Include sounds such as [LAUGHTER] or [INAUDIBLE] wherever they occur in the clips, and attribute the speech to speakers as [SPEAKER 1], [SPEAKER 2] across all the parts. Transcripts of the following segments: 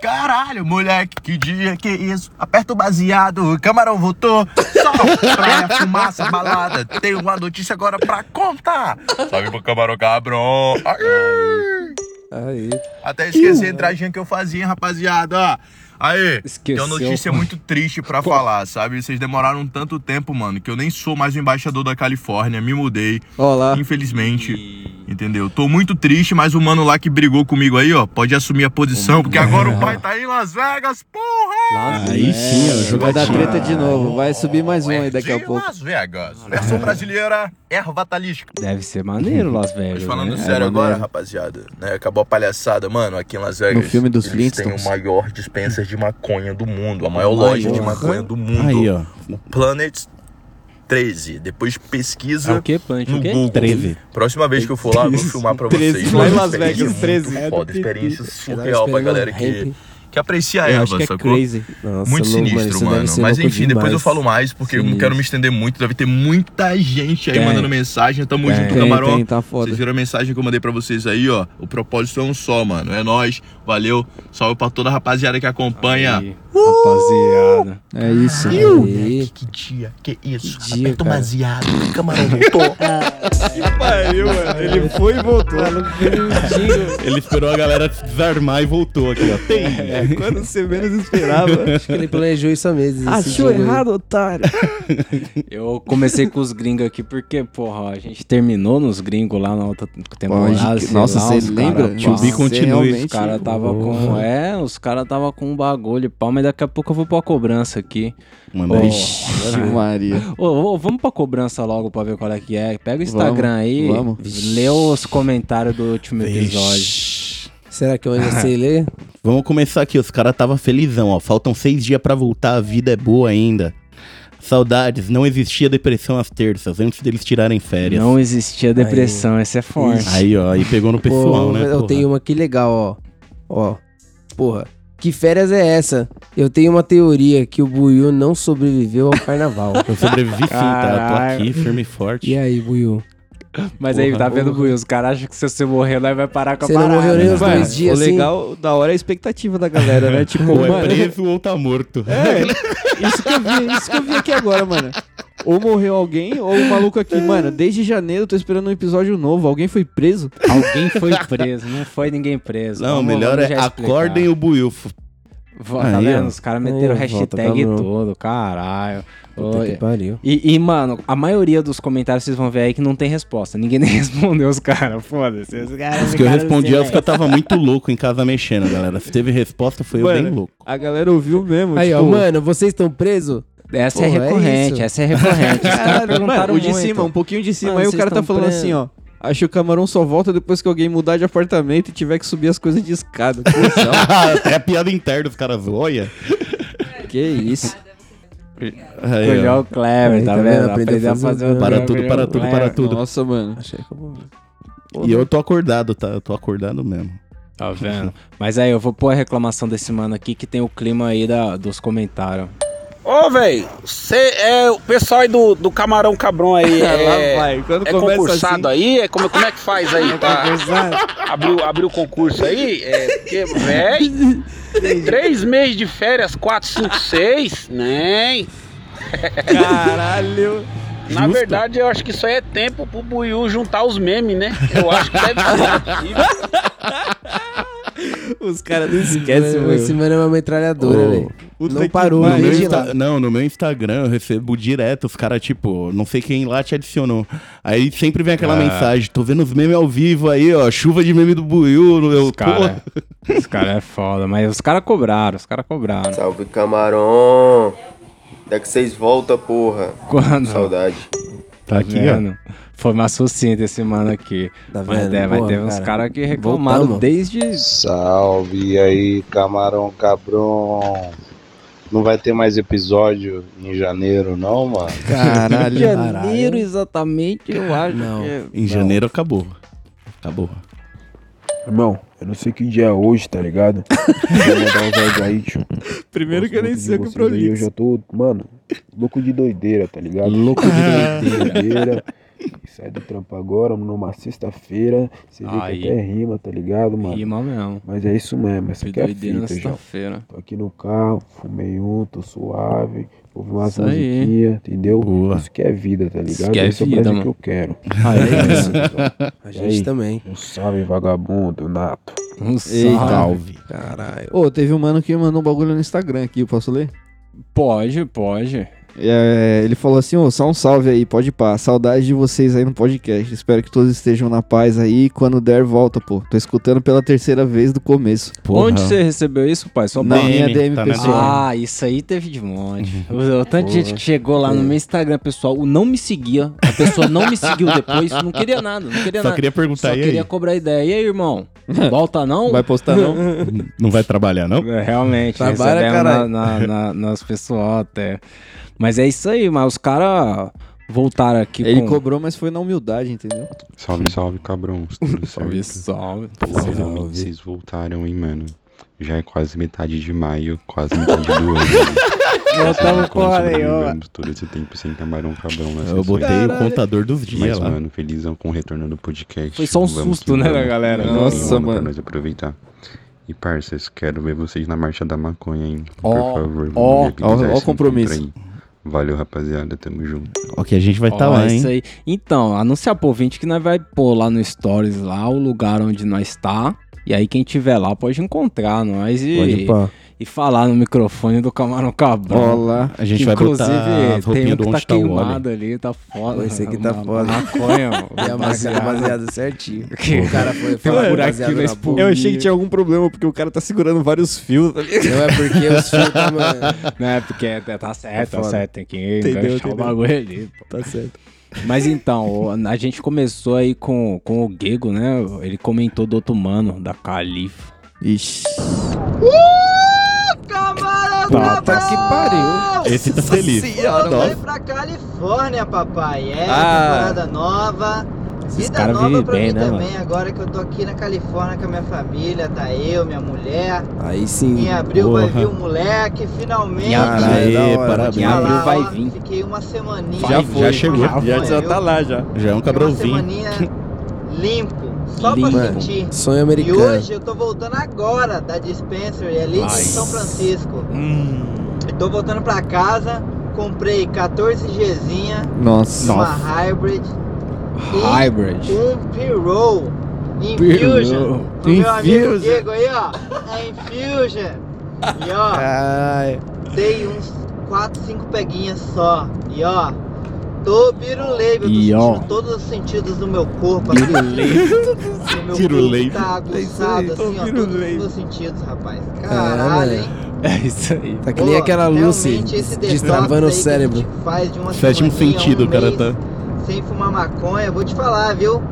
[SPEAKER 1] Caralho, moleque, que dia, que isso? Aperta o baseado, o camarão voltou. Sol, praia, [LAUGHS] fumaça, balada. Tenho uma notícia agora pra contar. Salve pro camarão cabrão. Ai.
[SPEAKER 2] Aí.
[SPEAKER 1] Até esqueci a entradinha que eu fazia, rapaziada. ó. Aí,
[SPEAKER 2] Esqueceu.
[SPEAKER 1] tem uma notícia muito triste pra falar, sabe? Vocês demoraram tanto tempo, mano, que eu nem sou mais o embaixador da Califórnia, me mudei.
[SPEAKER 2] Olá.
[SPEAKER 1] Infelizmente, entendeu? Tô muito triste, mas o mano lá que brigou comigo aí, ó, pode assumir a posição, porque agora o
[SPEAKER 2] [LAUGHS]
[SPEAKER 1] pai tá em Las Vegas, porra!
[SPEAKER 3] É,
[SPEAKER 4] Aí sim, ó,
[SPEAKER 2] Vai dar
[SPEAKER 4] jogadinho.
[SPEAKER 2] treta de novo. Vai subir mais um aí daqui a
[SPEAKER 1] De
[SPEAKER 2] pouco.
[SPEAKER 1] Las Vegas, versão brasileira, erva talisca.
[SPEAKER 4] Deve ser maneiro Las Vegas.
[SPEAKER 1] Mas
[SPEAKER 4] né?
[SPEAKER 1] falando sério
[SPEAKER 4] É
[SPEAKER 1] agora,
[SPEAKER 4] maneiro.
[SPEAKER 1] rapaziada, né? Acabou a palhaçada, mano, aqui em Las Vegas.
[SPEAKER 2] No filme dos
[SPEAKER 1] eles têm
[SPEAKER 2] Flintstones.
[SPEAKER 1] o maior dispenser de maconha do mundo, a maior é loja de
[SPEAKER 4] Porra.
[SPEAKER 1] maconha do mundo.
[SPEAKER 4] Aí, ó.
[SPEAKER 1] O Planet 13. Depois
[SPEAKER 4] É
[SPEAKER 1] pesquisa
[SPEAKER 4] o quê, Punch?
[SPEAKER 1] no
[SPEAKER 4] O quê?
[SPEAKER 1] Google.
[SPEAKER 4] 13.
[SPEAKER 1] Próxima vez que eu for lá, eu vou filmar pra
[SPEAKER 4] 13,
[SPEAKER 1] vocês.
[SPEAKER 4] lá em
[SPEAKER 1] Mano,
[SPEAKER 4] Las Vegas, É
[SPEAKER 1] experiência muito
[SPEAKER 4] 13.
[SPEAKER 1] Foda, experiência surreal pra
[SPEAKER 2] experimento
[SPEAKER 1] galera que,
[SPEAKER 2] hippie.
[SPEAKER 1] que aprecia a
[SPEAKER 4] Eu
[SPEAKER 1] erva,
[SPEAKER 4] acho que é
[SPEAKER 1] sacou?
[SPEAKER 4] crazy.
[SPEAKER 2] Nossa,
[SPEAKER 1] muito
[SPEAKER 2] louco,
[SPEAKER 1] sinistro,
[SPEAKER 2] isso deve
[SPEAKER 1] mano.
[SPEAKER 2] ser
[SPEAKER 1] Mas
[SPEAKER 2] louco
[SPEAKER 1] enfim, depois eu
[SPEAKER 2] demais.
[SPEAKER 1] falo mais, porque eu não quero me estender muito. Deve ter muita gente aí
[SPEAKER 4] Tem.
[SPEAKER 1] mandando mensagem. Tamo
[SPEAKER 4] Tem.
[SPEAKER 1] junto,
[SPEAKER 2] Tem,
[SPEAKER 1] camarão.
[SPEAKER 2] tem, tá foda.
[SPEAKER 1] Vocês viram a mensagem que eu mandei pra vocês aí, ó. O propósito é um só, mano. É nóis. Valeu. Salve pra toda a rapaziada que acompanha.
[SPEAKER 4] Aí, Rapaziada.
[SPEAKER 2] É isso.
[SPEAKER 1] Moleque,
[SPEAKER 2] Aí.
[SPEAKER 1] Que dia, que isso.
[SPEAKER 2] Que dia,
[SPEAKER 1] Aperta o
[SPEAKER 2] cara.
[SPEAKER 1] baseado.
[SPEAKER 2] [LAUGHS]
[SPEAKER 1] Camarão voltou.
[SPEAKER 4] Pariu, mano.
[SPEAKER 5] é,
[SPEAKER 4] Ele foi e voltou.
[SPEAKER 5] [LAUGHS]
[SPEAKER 6] Ele esperou a galera desarmar e voltou aqui, ó. Tem.
[SPEAKER 4] É, Quando você menos esperava.
[SPEAKER 6] [LAUGHS]
[SPEAKER 2] Acho que ele planejou isso há meses.
[SPEAKER 3] Ah,
[SPEAKER 2] esse jogo aí.
[SPEAKER 4] otário. Eu comecei com os gringos aqui porque, porra, a gente terminou nos gringos lá na outra temporada.
[SPEAKER 2] Pode que-
[SPEAKER 4] sei
[SPEAKER 2] nossa,
[SPEAKER 4] lá,
[SPEAKER 2] você
[SPEAKER 4] os
[SPEAKER 2] lembra?
[SPEAKER 4] Cara,
[SPEAKER 6] Tio
[SPEAKER 4] pá,
[SPEAKER 6] B
[SPEAKER 2] Nossa,
[SPEAKER 6] continua,
[SPEAKER 2] realmente-
[SPEAKER 4] os cara tava com. É, os caras tava com um bagulho e pau, mas daqui a pouco eu vou pra cobrança aqui.
[SPEAKER 6] Manda
[SPEAKER 4] aí. [LAUGHS]
[SPEAKER 2] Vixe, Maria.
[SPEAKER 4] Ô, ô, vamos pra cobrança logo pra ver qual é que é. Pega o Instagram
[SPEAKER 2] Vamos,
[SPEAKER 4] aí,
[SPEAKER 2] vamos.
[SPEAKER 4] lê os comentários do último episódio.
[SPEAKER 6] Vixe.
[SPEAKER 2] Será que eu ainda sei ler?
[SPEAKER 6] Vamos começar aqui. Os caras tava felizão, ó. Faltam seis dias pra voltar, a vida é boa ainda. Saudades, não existia depressão às terças, antes deles tirarem férias.
[SPEAKER 4] Não existia depressão, essa é forte.
[SPEAKER 6] Aí, ó, aí pegou no pessoal,
[SPEAKER 2] Pô,
[SPEAKER 6] né?
[SPEAKER 2] Eu
[SPEAKER 6] porra?
[SPEAKER 2] tenho uma aqui legal, ó. Ó. Porra. Que férias é essa? Eu tenho uma teoria que o Buiu não sobreviveu ao carnaval.
[SPEAKER 6] [LAUGHS] Eu sobrevivi sim, tá? Eu tô
[SPEAKER 4] Caralho.
[SPEAKER 6] aqui, firme e forte.
[SPEAKER 2] e aí, Buiu?
[SPEAKER 4] Mas aí,
[SPEAKER 6] Porra,
[SPEAKER 4] tá vendo, Buiu? Os caras acham que se você morrer, nós vai parar com a
[SPEAKER 2] Você não
[SPEAKER 4] parada.
[SPEAKER 2] morreu nem os
[SPEAKER 4] Vai.
[SPEAKER 2] dois dias,
[SPEAKER 3] o
[SPEAKER 2] assim?
[SPEAKER 3] legal da hora é a expectativa da galera,
[SPEAKER 6] [LAUGHS]
[SPEAKER 3] né? Tipo,
[SPEAKER 6] Ou é
[SPEAKER 3] mano,
[SPEAKER 6] preso ou tá morto.
[SPEAKER 3] É, isso que, eu vi, isso que eu vi aqui agora, mano. Ou morreu alguém, ou o maluco
[SPEAKER 6] É.
[SPEAKER 3] aqui, mano, desde janeiro eu tô esperando um episódio novo. Alguém foi preso?
[SPEAKER 4] Alguém foi preso, não foi ninguém preso.
[SPEAKER 6] Não,
[SPEAKER 4] Vamos-
[SPEAKER 6] melhor
[SPEAKER 4] vamos
[SPEAKER 6] é
[SPEAKER 4] já explicar.
[SPEAKER 6] acordem o buiufo.
[SPEAKER 4] Vo- Tá
[SPEAKER 6] Aí,
[SPEAKER 4] vendo?
[SPEAKER 6] ó. tá
[SPEAKER 4] Os caras meteram
[SPEAKER 2] Aí, volta
[SPEAKER 4] hashtag
[SPEAKER 2] pra
[SPEAKER 4] e
[SPEAKER 2] não.
[SPEAKER 4] tudo, caralho.
[SPEAKER 2] Puta
[SPEAKER 4] Olha.
[SPEAKER 2] que pariu.
[SPEAKER 4] E, e, mano, a maioria dos comentários vocês vão ver aí que não tem resposta. Ninguém nem [LAUGHS] respondeu os caras, foda-se. Os caras
[SPEAKER 6] Os que eu
[SPEAKER 4] ficaram assim, né?
[SPEAKER 6] respondi
[SPEAKER 4] sem
[SPEAKER 6] é os que eu tava muito louco em casa mexendo, galera. Se teve resposta, foi eu
[SPEAKER 3] [LAUGHS] Mano,
[SPEAKER 6] bem louco.
[SPEAKER 3] A galera ouviu mesmo.
[SPEAKER 2] Aí, ó,
[SPEAKER 3] tipo,
[SPEAKER 2] mano, vocês estão presos?
[SPEAKER 4] Essa é
[SPEAKER 2] Pô, é
[SPEAKER 4] recorrente,
[SPEAKER 2] isso.
[SPEAKER 4] essa
[SPEAKER 3] [LAUGHS]
[SPEAKER 4] é recorrente. Os caras
[SPEAKER 3] Mano,
[SPEAKER 4] perguntaram
[SPEAKER 3] o de
[SPEAKER 4] muito.
[SPEAKER 3] cima, um pouquinho de cima.
[SPEAKER 2] Mano,
[SPEAKER 3] aí o
[SPEAKER 2] vocês
[SPEAKER 3] cara tá
[SPEAKER 2] tão
[SPEAKER 3] falando
[SPEAKER 2] preso.
[SPEAKER 3] assim, ó. Acho que o camarão só volta depois que alguém mudar de apartamento e tiver que subir as coisas de escada. Cuzão.
[SPEAKER 6] [LAUGHS] Até a piada interna dos caras olha.
[SPEAKER 3] que isso.
[SPEAKER 6] Aí,
[SPEAKER 4] Olhou
[SPEAKER 6] ó.
[SPEAKER 4] o Clever,
[SPEAKER 2] Aí,
[SPEAKER 4] tá
[SPEAKER 2] tá
[SPEAKER 4] vendo?
[SPEAKER 2] vendo?
[SPEAKER 4] Aprendeu a fazer um
[SPEAKER 6] Para tudo,
[SPEAKER 4] Clever,
[SPEAKER 6] para tudo, para
[SPEAKER 4] Clever.
[SPEAKER 6] tudo.
[SPEAKER 3] Nossa, mano.
[SPEAKER 6] E eu tô acordado, tá? Eu tô acordado mesmo.
[SPEAKER 4] Tá vendo? Mas aí, eu vou pôr a reclamação desse mano aqui que tem o clima aí da, dos comentários.
[SPEAKER 7] Ô, velho, você é o pessoal aí do, do Camarão Cabrão
[SPEAKER 3] [LAUGHS]
[SPEAKER 7] aí.
[SPEAKER 3] Lá
[SPEAKER 7] É,
[SPEAKER 3] vai. Quando
[SPEAKER 7] é
[SPEAKER 3] começa
[SPEAKER 7] concursado
[SPEAKER 3] assim,
[SPEAKER 7] aí? É, como, como é que faz aí? Tá? Abriu, abriu o concurso aí? É, porque,
[SPEAKER 3] [LAUGHS]
[SPEAKER 7] velho, três meses de férias, quatro, cinco, seis, né?
[SPEAKER 3] Caralho.
[SPEAKER 7] [LAUGHS] Na verdade, eu acho que isso aí é tempo pro Buiu juntar os memes, né? Eu acho que deve ser possível.
[SPEAKER 3] Os caras não
[SPEAKER 2] Esse,
[SPEAKER 3] esquecem,
[SPEAKER 2] mano,
[SPEAKER 3] mano.
[SPEAKER 2] esse mano é uma metralhadora,
[SPEAKER 6] Ô,
[SPEAKER 2] velho.
[SPEAKER 3] puta
[SPEAKER 2] Não
[SPEAKER 3] que
[SPEAKER 2] parou,
[SPEAKER 6] No
[SPEAKER 3] pariu.
[SPEAKER 6] meu
[SPEAKER 2] desde
[SPEAKER 6] Insta-
[SPEAKER 2] lá.
[SPEAKER 6] Não, no meu Instagram eu recebo direto os caras, tipo, não sei quem lá te adicionou. Aí sempre vem aquela mensagem, tô vendo os memes ao vivo aí, ó, chuva de meme do Buiu. Eu,
[SPEAKER 4] Os caras os cara é foda, mas os caras cobraram, os caras cobraram.
[SPEAKER 8] Salve camarão! Até que vocês voltam, porra.
[SPEAKER 4] Quando?
[SPEAKER 8] Saudade.
[SPEAKER 4] Tá aqui, vendo? Foi uma sucinta esse mano aqui.
[SPEAKER 2] Tá
[SPEAKER 4] mas,
[SPEAKER 2] vendo?
[SPEAKER 4] é, mas
[SPEAKER 2] Porra,
[SPEAKER 4] teve uns
[SPEAKER 2] cara.
[SPEAKER 4] caras que reclamaram
[SPEAKER 2] Voltamos.
[SPEAKER 4] desde.
[SPEAKER 9] Salve aí, camarão cabrão. Não vai ter mais episódio em janeiro, não, mano?
[SPEAKER 3] Caralho.
[SPEAKER 4] [LAUGHS] Janeiro, exatamente, eu acho.
[SPEAKER 2] Não.
[SPEAKER 4] que- é.
[SPEAKER 6] Em janeiro acabou. Acabou.
[SPEAKER 10] Irmão, eu não sei que dia é hoje, tá ligado? Vou mandar uns áudios aí, tio.
[SPEAKER 3] Primeiro que eu nem
[SPEAKER 10] Gosto muito de
[SPEAKER 3] sei o que eu
[SPEAKER 10] vocês
[SPEAKER 4] [LAUGHS]
[SPEAKER 10] aí, Eu já tô, mano, louco de doideira, tá ligado? Louco de doideira. sai do trampo agora, numa sexta-feira. Você vê
[SPEAKER 4] Aí.
[SPEAKER 10] que até rima, tá ligado, mano?
[SPEAKER 4] Rima mesmo.
[SPEAKER 10] Mas é isso mesmo, essa
[SPEAKER 4] Que
[SPEAKER 10] aqui é a
[SPEAKER 4] doideira na
[SPEAKER 10] fita, João.
[SPEAKER 4] sexta-feira.
[SPEAKER 10] Tô aqui no carro, fumei um, tô suave, ouvi umas
[SPEAKER 4] Isso aí.
[SPEAKER 10] musiquinhas, entendeu?
[SPEAKER 6] Boa.
[SPEAKER 10] Isso que é vida, tá
[SPEAKER 4] Isso
[SPEAKER 10] ligado?
[SPEAKER 4] que é
[SPEAKER 10] Esse
[SPEAKER 4] vida,
[SPEAKER 10] é o Brasil
[SPEAKER 4] mano.
[SPEAKER 10] que
[SPEAKER 6] [LAUGHS]
[SPEAKER 10] eu quero.
[SPEAKER 11] Ah,
[SPEAKER 6] Ah,
[SPEAKER 11] é
[SPEAKER 6] é?
[SPEAKER 10] [LAUGHS] É
[SPEAKER 4] Aí,
[SPEAKER 2] A
[SPEAKER 10] E
[SPEAKER 2] gente
[SPEAKER 10] aí?
[SPEAKER 2] também.
[SPEAKER 10] Um salve, vagabundo, nato.
[SPEAKER 4] um salve.
[SPEAKER 6] Salve.
[SPEAKER 2] Caralho.
[SPEAKER 3] é Ô, teve um mano que mandou um bagulho no Instagram aqui, eu posso ler?
[SPEAKER 4] Pode, pode.
[SPEAKER 3] É, ele falou assim, ô, só um salve aí, pode pá. Saudade de vocês aí no podcast. Espero que todos estejam na paz aí. Quando der, volta, pô. Tô escutando pela terceira vez do começo.
[SPEAKER 6] Porra.
[SPEAKER 4] Onde você recebeu isso, pai? Só
[SPEAKER 3] Na
[SPEAKER 4] pra...
[SPEAKER 6] DM,
[SPEAKER 3] minha DM
[SPEAKER 6] tá na Uhum.
[SPEAKER 3] pessoal.
[SPEAKER 4] Ah, isso aí teve de monte. O, o tanto de gente que chegou lá
[SPEAKER 3] É.
[SPEAKER 4] no meu Instagram, pessoal, o não me seguia. A pessoa não me [LAUGHS] seguiu depois, não queria nada, não queria
[SPEAKER 6] Só
[SPEAKER 4] nada.
[SPEAKER 6] queria perguntar
[SPEAKER 4] Só
[SPEAKER 6] e aí.
[SPEAKER 4] queria cobrar ideia. E aí, irmão? Volta não?
[SPEAKER 3] Vai postar não?
[SPEAKER 6] [LAUGHS]
[SPEAKER 3] Tá
[SPEAKER 6] Não vai trabalhar, não?
[SPEAKER 4] É, Realmente, recebemos
[SPEAKER 2] Trabalha,
[SPEAKER 4] na,
[SPEAKER 2] caralho.
[SPEAKER 4] na, na- nas pessoal até. Mas é isso aí, mas os caras voltaram aqui
[SPEAKER 3] Ele
[SPEAKER 4] com...
[SPEAKER 3] cobrou, mas foi na humildade, entendeu?
[SPEAKER 12] Salve, salve, cabrão.
[SPEAKER 6] [LAUGHS]
[SPEAKER 12] Tudo
[SPEAKER 4] Salve,
[SPEAKER 12] certo?
[SPEAKER 4] salve.
[SPEAKER 12] Pô, finalmente vocês voltaram, hein, mano? Já é quase metade de maio, quase metade do
[SPEAKER 4] [LAUGHS]
[SPEAKER 12] ano. né? Voltamos
[SPEAKER 4] porra
[SPEAKER 12] todo esse tempo sem camarão cabrão nessa
[SPEAKER 6] Eu botei o contador dos dias
[SPEAKER 12] Mas,
[SPEAKER 6] lá.
[SPEAKER 12] mano, felizão com o retorno do podcast.
[SPEAKER 4] Foi só um
[SPEAKER 12] Vamos
[SPEAKER 4] susto,
[SPEAKER 12] que
[SPEAKER 4] né,
[SPEAKER 12] vamos.
[SPEAKER 4] galera?
[SPEAKER 12] Mais um
[SPEAKER 3] Nossa,
[SPEAKER 12] ano pra
[SPEAKER 3] mano.
[SPEAKER 12] nós aproveitar. E, parças, quero ver vocês na marcha da maconha, hein?
[SPEAKER 4] Ó,
[SPEAKER 12] Por favor, vamos
[SPEAKER 4] ó,
[SPEAKER 12] viabilizar
[SPEAKER 3] ó, ó o
[SPEAKER 12] esse encontro
[SPEAKER 3] compromisso.
[SPEAKER 12] aí. Valeu, rapaziada. Tamo junto.
[SPEAKER 6] Ok, a gente vai
[SPEAKER 4] Ó,
[SPEAKER 6] tá lá,
[SPEAKER 4] é
[SPEAKER 6] hein?
[SPEAKER 4] isso aí. Então, anunciar pro ouvinte que nós vai pôr lá no Stories lá o lugar onde nós tá. E aí quem tiver lá pode encontrar nós e,
[SPEAKER 2] Pode pá.
[SPEAKER 4] e falar no microfone do Camarão Cabrão.
[SPEAKER 3] Olá.
[SPEAKER 6] A gente
[SPEAKER 4] Que,
[SPEAKER 6] vai
[SPEAKER 4] Inclusive,
[SPEAKER 6] botar as
[SPEAKER 4] tem um
[SPEAKER 6] roupinhas do
[SPEAKER 4] que tá
[SPEAKER 6] Onde Tá o Wally.
[SPEAKER 4] queimado ali, tá foda.
[SPEAKER 2] Pô, esse aqui tá
[SPEAKER 4] Uma
[SPEAKER 2] foda.
[SPEAKER 4] Maconha,
[SPEAKER 2] E a marca da baseada certinho.
[SPEAKER 4] Que-
[SPEAKER 2] O cara foi
[SPEAKER 4] Tem um
[SPEAKER 2] falar
[SPEAKER 4] buraquinho
[SPEAKER 2] baseado
[SPEAKER 4] na
[SPEAKER 2] na boca.
[SPEAKER 3] Eu achei que tinha algum problema, porque o cara tá segurando vários fios. tá
[SPEAKER 2] Não é porque os filhos tá, mano.
[SPEAKER 4] [LAUGHS] Né, porque tá- tá certo, tá
[SPEAKER 2] foda.
[SPEAKER 4] certo, tem que
[SPEAKER 6] Entendeu,
[SPEAKER 4] enganchar o
[SPEAKER 6] entendeu.
[SPEAKER 4] bagulho ali, pô.
[SPEAKER 6] Tá certo.
[SPEAKER 4] Mas então, o- a gente começou aí com, com o Gego, né? Ele comentou do outro mano, da Califa.
[SPEAKER 3] Ixi.
[SPEAKER 2] Puta que pariu.
[SPEAKER 6] Esse tá feliz.
[SPEAKER 8] Vai pra Califórnia, papai. É
[SPEAKER 2] Ah.
[SPEAKER 8] temporada nova.
[SPEAKER 4] Esses
[SPEAKER 8] Vida
[SPEAKER 4] caras
[SPEAKER 8] nova
[SPEAKER 4] vivem
[SPEAKER 8] pra
[SPEAKER 4] bem,
[SPEAKER 8] mim
[SPEAKER 4] né,
[SPEAKER 8] também,
[SPEAKER 4] mano?
[SPEAKER 8] agora que eu tô aqui na Califórnia com a minha família, tá eu, minha mulher.
[SPEAKER 2] Aí sim.
[SPEAKER 8] Em abril vai
[SPEAKER 6] porra.
[SPEAKER 8] vir um o moleque, finalmente.
[SPEAKER 4] Em abril.
[SPEAKER 6] Aê,
[SPEAKER 2] é da hora. tá
[SPEAKER 6] parabéns.
[SPEAKER 4] Em abril
[SPEAKER 8] Lá,
[SPEAKER 4] vai
[SPEAKER 8] ó,
[SPEAKER 4] vir.
[SPEAKER 8] Fiquei uma semaninha.
[SPEAKER 6] Já foi, já chegou.
[SPEAKER 8] Já,
[SPEAKER 3] lá, já.
[SPEAKER 6] Já é um
[SPEAKER 8] Uma
[SPEAKER 6] cabrãozinho.
[SPEAKER 8] semaninha limpo, só pra
[SPEAKER 4] Limpo.
[SPEAKER 8] sentir.
[SPEAKER 2] Sonho
[SPEAKER 8] E
[SPEAKER 2] americano.
[SPEAKER 8] hoje eu tô voltando agora da dispensary ali em
[SPEAKER 4] Ai.
[SPEAKER 8] São Francisco.
[SPEAKER 4] Hum.
[SPEAKER 8] Eu tô voltando pra casa, comprei 14 Gzinha,
[SPEAKER 3] Nossa.
[SPEAKER 8] uma hybrid e
[SPEAKER 4] Hybrid.
[SPEAKER 8] um P-Roll Infusion. O meu amigo
[SPEAKER 3] Infusion.
[SPEAKER 8] Diego aí, ó, é Infusion. E
[SPEAKER 10] [LAUGHS]
[SPEAKER 8] ó,
[SPEAKER 2] Ai.
[SPEAKER 8] dei uns 4, 5 peguinhas só. E ó, tô biruleibe, eu tô
[SPEAKER 4] E, ó.
[SPEAKER 8] sentindo todos os sentidos do meu corpo. aqui. [LAUGHS] O meu
[SPEAKER 6] Biruleibe.
[SPEAKER 8] corpo tá
[SPEAKER 2] É isso aí,
[SPEAKER 8] aguçado assim,
[SPEAKER 2] tô
[SPEAKER 8] ó, todos os
[SPEAKER 2] biruleibe.
[SPEAKER 8] meus sentidos, rapaz.
[SPEAKER 2] Caralho.
[SPEAKER 8] Caralho, hein?
[SPEAKER 4] É isso aí.
[SPEAKER 2] Tá que nem
[SPEAKER 8] Pô,
[SPEAKER 2] aquela Lucy
[SPEAKER 8] realmente esse
[SPEAKER 2] destravando o
[SPEAKER 8] detox aí que a
[SPEAKER 2] cérebro.
[SPEAKER 8] gente Faz de uma
[SPEAKER 6] Sétimo
[SPEAKER 8] semaninha,
[SPEAKER 6] sentido,
[SPEAKER 8] um
[SPEAKER 6] o cara
[SPEAKER 8] mês
[SPEAKER 6] tá.
[SPEAKER 8] Sem fumar maconha, vou te falar, viu?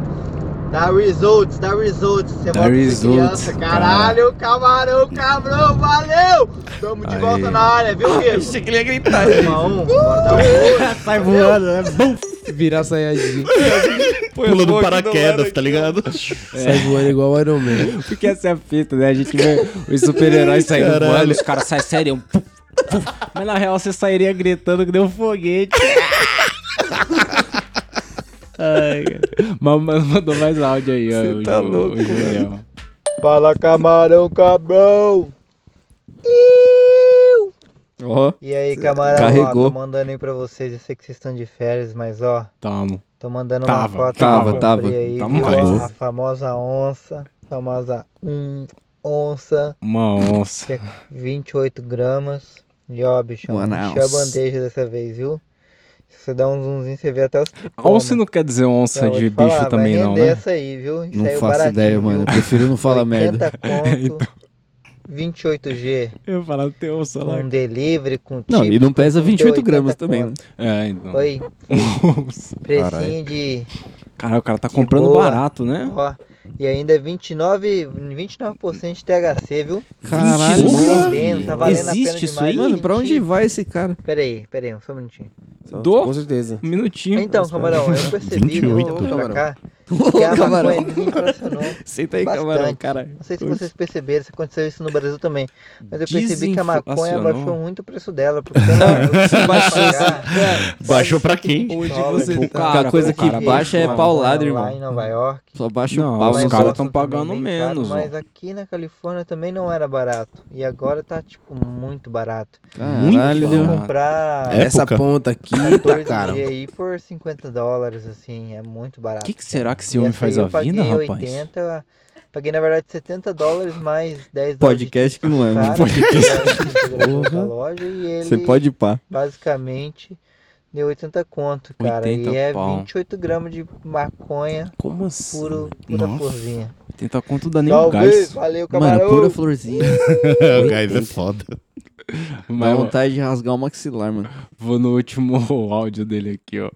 [SPEAKER 8] Dá results, dá results. Você volta a ser
[SPEAKER 4] results,
[SPEAKER 8] criança. Caralho, camarão, cabrão, valeu! Tamo de
[SPEAKER 4] Aí.
[SPEAKER 8] volta na área, viu, Guilherme? Achei que ele ia gritar. Um a um, bora dar um [LAUGHS] outro.
[SPEAKER 2] Sai voando, né? Bum! Virar Saiyajin.
[SPEAKER 6] Pula do paraquedas, tá ligado?
[SPEAKER 8] É.
[SPEAKER 2] Sai voando igual o Iron Man.
[SPEAKER 4] [LAUGHS] Porque essa é a fita, né? A gente vê os super-heróis saindo
[SPEAKER 6] Caralho.
[SPEAKER 4] voando, os caras saem sério. um puf, puf. Mas na real você sairia gritando que deu um foguete. [LAUGHS] Ai, cara. Mas mas mandou mais áudio aí, ó. Você tá louco,
[SPEAKER 8] Fala, camarão,
[SPEAKER 2] [LAUGHS]
[SPEAKER 8] cabrão.
[SPEAKER 3] Ó.
[SPEAKER 8] E aí, camarão,
[SPEAKER 3] Carregou.
[SPEAKER 8] ó, tô mandando aí pra vocês. Eu sei que vocês estão de férias, mas ó,
[SPEAKER 4] Tamo.
[SPEAKER 8] Tô mandando uma
[SPEAKER 4] Tava,
[SPEAKER 8] foto
[SPEAKER 4] tava,
[SPEAKER 8] que eu
[SPEAKER 3] tava.
[SPEAKER 8] comprei aí,
[SPEAKER 4] Tá
[SPEAKER 8] viu?
[SPEAKER 4] mais.
[SPEAKER 8] a famosa onça, famosa
[SPEAKER 13] Um
[SPEAKER 8] hum, onça,
[SPEAKER 4] Uma onça.
[SPEAKER 8] que é 28 gramas. E ó, bichão,
[SPEAKER 3] Uma
[SPEAKER 8] encheu a
[SPEAKER 3] onça.
[SPEAKER 8] bandeja dessa vez, viu? Se você dá um zoomzinho, você vê até os
[SPEAKER 4] Onça não quer dizer onça
[SPEAKER 8] Não, vou
[SPEAKER 4] de
[SPEAKER 8] te falar,
[SPEAKER 4] bicho
[SPEAKER 8] vai
[SPEAKER 4] também, não,
[SPEAKER 8] render
[SPEAKER 4] né?
[SPEAKER 8] essa aí, viu? Isso
[SPEAKER 3] Não
[SPEAKER 8] aí é
[SPEAKER 3] faço
[SPEAKER 8] baratinho,
[SPEAKER 3] ideia, mano. Eu
[SPEAKER 8] viu?
[SPEAKER 3] prefiro não falar merda.
[SPEAKER 8] 80 conto, 28G,
[SPEAKER 4] Eu falava teu onça lá.
[SPEAKER 8] um delivery com
[SPEAKER 3] Não,
[SPEAKER 8] tipo,
[SPEAKER 3] e não pesa
[SPEAKER 8] com
[SPEAKER 3] 28
[SPEAKER 8] 80
[SPEAKER 3] gramas também. né?
[SPEAKER 8] conto.
[SPEAKER 4] É, então.
[SPEAKER 8] Oi,
[SPEAKER 4] Onça.
[SPEAKER 8] precinho de
[SPEAKER 4] Caralho, o cara tá
[SPEAKER 8] De
[SPEAKER 4] comprando
[SPEAKER 8] boa.
[SPEAKER 4] barato, né?
[SPEAKER 8] Ó, e ainda é 29, 29% de THC, viu?
[SPEAKER 3] Caralho.
[SPEAKER 8] Tá
[SPEAKER 4] Porra.
[SPEAKER 8] vendendo, tá valendo a pena
[SPEAKER 4] Existe isso
[SPEAKER 8] demais.
[SPEAKER 4] aí?
[SPEAKER 3] Mano, pra onde vai esse cara?
[SPEAKER 8] Pera aí, pera aí, só um minutinho.
[SPEAKER 2] Só-
[SPEAKER 4] Dou?
[SPEAKER 2] Com certeza.
[SPEAKER 4] Um minutinho. [LAUGHS]
[SPEAKER 8] Então, camarão, eu percebi
[SPEAKER 6] 28.
[SPEAKER 8] quando eu vim pra cá que a
[SPEAKER 2] camarão.
[SPEAKER 8] maconha me impressionou
[SPEAKER 2] [LAUGHS] Senta aí,
[SPEAKER 8] bastante.
[SPEAKER 2] camarão, caralho.
[SPEAKER 8] Não sei se vocês perceberam, se aconteceu isso no Brasil também. Mas eu percebi que a maconha
[SPEAKER 2] Desinflacionou.
[SPEAKER 8] baixou muito o preço dela.
[SPEAKER 2] [LAUGHS]
[SPEAKER 8] Porque ela
[SPEAKER 2] Baixou,
[SPEAKER 6] Baixou pra quem?
[SPEAKER 8] Onde
[SPEAKER 2] você tá? A única coisa que baixa é paulada,
[SPEAKER 8] Lá
[SPEAKER 2] irmão.
[SPEAKER 8] em Nova York.
[SPEAKER 2] Só baixa
[SPEAKER 4] Não,
[SPEAKER 2] o pau.
[SPEAKER 4] os
[SPEAKER 8] lá em
[SPEAKER 2] mano.
[SPEAKER 4] caras
[SPEAKER 8] Boston
[SPEAKER 4] tão pagando
[SPEAKER 8] também bem caro,
[SPEAKER 4] menos, ó.
[SPEAKER 8] Mas é aqui na Califórnia também não era barato. E agora tá, tipo, muito barato.
[SPEAKER 2] Caralho,
[SPEAKER 8] Vou
[SPEAKER 2] Leon.
[SPEAKER 8] comprar
[SPEAKER 6] É,
[SPEAKER 2] Essa
[SPEAKER 6] Época.
[SPEAKER 2] ponta aqui tá
[SPEAKER 8] 14
[SPEAKER 2] cara.
[SPEAKER 8] dias aí por 50 dólares, assim, é muito
[SPEAKER 4] O
[SPEAKER 8] barato.
[SPEAKER 4] que, que será que esse
[SPEAKER 8] E
[SPEAKER 4] homem
[SPEAKER 8] essa
[SPEAKER 4] faz
[SPEAKER 8] aí
[SPEAKER 4] a
[SPEAKER 8] eu paguei
[SPEAKER 4] vida, rapaz?
[SPEAKER 8] 80, paguei na verdade 70 dólares mais 10 dólares.
[SPEAKER 3] Podcast que não é, né?
[SPEAKER 8] [LAUGHS] Podcast.
[SPEAKER 3] Porra.
[SPEAKER 8] loja e ele
[SPEAKER 3] Você pode pá.
[SPEAKER 8] basicamente deu 80 conto, cara.
[SPEAKER 4] 80
[SPEAKER 8] e é
[SPEAKER 4] pau.
[SPEAKER 8] 28 gramas de maconha
[SPEAKER 4] Como assim?
[SPEAKER 8] puro, pura
[SPEAKER 6] Nossa.
[SPEAKER 8] florzinha.
[SPEAKER 4] 80 conto dá nem um
[SPEAKER 8] Salve,
[SPEAKER 4] gás.
[SPEAKER 8] valeu,
[SPEAKER 2] Mano,
[SPEAKER 8] camarão.
[SPEAKER 2] pura florzinha.
[SPEAKER 6] [LAUGHS] o gás é foda.
[SPEAKER 3] Dá
[SPEAKER 4] Mas, ó,
[SPEAKER 3] vontade de rasgar o maxilar, mano.
[SPEAKER 4] vou no último áudio dele aqui, ó.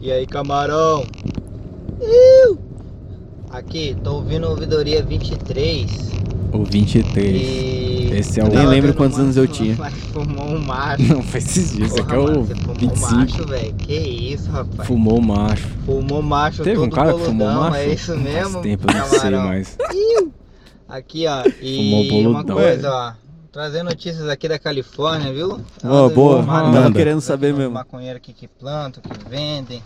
[SPEAKER 8] E aí, camarão? Eu! Aqui, tô ouvindo ouvidoria 23.
[SPEAKER 4] O 23.
[SPEAKER 8] E.
[SPEAKER 4] Esse é o-
[SPEAKER 8] Eu
[SPEAKER 3] Nem
[SPEAKER 8] tava
[SPEAKER 3] lembro
[SPEAKER 8] vendo
[SPEAKER 3] quantos
[SPEAKER 8] um
[SPEAKER 3] anos eu
[SPEAKER 8] macho
[SPEAKER 3] tinha.
[SPEAKER 8] lá que Fumou um macho.
[SPEAKER 4] Não, foi esses dias. Esse aqui é
[SPEAKER 8] Porra,
[SPEAKER 4] o
[SPEAKER 8] mano, você fumou um
[SPEAKER 4] 25.
[SPEAKER 8] macho, velho. Que isso, rapaz.
[SPEAKER 4] Fumou macho.
[SPEAKER 8] Fumou macho
[SPEAKER 4] Teve
[SPEAKER 8] todo
[SPEAKER 4] um cara que fumou
[SPEAKER 8] boludão,
[SPEAKER 4] macho?
[SPEAKER 8] É isso mesmo?
[SPEAKER 4] Faz tempo, eu não sei
[SPEAKER 8] camarão?
[SPEAKER 4] mais.
[SPEAKER 8] Aqui, ó.
[SPEAKER 4] Fumou
[SPEAKER 8] E uma
[SPEAKER 4] boludão.
[SPEAKER 8] coisa, ó. Trazer notícias aqui da Califórnia, viu?
[SPEAKER 3] Ó,
[SPEAKER 8] Elas
[SPEAKER 3] boa.
[SPEAKER 8] informaram
[SPEAKER 3] Tava
[SPEAKER 6] Manda.
[SPEAKER 3] querendo saber
[SPEAKER 8] os
[SPEAKER 3] mesmo.
[SPEAKER 8] Maconheiros aqui que plantam, que vendem,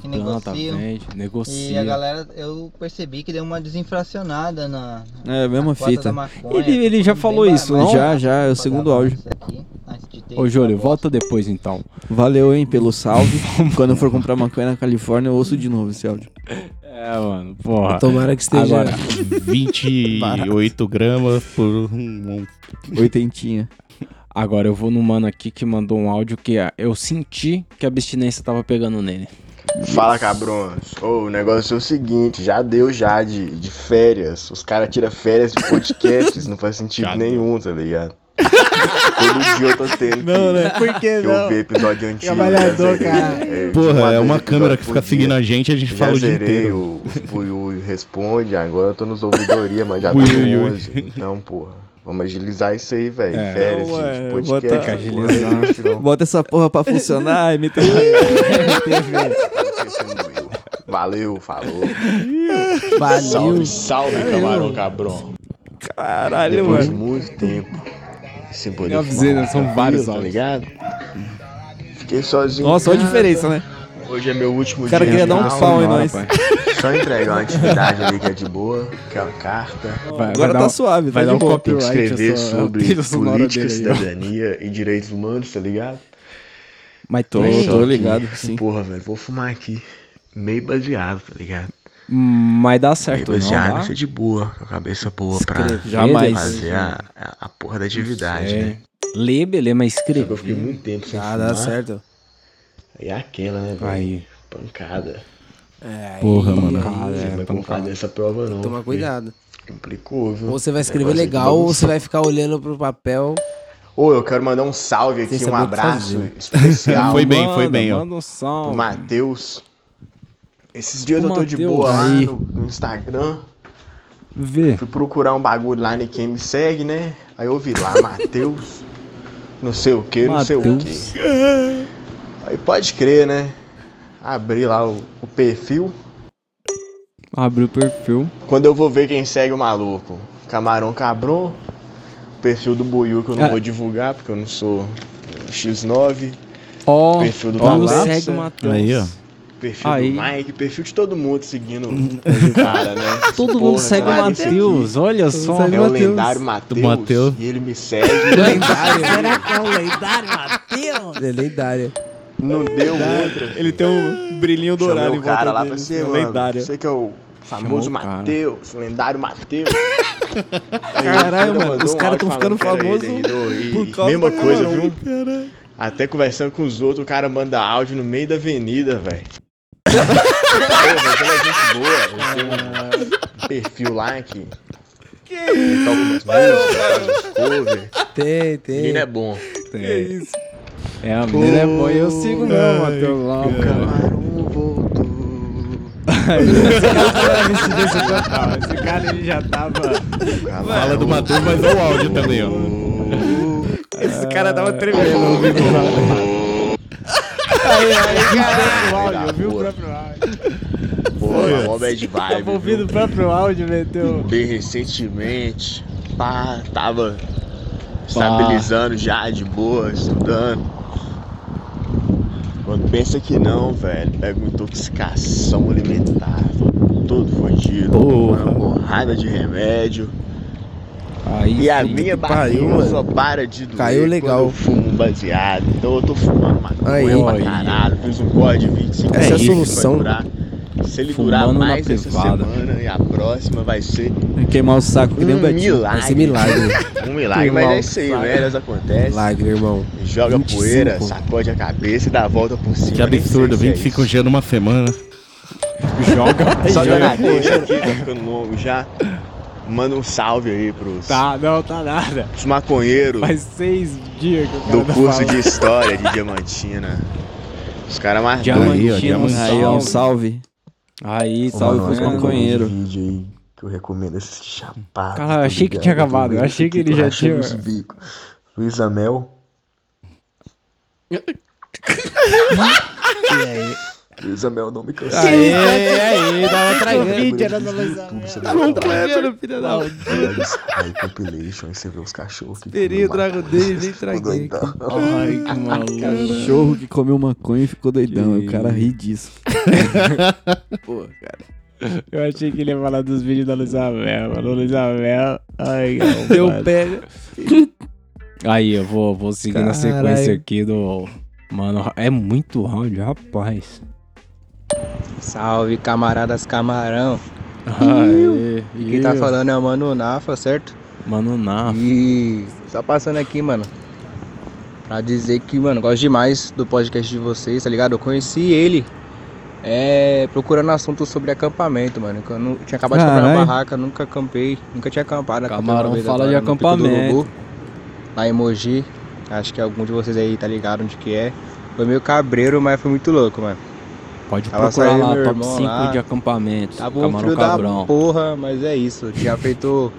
[SPEAKER 8] que
[SPEAKER 4] Planta,
[SPEAKER 8] negociam.
[SPEAKER 4] vende,
[SPEAKER 8] E a
[SPEAKER 4] negocia.
[SPEAKER 8] galera, eu percebi que deu uma desinflacionada na,
[SPEAKER 3] É, mesma
[SPEAKER 8] na cota da
[SPEAKER 3] fita.
[SPEAKER 8] maconha.
[SPEAKER 4] Ele- ele já
[SPEAKER 8] Bem
[SPEAKER 4] falou isso,
[SPEAKER 8] barato.
[SPEAKER 3] não? Já, já, é o
[SPEAKER 8] Pagava
[SPEAKER 3] segundo áudio.
[SPEAKER 8] isso aqui, antes de ter
[SPEAKER 4] Ô, Júlio,
[SPEAKER 8] essa bosta.
[SPEAKER 4] volta depois então.
[SPEAKER 3] Valeu, hein, pelo
[SPEAKER 4] [LAUGHS]
[SPEAKER 3] salve. Quando eu for comprar maconha na Califórnia, eu ouço de novo esse áudio.
[SPEAKER 4] É, mano, porra.
[SPEAKER 2] Tomara que esteja.
[SPEAKER 4] Agora,
[SPEAKER 3] [LAUGHS]
[SPEAKER 6] 28 gramas por um.
[SPEAKER 3] Oitentinha.
[SPEAKER 4] Agora eu vou no mano aqui que mandou um áudio que ah, eu senti que a abstinência tava pegando nele.
[SPEAKER 14] Fala cabrões, Ô, o negócio é o seguinte, já deu já de, de férias. Os caras tiram férias de podcasts, não faz sentido
[SPEAKER 6] Já deu.
[SPEAKER 14] nenhum, tá ligado? [LAUGHS] Todo dia eu tô tendo
[SPEAKER 3] Não,
[SPEAKER 14] que,
[SPEAKER 3] né?
[SPEAKER 14] Por que,
[SPEAKER 3] não?
[SPEAKER 14] ver episódio antigo.
[SPEAKER 3] Trabalhador,
[SPEAKER 14] já zerei, é,
[SPEAKER 6] Porra,
[SPEAKER 14] vez
[SPEAKER 6] é uma
[SPEAKER 14] episódio
[SPEAKER 6] câmera que
[SPEAKER 14] por
[SPEAKER 6] fica
[SPEAKER 14] dia.
[SPEAKER 6] seguindo a gente, a gente
[SPEAKER 14] Já
[SPEAKER 6] fala o dia
[SPEAKER 14] zerei
[SPEAKER 6] inteiro.
[SPEAKER 14] o Buiu Responde, agora eu tô nos ouvidoria, mas já tá
[SPEAKER 6] Buiui.
[SPEAKER 14] 11. Então, porra, vamos agilizar isso aí, velho.
[SPEAKER 4] É.
[SPEAKER 14] Férias
[SPEAKER 3] Não,
[SPEAKER 14] de-
[SPEAKER 3] é,
[SPEAKER 14] de
[SPEAKER 3] bota-
[SPEAKER 14] podcast.
[SPEAKER 3] Tem
[SPEAKER 4] que
[SPEAKER 14] porra, um
[SPEAKER 4] agilizar.
[SPEAKER 14] gente, não.
[SPEAKER 3] [LAUGHS] Bota essa porra
[SPEAKER 14] [LAUGHS]
[SPEAKER 3] pra funcionar, MTV.
[SPEAKER 14] Valeu, falou.
[SPEAKER 2] Valeu.
[SPEAKER 12] salve, camarão cabrão.
[SPEAKER 3] Caralho,
[SPEAKER 14] Depois de
[SPEAKER 3] mano.
[SPEAKER 14] muito tempo. Sem poder
[SPEAKER 4] Eu avisei, né? São
[SPEAKER 14] fumar
[SPEAKER 4] vários
[SPEAKER 14] tá
[SPEAKER 4] áudios.
[SPEAKER 14] ligado? Fiquei sozinho.
[SPEAKER 3] Nossa, olha a
[SPEAKER 14] Cara,
[SPEAKER 3] diferença, né?
[SPEAKER 14] Hoje é meu último
[SPEAKER 3] O cara
[SPEAKER 14] dia.
[SPEAKER 3] queria dar um
[SPEAKER 14] real.
[SPEAKER 11] Ah,
[SPEAKER 3] pau em
[SPEAKER 4] Bora,
[SPEAKER 3] nós.
[SPEAKER 4] pai.
[SPEAKER 14] Só entregar uma atividade ali que é de boa, que é uma carta.
[SPEAKER 4] Vai, vai
[SPEAKER 3] Agora
[SPEAKER 4] dar
[SPEAKER 3] tá
[SPEAKER 4] um-
[SPEAKER 3] suave,
[SPEAKER 4] vai
[SPEAKER 3] tá
[SPEAKER 4] dar
[SPEAKER 3] de
[SPEAKER 4] um
[SPEAKER 3] boa.
[SPEAKER 14] Tem que
[SPEAKER 4] copyright.
[SPEAKER 14] escrever
[SPEAKER 4] essa- a
[SPEAKER 14] sobre
[SPEAKER 4] trilha sonora
[SPEAKER 14] política,
[SPEAKER 4] dele aí, ó.
[SPEAKER 14] cidadania e direitos humanos, tá ligado?
[SPEAKER 4] Mas tô.
[SPEAKER 3] Tô, tô
[SPEAKER 14] Aqui.
[SPEAKER 3] ligado, sim.
[SPEAKER 14] Porra, velho, vou fumar aqui. Meio baseado, tá ligado?
[SPEAKER 4] Mas dá
[SPEAKER 14] Meio
[SPEAKER 4] certo, não
[SPEAKER 14] baseado,
[SPEAKER 4] dá?
[SPEAKER 14] isso é de boa, com a cabeça boa pra
[SPEAKER 4] Escrever,
[SPEAKER 2] né?
[SPEAKER 3] Jamais.
[SPEAKER 14] fazer a, a- a porra da atividade,
[SPEAKER 4] É.
[SPEAKER 14] né?
[SPEAKER 4] Ler, beleza, mas
[SPEAKER 14] Só que eu fiquei
[SPEAKER 4] escrever.
[SPEAKER 14] muito tempo sem
[SPEAKER 2] Ah,
[SPEAKER 14] fumar.
[SPEAKER 2] dá certo.
[SPEAKER 14] E é aquela, né, velho?
[SPEAKER 4] Aí,
[SPEAKER 14] Pancada.
[SPEAKER 2] É,
[SPEAKER 6] Porra,
[SPEAKER 2] aí,
[SPEAKER 6] mano.
[SPEAKER 2] aí,
[SPEAKER 14] Você não vai como fazer essa prova, não.
[SPEAKER 2] Toma
[SPEAKER 14] porque
[SPEAKER 2] cuidado.
[SPEAKER 14] Complicou, viu?
[SPEAKER 2] Ou você vai escrever
[SPEAKER 14] Negócio de
[SPEAKER 2] legal, ou
[SPEAKER 14] bagunça.
[SPEAKER 2] você vai ficar olhando pro papel.
[SPEAKER 14] Ô, eu quero mandar um salve aqui,
[SPEAKER 2] Sem
[SPEAKER 14] um
[SPEAKER 2] saber o que
[SPEAKER 14] abraço
[SPEAKER 2] fazer.
[SPEAKER 14] [LAUGHS] especial
[SPEAKER 6] [LAUGHS] Foi bem,
[SPEAKER 4] Manda,
[SPEAKER 6] foi bem, ó.
[SPEAKER 4] Manda um
[SPEAKER 14] pro
[SPEAKER 4] salve.
[SPEAKER 14] Matheus. Esses dias
[SPEAKER 4] Ô,
[SPEAKER 14] eu tô de
[SPEAKER 4] Matheus,
[SPEAKER 14] boa lá
[SPEAKER 4] aí.
[SPEAKER 14] no, no Instagram.
[SPEAKER 4] Vê.
[SPEAKER 14] Fui procurar um bagulho lá em quem me segue, né? Aí eu vi lá, [LAUGHS] Matheus. Não sei o que, não sei o
[SPEAKER 4] Matheus.
[SPEAKER 14] que. Aí pode crer, né? Abri lá o, o perfil.
[SPEAKER 4] Abre o perfil.
[SPEAKER 14] Quando eu vou ver quem segue o maluco, Camarão Cabron, o perfil do Buiu que eu não
[SPEAKER 4] Ah.
[SPEAKER 14] vou divulgar porque eu não sou X9,
[SPEAKER 4] Ó,
[SPEAKER 14] Perfil do
[SPEAKER 4] ó,
[SPEAKER 14] Matheus.
[SPEAKER 4] segue o Matheus.
[SPEAKER 6] Aí, ó.
[SPEAKER 14] perfil
[SPEAKER 4] Aí. Uhum.
[SPEAKER 14] do Mike, perfil de todo mundo seguindo o cara, né?
[SPEAKER 4] [LAUGHS] Todo
[SPEAKER 14] Porra,
[SPEAKER 4] mundo segue o
[SPEAKER 14] cara, esse aqui
[SPEAKER 4] Matheus, olha só.
[SPEAKER 14] É o lendário Matheus,
[SPEAKER 6] Do Matheus.
[SPEAKER 14] e ele me
[SPEAKER 4] [LAUGHS]
[SPEAKER 14] segue.
[SPEAKER 2] Lendário.
[SPEAKER 4] que é o lendário Matheus?
[SPEAKER 2] É lendário.
[SPEAKER 14] Não deu outra.
[SPEAKER 3] Ele tem um brilhinho dourado
[SPEAKER 14] Chamei
[SPEAKER 3] em
[SPEAKER 14] o cara lá
[SPEAKER 3] volta
[SPEAKER 14] pra
[SPEAKER 3] dele.
[SPEAKER 14] você,
[SPEAKER 3] é
[SPEAKER 14] mano.
[SPEAKER 3] Lendário.
[SPEAKER 14] Você que é o
[SPEAKER 4] Chamou
[SPEAKER 14] famoso
[SPEAKER 4] o cara.
[SPEAKER 14] Matheus, lendário Matheus.
[SPEAKER 3] [LAUGHS] Caralho, mano,
[SPEAKER 14] um
[SPEAKER 3] os caras tão ficando famosos por
[SPEAKER 14] por
[SPEAKER 3] causa
[SPEAKER 14] Mesma
[SPEAKER 3] do
[SPEAKER 14] coisa,
[SPEAKER 3] camarão,
[SPEAKER 14] viu? Até conversando com os outros, o cara manda áudio no meio da avenida,
[SPEAKER 3] [LAUGHS]
[SPEAKER 14] velho. Pô, mas ela é gente boa. Eu tenho um perfil lá que... Que toca umas músicas, faz uns cover.
[SPEAKER 2] Tem,
[SPEAKER 14] [LAUGHS] Menino é
[SPEAKER 2] tem.
[SPEAKER 14] bom.
[SPEAKER 4] É isso. É, a menina é boa e eu sigo meu, Matheus lá.
[SPEAKER 14] O camarão voltou.
[SPEAKER 4] Esse cara ele já tava.
[SPEAKER 6] Fala do Matheus, mas é o áudio também, ó.
[SPEAKER 3] Esse cara tava tremendo.
[SPEAKER 14] Aí, aí, caralho. O áudio, viu o próprio áudio. Olha, mó bad vibe.
[SPEAKER 4] Tava ouvindo
[SPEAKER 14] viu?
[SPEAKER 4] o próprio áudio, meteu.
[SPEAKER 14] Bem recentemente, pá, tava estabilizando já, de boa, estudando. Quando pensa que não, velho, pega uma intoxicação alimentar, todo fodido, uma borrada de remédio.
[SPEAKER 2] Aí,
[SPEAKER 14] e a
[SPEAKER 2] puta
[SPEAKER 14] minha
[SPEAKER 2] que pariu,
[SPEAKER 14] barriga
[SPEAKER 2] mano.
[SPEAKER 14] só para de doer
[SPEAKER 2] Caiu
[SPEAKER 14] quando
[SPEAKER 2] legal.
[SPEAKER 14] eu fumo um baseado, então eu tô fumando maconha
[SPEAKER 2] Aí,
[SPEAKER 14] pra
[SPEAKER 2] aí.
[SPEAKER 14] caralho, fiz um corte de 25
[SPEAKER 2] Essa é a
[SPEAKER 14] dias, vai
[SPEAKER 2] solução.
[SPEAKER 14] durar. Se ele durar
[SPEAKER 4] Fumando na
[SPEAKER 14] mais essa
[SPEAKER 4] privada.
[SPEAKER 14] semana e a próxima vai ser
[SPEAKER 2] É
[SPEAKER 4] Queimar o saco que nem o
[SPEAKER 14] um
[SPEAKER 4] Betinho.
[SPEAKER 14] milagre.
[SPEAKER 4] Vai ser milagre.
[SPEAKER 14] [LAUGHS] um milagre, mas é isso aí,
[SPEAKER 4] Milagre.
[SPEAKER 14] merdas acontecem.
[SPEAKER 2] Milagre, irmão.
[SPEAKER 14] Joga
[SPEAKER 2] 25.
[SPEAKER 14] poeira, sacode a cabeça e dá a volta por cima.
[SPEAKER 6] Que absurdo, 25 dias numa semana.
[SPEAKER 4] [LAUGHS]
[SPEAKER 14] Joga. Só
[SPEAKER 6] joga.
[SPEAKER 14] joga na coxa aqui, tá ficando longo já. Manda um salve aí pros
[SPEAKER 4] Tá, não, tá nada.
[SPEAKER 14] os maconheiros
[SPEAKER 4] Faz seis dias que o cara
[SPEAKER 14] do
[SPEAKER 4] tá
[SPEAKER 14] curso
[SPEAKER 4] falando.
[SPEAKER 14] de
[SPEAKER 4] [LAUGHS]
[SPEAKER 14] História de Diamantina. Os caras mais
[SPEAKER 4] Diamantina, Aí, ó, Diamantina.
[SPEAKER 3] Aí, ó, um salve.
[SPEAKER 4] Aí,
[SPEAKER 3] salve pros maconheiros.
[SPEAKER 14] é um vídeo aí que eu recomendo assistir chapado.
[SPEAKER 4] Cara, eu
[SPEAKER 14] tá
[SPEAKER 4] achei que
[SPEAKER 14] ligado?
[SPEAKER 4] tinha acabado, eu
[SPEAKER 14] Também
[SPEAKER 4] achei que
[SPEAKER 14] fiquei
[SPEAKER 4] ele já
[SPEAKER 14] rachando
[SPEAKER 4] tinha-
[SPEAKER 14] os bicos. Luiz Amel. Luiz Amel não me cansa.
[SPEAKER 4] Aê, aê, tava traindo.
[SPEAKER 14] Vídeo era
[SPEAKER 4] da Luiz Amel.
[SPEAKER 14] Completo,
[SPEAKER 2] filha
[SPEAKER 14] da Aí, compilation, aí você vê os cachorros que
[SPEAKER 2] Peria,
[SPEAKER 14] comem
[SPEAKER 2] trago dele, nem traguei.
[SPEAKER 14] maconha. [LAUGHS]
[SPEAKER 4] Ai, que maluco.
[SPEAKER 3] Cachorro que comeu maconha e ficou doidão. O cara
[SPEAKER 14] [LAUGHS]
[SPEAKER 3] ri disso.
[SPEAKER 2] Pô, cara.
[SPEAKER 4] Eu achei que ele ia falar dos vídeos da Luiz Amel, mano. Luiz Amel. Ai,
[SPEAKER 2] Deu
[SPEAKER 4] mano.
[SPEAKER 2] pé.
[SPEAKER 4] Aí, eu vou, vou seguir na
[SPEAKER 2] Caralho.
[SPEAKER 4] sequência aqui do. Mano, é muito round, rapaz.
[SPEAKER 15] Salve, camaradas camarão.
[SPEAKER 4] Aê,
[SPEAKER 15] E quem tá
[SPEAKER 4] eu.
[SPEAKER 15] falando é o Mano Nafa, certo?
[SPEAKER 4] Mano, na.
[SPEAKER 15] E só passando aqui, mano, pra dizer que, mano, gosto demais do podcast de vocês, tá ligado? Eu conheci ele é, procurando assuntos sobre acampamento, mano. que Eu não, tinha acabado de comprar uma
[SPEAKER 4] Caralho.
[SPEAKER 15] barraca, nunca acampei, nunca tinha acampado. né? acampei uma
[SPEAKER 4] Camarão
[SPEAKER 15] vez
[SPEAKER 4] fala
[SPEAKER 15] agora
[SPEAKER 4] de
[SPEAKER 15] no Pico do
[SPEAKER 4] acampamento.
[SPEAKER 15] Urubu, Lá em Mogi, acho que algum de vocês aí tá ligado onde que é. Foi meio cabreiro, mas foi muito louco, mano.
[SPEAKER 4] Pode
[SPEAKER 15] Tava
[SPEAKER 4] procurar
[SPEAKER 15] saindo
[SPEAKER 4] lá,
[SPEAKER 15] meu
[SPEAKER 4] top
[SPEAKER 15] irmão
[SPEAKER 4] 5
[SPEAKER 15] lá.
[SPEAKER 4] de acampamentos.
[SPEAKER 15] Tá bom,
[SPEAKER 4] Camarão
[SPEAKER 15] filho
[SPEAKER 4] Cabrão.
[SPEAKER 15] da porra, mas é isso. Eu Tinha feito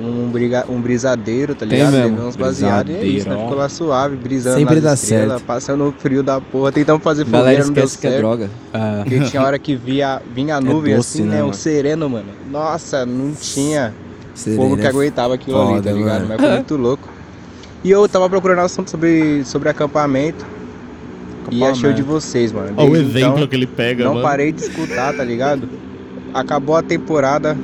[SPEAKER 15] um, briga, um brisadeiro, tá
[SPEAKER 2] Tem
[SPEAKER 15] ligado?
[SPEAKER 2] mesmo.
[SPEAKER 15] Levei uns baseados e é isso, né?
[SPEAKER 2] Brisadeiro.
[SPEAKER 15] Ficou lá suave, brisando
[SPEAKER 2] Sempre
[SPEAKER 15] nas
[SPEAKER 2] dá
[SPEAKER 15] estrelas,
[SPEAKER 2] certo.
[SPEAKER 15] passando o frio da porra. Tentamos fazer
[SPEAKER 2] Galera
[SPEAKER 15] fogueira, não deu
[SPEAKER 2] esquece que é
[SPEAKER 15] certo.
[SPEAKER 2] droga.
[SPEAKER 4] É.
[SPEAKER 15] Porque tinha hora que via, vinha a nuvem
[SPEAKER 2] doce,
[SPEAKER 15] assim,
[SPEAKER 2] né,
[SPEAKER 15] né? Um
[SPEAKER 2] mano?
[SPEAKER 15] sereno, mano. Nossa, não tinha
[SPEAKER 2] Sereno
[SPEAKER 15] fogo que
[SPEAKER 2] é
[SPEAKER 15] aguentava aquilo ali,
[SPEAKER 2] foda,
[SPEAKER 15] tá ligado?
[SPEAKER 2] mano.
[SPEAKER 15] Mas foi muito louco. E eu tava procurando assunto sobre, sobre acampamento. E achei o de vocês, mano.
[SPEAKER 6] Olha o
[SPEAKER 15] Desde
[SPEAKER 6] exemplo
[SPEAKER 15] então,
[SPEAKER 6] que ele pega,
[SPEAKER 15] Não
[SPEAKER 6] mano.
[SPEAKER 15] parei de escutar, tá ligado? Acabou a temporada.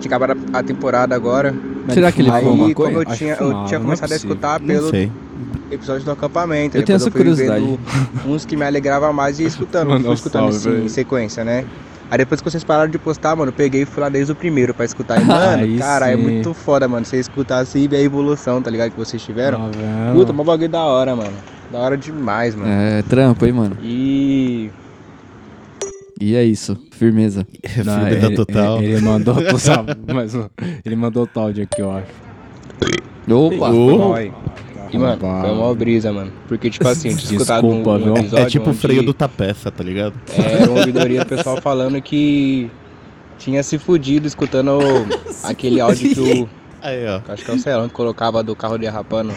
[SPEAKER 15] Tinha acabado a temporada agora.
[SPEAKER 3] Será que ele
[SPEAKER 15] Aí,
[SPEAKER 3] fumou maconha?
[SPEAKER 15] como eu
[SPEAKER 3] Acho que
[SPEAKER 15] tinha, eu
[SPEAKER 3] fumava,
[SPEAKER 15] tinha
[SPEAKER 3] não é
[SPEAKER 15] começado a
[SPEAKER 3] possível.
[SPEAKER 15] escutar
[SPEAKER 3] Não
[SPEAKER 15] pelo
[SPEAKER 3] sei.
[SPEAKER 15] episódio do acampamento.
[SPEAKER 3] Eu
[SPEAKER 15] depois
[SPEAKER 3] tenho essa
[SPEAKER 15] fui
[SPEAKER 3] curiosidade.
[SPEAKER 15] vendo Uns que me alegrava mais
[SPEAKER 3] [LAUGHS]
[SPEAKER 15] e escutando.
[SPEAKER 3] Mandar
[SPEAKER 15] fui
[SPEAKER 3] um
[SPEAKER 15] escutando
[SPEAKER 3] salve
[SPEAKER 15] assim,
[SPEAKER 3] pra ele.
[SPEAKER 15] em sequência, né? Aí depois que vocês pararam de postar, mano, eu peguei e fui lá desde o primeiro pra escutar.
[SPEAKER 3] [LAUGHS]
[SPEAKER 15] E, mano,
[SPEAKER 4] Aí
[SPEAKER 15] cara, é
[SPEAKER 4] sim.
[SPEAKER 15] muito foda, mano. Você escutar assim e ver a evolução, tá ligado? Que vocês tiveram.
[SPEAKER 4] vendo?
[SPEAKER 15] Puta, mó bagulho da hora, mano. Da hora demais, mano.
[SPEAKER 3] É, trampo, hein, mano.
[SPEAKER 15] E. [LAUGHS]
[SPEAKER 3] E é isso. Firmeza.
[SPEAKER 4] Não, ele, Ele, ele mandou tu sabe, mas o- ele mandou o áudio aqui, eu acho.
[SPEAKER 15] Opa!
[SPEAKER 4] Ô.
[SPEAKER 15] E, mano, foi uma brisa, mano. Porque, tipo assim, eu tinha escutado um,
[SPEAKER 6] Desculpa,
[SPEAKER 15] um
[SPEAKER 6] viu?
[SPEAKER 15] episódio
[SPEAKER 6] É tipo o
[SPEAKER 15] onde-
[SPEAKER 6] freio do Tapeça, tá ligado?
[SPEAKER 15] Era uma
[SPEAKER 6] [LAUGHS]
[SPEAKER 15] ouvidoria do pessoal falando que tinha se fudido escutando aquele áudio que o. que Acho que é o Celão que colocava do carro derrapando.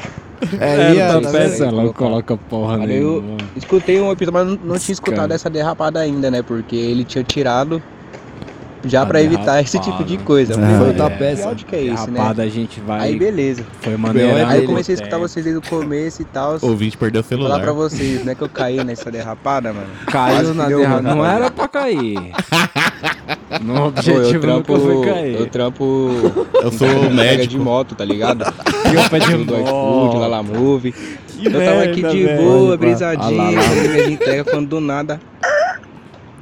[SPEAKER 4] É,
[SPEAKER 15] Era
[SPEAKER 4] tá
[SPEAKER 15] o Celão que
[SPEAKER 4] peça, não
[SPEAKER 15] colocava.
[SPEAKER 4] coloca porra
[SPEAKER 15] Aí eu
[SPEAKER 4] nenhuma.
[SPEAKER 15] escutei um episódio, mas não, não tinha escutado
[SPEAKER 4] Cara.
[SPEAKER 15] essa derrapada ainda, né? Porque ele tinha tirado já
[SPEAKER 4] A
[SPEAKER 15] pra evitar esse tipo
[SPEAKER 4] derrapada.
[SPEAKER 15] de coisa. Eu
[SPEAKER 4] Ah,
[SPEAKER 15] falei,
[SPEAKER 4] é.
[SPEAKER 15] "Tá, Que áudio que é esse, né?
[SPEAKER 4] Derrapada a gente vai-
[SPEAKER 15] Aí beleza.
[SPEAKER 4] Foi maneirando
[SPEAKER 15] Aí
[SPEAKER 4] o
[SPEAKER 15] eu comecei a
[SPEAKER 4] tempo.
[SPEAKER 15] escutar vocês desde o começo e tal.
[SPEAKER 6] Ouvinte perdeu o celular.
[SPEAKER 15] Falar pra vocês, né? Que eu caí nessa derrapada, mano. Quase
[SPEAKER 4] Caiu
[SPEAKER 15] que
[SPEAKER 4] na
[SPEAKER 15] deu
[SPEAKER 4] derrapa.
[SPEAKER 15] ruim,
[SPEAKER 4] Não
[SPEAKER 15] mano.
[SPEAKER 4] era
[SPEAKER 15] [LAUGHS]
[SPEAKER 4] pra cair. No
[SPEAKER 15] Pô, eu
[SPEAKER 4] objetivo
[SPEAKER 15] trampo,
[SPEAKER 4] nunca foi cair.
[SPEAKER 15] Eu trampo. [LAUGHS]
[SPEAKER 6] Eu
[SPEAKER 4] sou
[SPEAKER 15] entrega
[SPEAKER 4] médico.
[SPEAKER 15] de moto, tá
[SPEAKER 4] [LAUGHS]
[SPEAKER 15] ligado?
[SPEAKER 4] Trampa de
[SPEAKER 15] Do
[SPEAKER 4] moto.
[SPEAKER 15] iFood, Lala Move. eu tava
[SPEAKER 4] merda,
[SPEAKER 15] aqui de
[SPEAKER 4] velho.
[SPEAKER 15] boa,
[SPEAKER 4] Opa. Ah,
[SPEAKER 15] brisadinho,
[SPEAKER 4] lá, lá.
[SPEAKER 15] entrega de entrega quando do nada.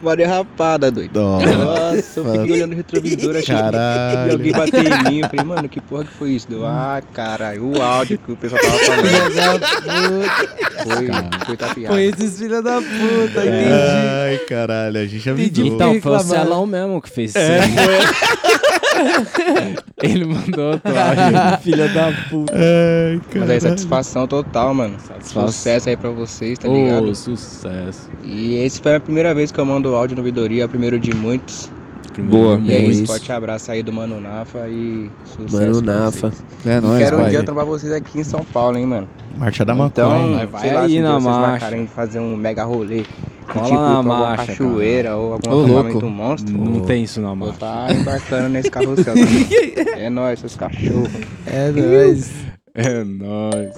[SPEAKER 15] Uma derrapada, doido. Nossa, eu fiquei olhando o retrovisor, achei
[SPEAKER 6] Caralho.
[SPEAKER 15] que alguém bateu em mim. Eu falei, mano, que porra que foi isso? Deu, ah, caralho, o áudio que o pessoal tava
[SPEAKER 4] é
[SPEAKER 15] falando. foi, foi tapeado.
[SPEAKER 2] Foi esses filha da puta, entendi.
[SPEAKER 6] Ai, caralho, a gente avisou.
[SPEAKER 2] Entendi.
[SPEAKER 4] Então, foi o
[SPEAKER 2] Reclamar.
[SPEAKER 4] Celão mesmo que fez isso.
[SPEAKER 2] É,
[SPEAKER 4] aí. Ele mandou
[SPEAKER 15] [LAUGHS]
[SPEAKER 4] outro áudio.
[SPEAKER 2] Filha da puta.
[SPEAKER 6] Ai,
[SPEAKER 15] Mas aí, satisfação total, mano.
[SPEAKER 4] Satisfação.
[SPEAKER 15] Sucesso aí pra vocês, tá
[SPEAKER 4] Ô,
[SPEAKER 15] ligado?
[SPEAKER 4] sucesso.
[SPEAKER 15] E esse foi a primeira vez que eu mando áudio no Vidoria, primeiro de muitos.
[SPEAKER 3] Boa,
[SPEAKER 15] E é
[SPEAKER 3] é
[SPEAKER 15] isso,
[SPEAKER 3] isso.
[SPEAKER 15] forte abraço aí do Mano Nafa e sucesso.
[SPEAKER 3] Mano
[SPEAKER 15] pra
[SPEAKER 3] Nafa.
[SPEAKER 15] vocês.
[SPEAKER 3] É
[SPEAKER 15] E
[SPEAKER 3] nóis,
[SPEAKER 15] Quero um
[SPEAKER 3] pai.
[SPEAKER 15] dia trampar vocês aqui em São Paulo, hein, mano.
[SPEAKER 6] Marcha da
[SPEAKER 15] Então,
[SPEAKER 6] maconha.
[SPEAKER 15] sei lá, se
[SPEAKER 4] aí
[SPEAKER 15] um dia
[SPEAKER 4] na
[SPEAKER 15] vocês
[SPEAKER 4] marcha.
[SPEAKER 15] marcarem de fazer um mega rolê Que,
[SPEAKER 4] Cola
[SPEAKER 15] tipo,
[SPEAKER 4] na
[SPEAKER 15] pra alguma
[SPEAKER 4] marcha,
[SPEAKER 15] cachoeira
[SPEAKER 4] cara.
[SPEAKER 15] ou algum
[SPEAKER 4] Ô, louco.
[SPEAKER 15] acampamento monstro.
[SPEAKER 4] Não
[SPEAKER 15] ou-
[SPEAKER 4] tem isso na
[SPEAKER 15] ou
[SPEAKER 4] marcha.
[SPEAKER 15] tá embarcando nesse
[SPEAKER 4] [LAUGHS]
[SPEAKER 15] carrossel. também. é nóis, seus cachorros.
[SPEAKER 2] É nóis.
[SPEAKER 4] É nóis.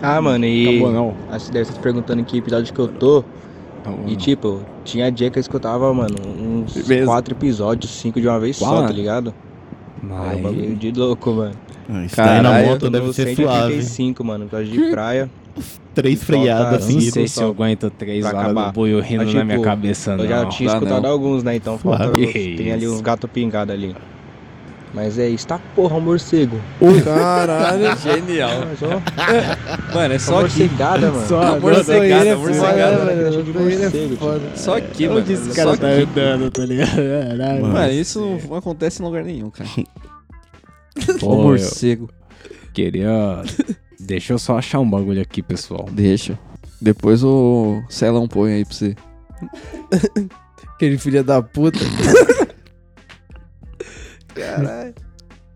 [SPEAKER 15] Ah, mano, e.
[SPEAKER 4] Acabou, não.
[SPEAKER 15] Acho que deve estar se perguntando em que episódio que eu tô. e tipo, tinha dia que eu escutava, mano, uns
[SPEAKER 4] Mesmo.
[SPEAKER 15] quatro episódios, cinco de uma vez
[SPEAKER 4] Qual,
[SPEAKER 15] só,
[SPEAKER 4] mano?
[SPEAKER 15] tá ligado? Era um bagulho de louco, mano.
[SPEAKER 6] isso daí na moto
[SPEAKER 15] eu tô
[SPEAKER 6] deve
[SPEAKER 15] no
[SPEAKER 6] ser
[SPEAKER 15] 185, mano, por causa de praia.
[SPEAKER 6] Três
[SPEAKER 15] Falta-
[SPEAKER 6] freadas
[SPEAKER 15] eu não
[SPEAKER 6] seguidas.
[SPEAKER 15] sei se eu
[SPEAKER 4] aguento três
[SPEAKER 15] pra
[SPEAKER 4] horas
[SPEAKER 15] acabar.
[SPEAKER 4] do boi rindo
[SPEAKER 15] Mas,
[SPEAKER 4] na
[SPEAKER 15] tipo,
[SPEAKER 4] minha cabeça, não.
[SPEAKER 15] Eu já tinha
[SPEAKER 6] Tá,
[SPEAKER 4] Dá
[SPEAKER 15] escutado
[SPEAKER 4] não.
[SPEAKER 15] alguns, né? Então falta,
[SPEAKER 4] Suave.
[SPEAKER 15] tem ali uns gato pingado ali. Mas é isso, tá porra, um morcego. [LAUGHS]
[SPEAKER 2] Caralho,
[SPEAKER 4] genial.
[SPEAKER 15] mano,
[SPEAKER 4] é só aqui.
[SPEAKER 15] morcegada, mano.
[SPEAKER 4] Só-
[SPEAKER 15] Não,
[SPEAKER 4] morcegada,
[SPEAKER 15] é foda,
[SPEAKER 4] morcegada.
[SPEAKER 15] mano, eu tô
[SPEAKER 2] Ele é
[SPEAKER 15] morcego,
[SPEAKER 2] foda.
[SPEAKER 15] tio.
[SPEAKER 2] Só aqui,
[SPEAKER 15] Onde
[SPEAKER 2] mano.
[SPEAKER 15] esse
[SPEAKER 2] Só
[SPEAKER 15] cara tá
[SPEAKER 2] aqui.
[SPEAKER 15] andando, tá ligado?
[SPEAKER 2] Caralho.
[SPEAKER 15] Mano,
[SPEAKER 2] Mano, isso não- não acontece em lugar nenhum,
[SPEAKER 3] [LAUGHS]
[SPEAKER 2] cara.
[SPEAKER 4] Pô,
[SPEAKER 2] o morcego.
[SPEAKER 4] eu Queria. Deixa eu só achar um bagulho aqui, pessoal.
[SPEAKER 3] Deixa. Depois o Celão põe aí pra você.
[SPEAKER 2] Aquele filho da puta. Caralho.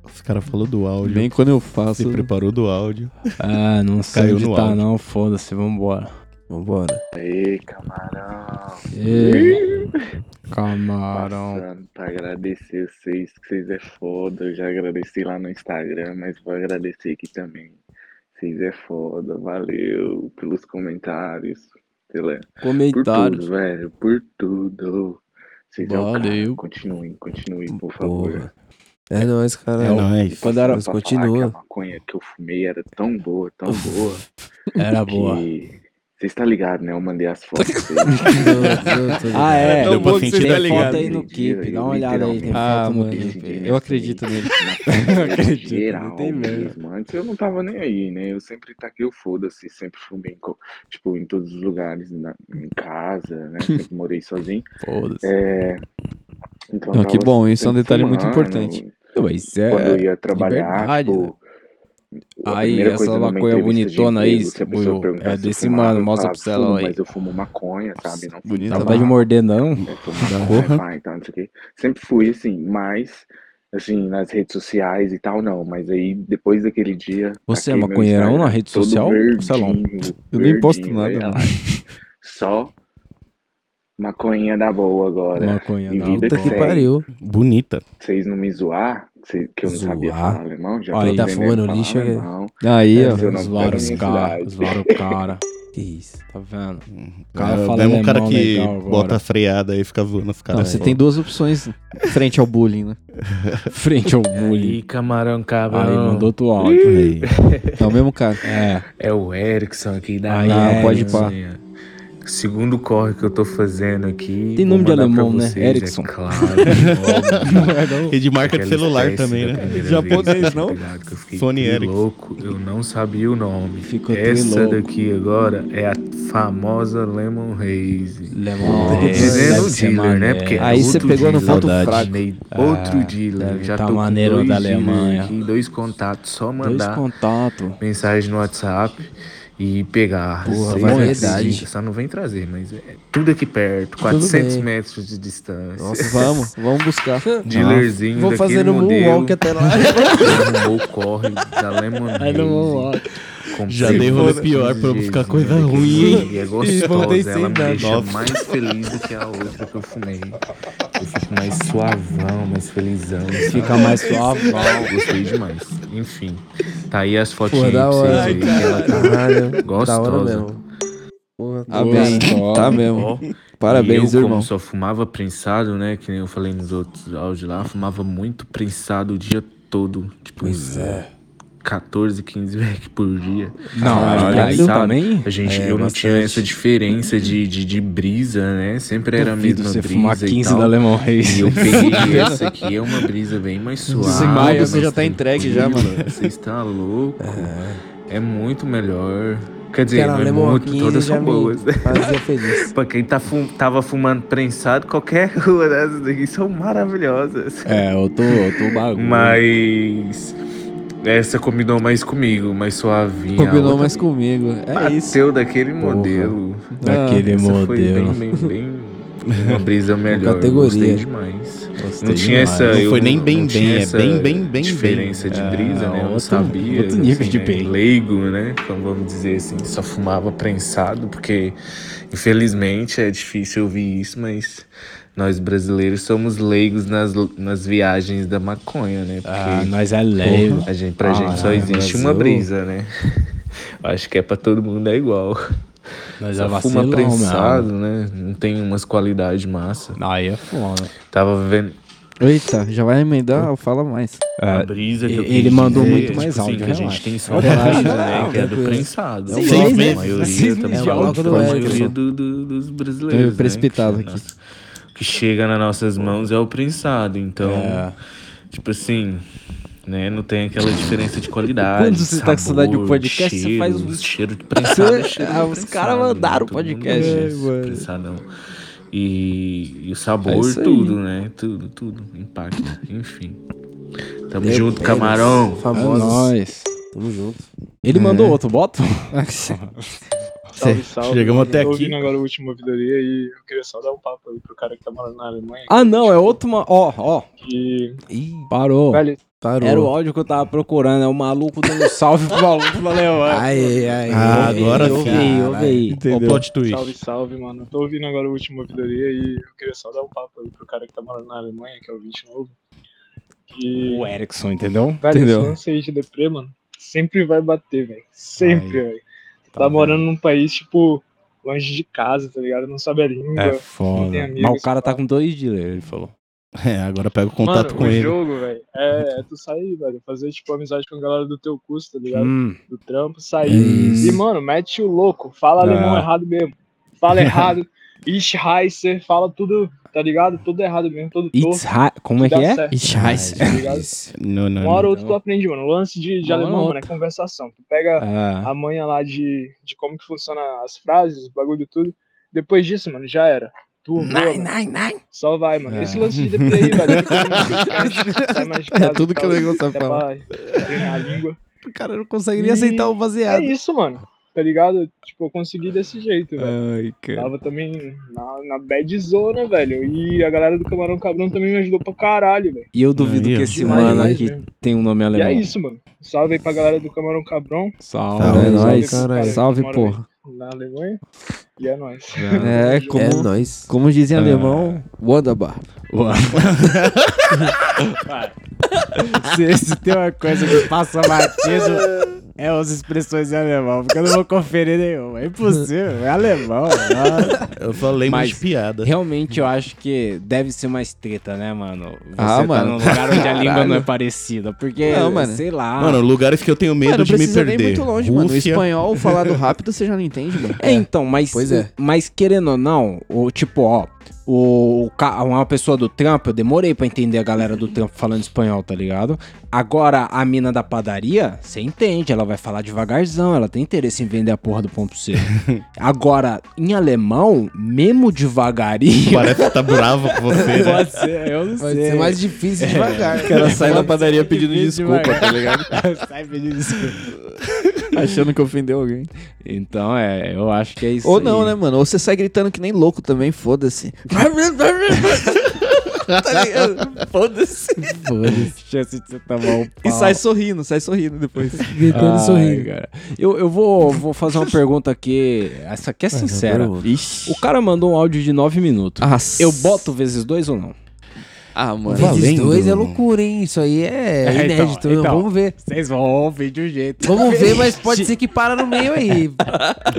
[SPEAKER 6] Os caras falaram do áudio.
[SPEAKER 3] Nem quando eu faço.
[SPEAKER 6] Se preparou do áudio.
[SPEAKER 4] Ah, não sei
[SPEAKER 6] Caiu
[SPEAKER 4] onde
[SPEAKER 6] no
[SPEAKER 4] tá,
[SPEAKER 6] áudio.
[SPEAKER 4] não. Foda-se, vambora. Vambora.
[SPEAKER 11] Aí, camarão.
[SPEAKER 4] Ê, camarão.
[SPEAKER 11] Passando pra tá agradecer vocês, que vocês é foda. Eu já agradeci lá no Instagram, mas vou agradecer aqui também. Vocês é foda, valeu pelos comentários. Pela... Por
[SPEAKER 2] Comentários.
[SPEAKER 11] tudo, velho, por tudo. Vocês é o cara.
[SPEAKER 2] Valeu.
[SPEAKER 11] Continuem, continuem, por favor.
[SPEAKER 2] É nóis, cara.
[SPEAKER 11] É nóis.
[SPEAKER 2] Quando era.
[SPEAKER 11] Mas
[SPEAKER 2] Mas continua.
[SPEAKER 11] a maconha que eu fumei era tão boa, tão boa.
[SPEAKER 4] Era boa.
[SPEAKER 11] Vocês tá ligado, né? Eu mandei as fotos. pra vocês.
[SPEAKER 4] Ah, é.
[SPEAKER 11] Deu pra sentir, tá
[SPEAKER 4] Tem
[SPEAKER 11] ligado?
[SPEAKER 4] foto aí no clipe, dá uma olhada aí. Tem
[SPEAKER 11] Ah,
[SPEAKER 4] foto no
[SPEAKER 11] mano,
[SPEAKER 4] clipe.
[SPEAKER 11] eu
[SPEAKER 2] acredito
[SPEAKER 4] [LAUGHS]
[SPEAKER 11] nele.
[SPEAKER 4] Eu acredito,
[SPEAKER 11] Geral
[SPEAKER 4] não tem merda.
[SPEAKER 11] mesmo. Antes eu não tava nem aí, né? Eu sempre taquei o foda-se, sempre fumei, em co- tipo, em todos os lugares, na- em casa, né? Sempre morei sozinho.
[SPEAKER 4] Foda-se.
[SPEAKER 11] É, então
[SPEAKER 3] Não, que
[SPEAKER 11] tava
[SPEAKER 3] bom, isso é um
[SPEAKER 11] sempre
[SPEAKER 3] detalhe muito
[SPEAKER 11] fumando.
[SPEAKER 3] importante.
[SPEAKER 4] Mas é
[SPEAKER 11] então, Quando eu ia trabalhar,
[SPEAKER 4] liberdade,
[SPEAKER 11] pô,
[SPEAKER 4] né?
[SPEAKER 11] a
[SPEAKER 4] Aí,
[SPEAKER 11] primeira
[SPEAKER 4] essa
[SPEAKER 11] coisa numa entrevista
[SPEAKER 4] maconha
[SPEAKER 11] de
[SPEAKER 4] bonitona aí,
[SPEAKER 11] emprego, se a pessoa
[SPEAKER 4] Buiu,
[SPEAKER 11] perguntar
[SPEAKER 4] é
[SPEAKER 11] se eu
[SPEAKER 4] desse
[SPEAKER 11] fumava,
[SPEAKER 4] mano,
[SPEAKER 11] eu
[SPEAKER 4] mostra
[SPEAKER 11] falava,
[SPEAKER 4] pro Celão
[SPEAKER 11] "Fumo,
[SPEAKER 4] aí."
[SPEAKER 11] Mas eu fumo maconha, sabe? Não fumo
[SPEAKER 4] Não vai de
[SPEAKER 11] tabaco.
[SPEAKER 4] morder, não.
[SPEAKER 11] Porra. então, não sei o quê. Sempre fui assim, mas assim, nas redes sociais e tal, não. Mas aí depois daquele dia.
[SPEAKER 4] Você é
[SPEAKER 11] taquei meu
[SPEAKER 4] maconheirão
[SPEAKER 11] Instagram
[SPEAKER 4] na rede
[SPEAKER 11] todo
[SPEAKER 4] social, é
[SPEAKER 11] verdinho,
[SPEAKER 4] Celão?
[SPEAKER 3] Eu nem posto
[SPEAKER 11] verdinho,
[SPEAKER 3] nada,
[SPEAKER 11] aí,
[SPEAKER 3] mano.
[SPEAKER 11] lá,
[SPEAKER 4] né?
[SPEAKER 11] Só maconhinha da boa agora.
[SPEAKER 4] [LAUGHS] Maconha
[SPEAKER 11] E
[SPEAKER 4] da
[SPEAKER 11] vida que
[SPEAKER 4] boa. Puta que
[SPEAKER 11] segue.
[SPEAKER 2] pariu.
[SPEAKER 6] Bonita.
[SPEAKER 11] Vocês não me zoar, cê- que eu não sabia
[SPEAKER 4] Zoar?
[SPEAKER 11] falar alemão, já
[SPEAKER 4] Olha,
[SPEAKER 11] tô
[SPEAKER 4] tá
[SPEAKER 11] aprendendo
[SPEAKER 4] fumando
[SPEAKER 11] a
[SPEAKER 4] lixo
[SPEAKER 11] falar
[SPEAKER 4] aí.
[SPEAKER 11] alemão. É,
[SPEAKER 4] Aí,
[SPEAKER 11] Mas
[SPEAKER 4] ó,
[SPEAKER 11] eu não
[SPEAKER 4] zoaram
[SPEAKER 11] pego
[SPEAKER 4] os
[SPEAKER 11] minha
[SPEAKER 4] cara-
[SPEAKER 11] cidade.
[SPEAKER 4] zoaram o
[SPEAKER 6] [LAUGHS]
[SPEAKER 4] cara. Que isso? Tá vendo? O cara
[SPEAKER 6] é,
[SPEAKER 4] fala
[SPEAKER 6] mesmo o cara
[SPEAKER 4] alemão
[SPEAKER 6] que
[SPEAKER 4] legal agora.
[SPEAKER 6] bota a freada aí e fica zoando os
[SPEAKER 3] Não,
[SPEAKER 6] caras.
[SPEAKER 3] você tem duas opções frente ao bullying,
[SPEAKER 16] [LAUGHS]
[SPEAKER 3] né?
[SPEAKER 4] Frente ao bullying.
[SPEAKER 16] Ih, camarão cabrão.
[SPEAKER 4] Aí, mandou tu áudio.
[SPEAKER 16] [LAUGHS]
[SPEAKER 4] Aí.
[SPEAKER 3] É o mesmo cara.
[SPEAKER 4] É.
[SPEAKER 16] É o Erickson aqui da
[SPEAKER 3] Ah,
[SPEAKER 16] América,
[SPEAKER 3] pode pá.
[SPEAKER 16] né? Segundo corre que eu tô fazendo aqui.
[SPEAKER 4] Tem
[SPEAKER 16] vou
[SPEAKER 4] nome de
[SPEAKER 16] mandar pra
[SPEAKER 4] alemão, né?
[SPEAKER 16] vocês,
[SPEAKER 4] Erickson.
[SPEAKER 16] É
[SPEAKER 4] [LAUGHS]
[SPEAKER 16] claro.
[SPEAKER 6] E de marca de celular também, né? Japonês, não? Sony
[SPEAKER 16] Sony
[SPEAKER 6] Ericsson.
[SPEAKER 16] Ericsson. louco, eu não sabia o nome.
[SPEAKER 4] Ficou
[SPEAKER 16] Essa
[SPEAKER 4] trilouco.
[SPEAKER 16] daqui agora é a famosa Lemon Haze.
[SPEAKER 4] Lemon Haze.
[SPEAKER 16] Dizendo
[SPEAKER 4] Deve
[SPEAKER 16] o
[SPEAKER 4] ser
[SPEAKER 16] dealer, né?
[SPEAKER 4] maneiro.
[SPEAKER 16] Porque é
[SPEAKER 4] Aí você
[SPEAKER 16] outro
[SPEAKER 4] pegou no
[SPEAKER 16] dealer,
[SPEAKER 4] ponto
[SPEAKER 16] saudade.
[SPEAKER 4] fraco.
[SPEAKER 16] Meio-
[SPEAKER 4] Ah,
[SPEAKER 16] Outro dealer.
[SPEAKER 4] deve
[SPEAKER 16] Já
[SPEAKER 4] tá
[SPEAKER 16] tô com
[SPEAKER 4] maneiro
[SPEAKER 16] dois
[SPEAKER 4] da
[SPEAKER 16] dealers
[SPEAKER 4] Alemanha.
[SPEAKER 16] aqui, dois contatos, só mandar
[SPEAKER 4] contato.
[SPEAKER 16] mensagem no WhatsApp e pegar.
[SPEAKER 4] Porra,
[SPEAKER 16] Vocês
[SPEAKER 4] vai
[SPEAKER 16] não
[SPEAKER 4] ver.
[SPEAKER 16] acreditam, Só não vem trazer, mas é tudo aqui perto, 400 metros de distância.
[SPEAKER 3] Nossa, vamos, vamos buscar.
[SPEAKER 16] [LAUGHS] Dealerzinho
[SPEAKER 2] Vou
[SPEAKER 16] daquele
[SPEAKER 4] um
[SPEAKER 2] fazendo
[SPEAKER 16] modelo.
[SPEAKER 2] moonwalk até lá.
[SPEAKER 16] [LAUGHS] Arrumou o corre da Lemon
[SPEAKER 2] Aí no moonwalk.
[SPEAKER 6] Já dei rolê pior pra eu buscar Tá coisa ruim, hein?
[SPEAKER 16] E é
[SPEAKER 6] E voltei
[SPEAKER 16] gostosa,
[SPEAKER 6] sem
[SPEAKER 16] ela me
[SPEAKER 6] nada.
[SPEAKER 16] deixa
[SPEAKER 6] Nossa.
[SPEAKER 16] mais feliz do que a outra que eu fumei. Eu fico mais suavão, mais felizão. sabe?
[SPEAKER 4] Fica mais suavão.
[SPEAKER 16] Gostei demais. Enfim, tá aí as fotinhas
[SPEAKER 4] Pô, da
[SPEAKER 16] pra
[SPEAKER 4] hora.
[SPEAKER 16] vocês verem que ela tá
[SPEAKER 4] Caralho, da hora
[SPEAKER 16] gostosa.
[SPEAKER 4] mesmo. Porra,
[SPEAKER 3] Tá bem,
[SPEAKER 4] [LAUGHS]
[SPEAKER 16] Gostosa.
[SPEAKER 3] tá mesmo.
[SPEAKER 16] Ó,
[SPEAKER 3] Parabéns,
[SPEAKER 16] e eu,
[SPEAKER 3] irmão.
[SPEAKER 16] Como só fumava prensado, né? Que nem eu falei nos outros áudios lá, fumava muito prensado o dia todo. Tipo, pois é. 14, 15 back por dia.
[SPEAKER 4] Não,
[SPEAKER 16] Fumava
[SPEAKER 4] olha aí
[SPEAKER 16] prensado.
[SPEAKER 4] também?
[SPEAKER 16] A gente,
[SPEAKER 4] É,
[SPEAKER 16] eu não
[SPEAKER 4] bastante.
[SPEAKER 16] tinha essa diferença de, de, de brisa, né? Sempre era a
[SPEAKER 4] Duvido
[SPEAKER 16] mesma
[SPEAKER 4] você
[SPEAKER 16] brisa.
[SPEAKER 4] fumar
[SPEAKER 16] e
[SPEAKER 4] 15
[SPEAKER 16] tal.
[SPEAKER 4] da Lemon Haze.
[SPEAKER 16] E eu
[SPEAKER 4] [LAUGHS]
[SPEAKER 16] peguei essa aqui, é uma brisa bem mais suave.
[SPEAKER 4] Desembaia, você
[SPEAKER 16] mais
[SPEAKER 4] já tá entregue já,
[SPEAKER 16] tranquila.
[SPEAKER 4] mano.
[SPEAKER 16] Você está louco. É, muito melhor. Quer dizer,
[SPEAKER 4] Cara,
[SPEAKER 16] não é
[SPEAKER 4] Lemon
[SPEAKER 16] muito,
[SPEAKER 4] 15
[SPEAKER 16] todas
[SPEAKER 4] já
[SPEAKER 16] são
[SPEAKER 4] me
[SPEAKER 16] boas. [LAUGHS]
[SPEAKER 4] fazia feliz.
[SPEAKER 16] pra quem tá fum- tava fumando prensado, qualquer [LAUGHS] rua dessas daqui são maravilhosas.
[SPEAKER 4] É, eu tô, eu tô bagulho.
[SPEAKER 16] Mas. Essa combinou mais comigo, mais suavinha.
[SPEAKER 3] [LAUGHS] Combinou
[SPEAKER 16] A outra
[SPEAKER 3] mais comigo. É
[SPEAKER 16] bateu
[SPEAKER 3] isso.
[SPEAKER 16] daquele
[SPEAKER 3] Porra.
[SPEAKER 16] modelo.
[SPEAKER 3] Daquele
[SPEAKER 16] essa Foi
[SPEAKER 3] modelo.
[SPEAKER 16] bem, bem, bem Uma brisa melhor.
[SPEAKER 2] Categoria.
[SPEAKER 16] Gostei demais.
[SPEAKER 6] Gostei
[SPEAKER 16] não tinha
[SPEAKER 6] demais.
[SPEAKER 16] essa.
[SPEAKER 6] Não
[SPEAKER 16] eu
[SPEAKER 6] foi nem bem
[SPEAKER 16] não tinha
[SPEAKER 6] bem, é
[SPEAKER 16] essa
[SPEAKER 6] bem, bem, bem, bem.
[SPEAKER 16] Diferença de brisa, né?
[SPEAKER 6] É,
[SPEAKER 16] Eu não
[SPEAKER 6] outro-
[SPEAKER 16] sabia.
[SPEAKER 6] outro nível de
[SPEAKER 16] né?
[SPEAKER 6] bem.
[SPEAKER 16] Leigo, né? Então vamos dizer assim, só fumava prensado, porque infelizmente é difícil ouvir isso, mas. Nós brasileiros somos leigos nas, nas viagens da maconha, né? Porque,
[SPEAKER 4] Ah, nós é leigo.
[SPEAKER 16] porra, A gente, pra
[SPEAKER 4] Ah,
[SPEAKER 16] gente só
[SPEAKER 4] é,
[SPEAKER 16] existe
[SPEAKER 4] Brasil.
[SPEAKER 16] uma brisa, né? [LAUGHS] Acho que é pra todo mundo é igual.
[SPEAKER 4] Nós
[SPEAKER 16] Só
[SPEAKER 4] é
[SPEAKER 16] fuma
[SPEAKER 4] vacilão,
[SPEAKER 16] prensado, né? Não tem umas qualidades massa.
[SPEAKER 4] Aí é foda.
[SPEAKER 16] Tava vendo
[SPEAKER 3] Eita, já vai emendar, fala mais.
[SPEAKER 16] a
[SPEAKER 15] É.
[SPEAKER 16] brisa que eu
[SPEAKER 4] ele
[SPEAKER 16] quis
[SPEAKER 4] mandou
[SPEAKER 16] dizer,
[SPEAKER 4] muito
[SPEAKER 16] tipo
[SPEAKER 4] mais
[SPEAKER 16] assim,
[SPEAKER 4] áudio,
[SPEAKER 16] que a
[SPEAKER 4] relaxa.
[SPEAKER 16] gente tem
[SPEAKER 3] [LAUGHS]
[SPEAKER 16] só uma
[SPEAKER 4] Relaxa,
[SPEAKER 16] brisa,
[SPEAKER 4] não,
[SPEAKER 16] né? Que é do
[SPEAKER 4] tranquilo.
[SPEAKER 16] prensado.
[SPEAKER 4] Seis
[SPEAKER 16] Igual
[SPEAKER 4] meses,
[SPEAKER 16] a maioria
[SPEAKER 4] seis
[SPEAKER 16] também,
[SPEAKER 4] meses de
[SPEAKER 16] igual
[SPEAKER 4] áudio
[SPEAKER 16] a
[SPEAKER 4] do
[SPEAKER 16] maioria
[SPEAKER 4] Edson.
[SPEAKER 16] do- do- dos brasileiros, né?
[SPEAKER 3] precipitado
[SPEAKER 16] Que-
[SPEAKER 3] aqui.
[SPEAKER 16] nossa, O que chega nas nossas mãos é o prensado, então...
[SPEAKER 4] É.
[SPEAKER 16] Tipo assim... Né? Não tem aquela diferença de qualidade.
[SPEAKER 4] Quando você tá com saudade de um
[SPEAKER 16] sabor,
[SPEAKER 4] podcast, você
[SPEAKER 16] cheiro,
[SPEAKER 4] faz um-
[SPEAKER 16] cheiro de prensado.
[SPEAKER 4] [LAUGHS] Você-
[SPEAKER 3] é,
[SPEAKER 16] cheiro de
[SPEAKER 4] ah, os caras
[SPEAKER 16] prensado,
[SPEAKER 4] mandaram
[SPEAKER 16] né?
[SPEAKER 4] o
[SPEAKER 16] Todo mundo
[SPEAKER 4] podcast.
[SPEAKER 16] gosta
[SPEAKER 4] É,
[SPEAKER 16] de
[SPEAKER 4] mano.
[SPEAKER 16] Prensadão. E, e o sabor,
[SPEAKER 4] É isso aí.
[SPEAKER 16] tudo, né? Tudo, tudo. Impacta. Enfim. Tamo
[SPEAKER 4] Deu
[SPEAKER 16] junto,
[SPEAKER 4] Pérez,
[SPEAKER 16] camarão.
[SPEAKER 4] famosos. É nóis.
[SPEAKER 2] Tamo junto.
[SPEAKER 4] Ele
[SPEAKER 16] É.
[SPEAKER 4] mandou
[SPEAKER 16] [LAUGHS]
[SPEAKER 3] [LAUGHS]
[SPEAKER 4] outro, bota?
[SPEAKER 17] Salve, salve.
[SPEAKER 6] Chegamos até
[SPEAKER 17] Tô
[SPEAKER 6] aqui.
[SPEAKER 17] ouvindo agora o último ouvidoria e eu queria só dar um papo aí pro cara que tá morando na Alemanha.
[SPEAKER 4] ah, não, é outro. ma- Ó, ó.
[SPEAKER 17] E...
[SPEAKER 4] Parou.
[SPEAKER 17] Velho.
[SPEAKER 2] Parou.
[SPEAKER 4] Era o áudio que eu tava procurando, é o maluco dando salve pro maluco [LAUGHS] da Alemanha.
[SPEAKER 2] Ai, ai,
[SPEAKER 6] Ah, agora
[SPEAKER 4] ouve
[SPEAKER 6] sim.
[SPEAKER 4] aí, ouve aí.
[SPEAKER 6] Entendeu? O plot twist.
[SPEAKER 17] Salve, salve, mano. Tô ouvindo agora o último ouvidoria e eu queria só dar um papo aí pro cara que tá morando na Alemanha, que é o 20 novo. E...
[SPEAKER 4] O Erickson, entendeu?
[SPEAKER 17] Velho, esse
[SPEAKER 4] entendeu?
[SPEAKER 17] lance aí de deprê, mano, sempre vai bater, velho. Sempre, velho. Tá, morando num país, tipo, longe de casa, tá ligado? Não sabe a língua.
[SPEAKER 4] É
[SPEAKER 17] Não tem
[SPEAKER 4] foda.
[SPEAKER 17] amigos.
[SPEAKER 4] Mas o cara tá com dois dealers, ele falou.
[SPEAKER 6] É, agora pega o contato
[SPEAKER 17] Mano,
[SPEAKER 6] com
[SPEAKER 17] o
[SPEAKER 6] ele.
[SPEAKER 17] jogo, velho, é, é tu sair, velho. Fazer, tipo, amizade com a galera do teu curso, tá ligado?
[SPEAKER 6] Hum.
[SPEAKER 17] Do trampo, sair.
[SPEAKER 6] Isso.
[SPEAKER 17] E, mano, mete o louco. Fala
[SPEAKER 6] Ah.
[SPEAKER 17] alemão errado mesmo.
[SPEAKER 4] [LAUGHS]
[SPEAKER 17] Fala errado. Ich heiße, fala tudo, tá ligado? Tudo errado mesmo, todo torto.
[SPEAKER 4] It's high. Como é que
[SPEAKER 17] Dá
[SPEAKER 4] é?
[SPEAKER 17] certo.
[SPEAKER 4] It's high.
[SPEAKER 17] Tá ligado?
[SPEAKER 6] Não, não.
[SPEAKER 17] Uma hora
[SPEAKER 6] não.
[SPEAKER 17] ou outra
[SPEAKER 3] Então-
[SPEAKER 17] tu aprende, mano. O lance de, de
[SPEAKER 4] Uma hora
[SPEAKER 17] alemão,
[SPEAKER 4] ou
[SPEAKER 17] mano, é conversação. Tu pega
[SPEAKER 3] É.
[SPEAKER 4] Ah.
[SPEAKER 17] a manha lá de, de como que funciona as frases, o bagulho tudo. Depois disso, mano, já era. Tu voa,
[SPEAKER 4] Nein,
[SPEAKER 17] mano.
[SPEAKER 4] nein, nein.
[SPEAKER 17] Só vai, mano.
[SPEAKER 4] É.
[SPEAKER 17] Esse lance de DPI,
[SPEAKER 3] [LAUGHS]
[SPEAKER 17] velho. é fica ouvindo podcast, sai mais de
[SPEAKER 3] É
[SPEAKER 17] casa
[SPEAKER 3] tudo
[SPEAKER 17] e
[SPEAKER 3] que
[SPEAKER 17] tal,
[SPEAKER 3] o negócio vai
[SPEAKER 17] dá
[SPEAKER 3] falar.
[SPEAKER 17] pra treinar a língua.
[SPEAKER 3] O cara não conseguiria aceitar o baseado.
[SPEAKER 17] É isso, mano. Tá ligado? Tipo, eu consegui desse jeito, velho.
[SPEAKER 4] Ai, cara.
[SPEAKER 17] Tava também na, na bad zona, velho. E a galera do Camarão Cabrão também me ajudou pra caralho, velho.
[SPEAKER 4] E eu duvido
[SPEAKER 6] Aí,
[SPEAKER 4] que
[SPEAKER 6] ó.
[SPEAKER 4] esse
[SPEAKER 17] Demais,
[SPEAKER 4] mano
[SPEAKER 17] demais
[SPEAKER 4] aqui
[SPEAKER 17] mesmo.
[SPEAKER 4] tem um nome
[SPEAKER 17] E
[SPEAKER 4] alemão.
[SPEAKER 17] é isso, mano. Salve aí pra galera do Camarão Cabrão.
[SPEAKER 4] Salve,
[SPEAKER 6] Tá,
[SPEAKER 3] Salve,
[SPEAKER 4] é
[SPEAKER 3] nóis.
[SPEAKER 17] Cara,
[SPEAKER 3] Salve,
[SPEAKER 17] que mora
[SPEAKER 3] porra.
[SPEAKER 17] Na Alemanha. E é nóis.
[SPEAKER 3] É, como,
[SPEAKER 2] É nóis.
[SPEAKER 3] como diz em
[SPEAKER 2] Ah.
[SPEAKER 3] alemão,
[SPEAKER 2] Wunderbar.
[SPEAKER 4] se, se tem uma coisa que passa batido, é as expressões em alemão, porque eu não vou conferir nenhuma. É impossível, é alemão. nossa.
[SPEAKER 6] Eu só lembro
[SPEAKER 4] Mas
[SPEAKER 6] de piada.
[SPEAKER 4] Realmente eu acho que deve ser mais treta, né, mano? Você
[SPEAKER 6] Ah,
[SPEAKER 4] tá
[SPEAKER 6] mano.
[SPEAKER 4] num lugar onde a língua não é
[SPEAKER 6] Caralho.
[SPEAKER 4] parecida, porque,
[SPEAKER 3] Não, mano.
[SPEAKER 4] sei lá...
[SPEAKER 6] Mano, lugares que eu tenho medo
[SPEAKER 3] Mano, não
[SPEAKER 6] de me
[SPEAKER 3] precisa
[SPEAKER 6] perder.
[SPEAKER 3] nem muito longe, mano. O
[SPEAKER 6] Rússia.
[SPEAKER 3] espanhol falado rápido você já não entende, mano.
[SPEAKER 4] É, então, mas,
[SPEAKER 3] Pois é.
[SPEAKER 4] mas querendo ou não, o, tipo, ó, o, ca- uma pessoa do trampo, eu demorei pra entender a galera do trampo falando espanhol, tá ligado? Agora, a mina da padaria, você entende, ela vai falar devagarzão, ela tem interesse em vender a porra do pão pra você. Agora, em alemão, mesmo devagarinho...
[SPEAKER 6] Parece que tá brava com você, né?
[SPEAKER 4] Pode ser, eu não
[SPEAKER 2] Vai
[SPEAKER 4] sei.
[SPEAKER 2] ser mais difícil devagar.
[SPEAKER 6] o cara sai da padaria
[SPEAKER 4] Pode ser
[SPEAKER 6] pedindo
[SPEAKER 4] difícil
[SPEAKER 6] desculpa,
[SPEAKER 4] devagar.
[SPEAKER 6] tá ligado?
[SPEAKER 4] [LAUGHS] sai pedindo desculpa.
[SPEAKER 3] Achando que ofendeu alguém.
[SPEAKER 4] Então, é, eu acho que é isso
[SPEAKER 3] Ou não,
[SPEAKER 4] aí.
[SPEAKER 3] né, mano? Ou você sai gritando que nem louco também, [LAUGHS] foda-se. Tá ligado? Foda-se.
[SPEAKER 4] Chance de você tomar um
[SPEAKER 3] E
[SPEAKER 4] pau.
[SPEAKER 3] sai sorrindo, sai sorrindo depois.
[SPEAKER 4] Ai, cara. Eu, eu vou, vou fazer uma pergunta aqui. Essa aqui é
[SPEAKER 3] Faz uma
[SPEAKER 4] sincera.
[SPEAKER 3] pergunta.
[SPEAKER 4] O cara mandou um áudio de 9 minutos. Eu boto vezes 2 ou não?
[SPEAKER 3] Ah, mano.
[SPEAKER 2] Vezes
[SPEAKER 4] Valendo.
[SPEAKER 2] dois é loucura, hein? Isso aí
[SPEAKER 15] [LAUGHS]
[SPEAKER 2] é,
[SPEAKER 4] É, então,
[SPEAKER 2] inédito.
[SPEAKER 4] então.
[SPEAKER 2] Vamos ver.
[SPEAKER 4] Vocês vão ouvir de um jeito.
[SPEAKER 2] Vamos ver, mas pode ser que para no meio aí.
[SPEAKER 6] [LAUGHS]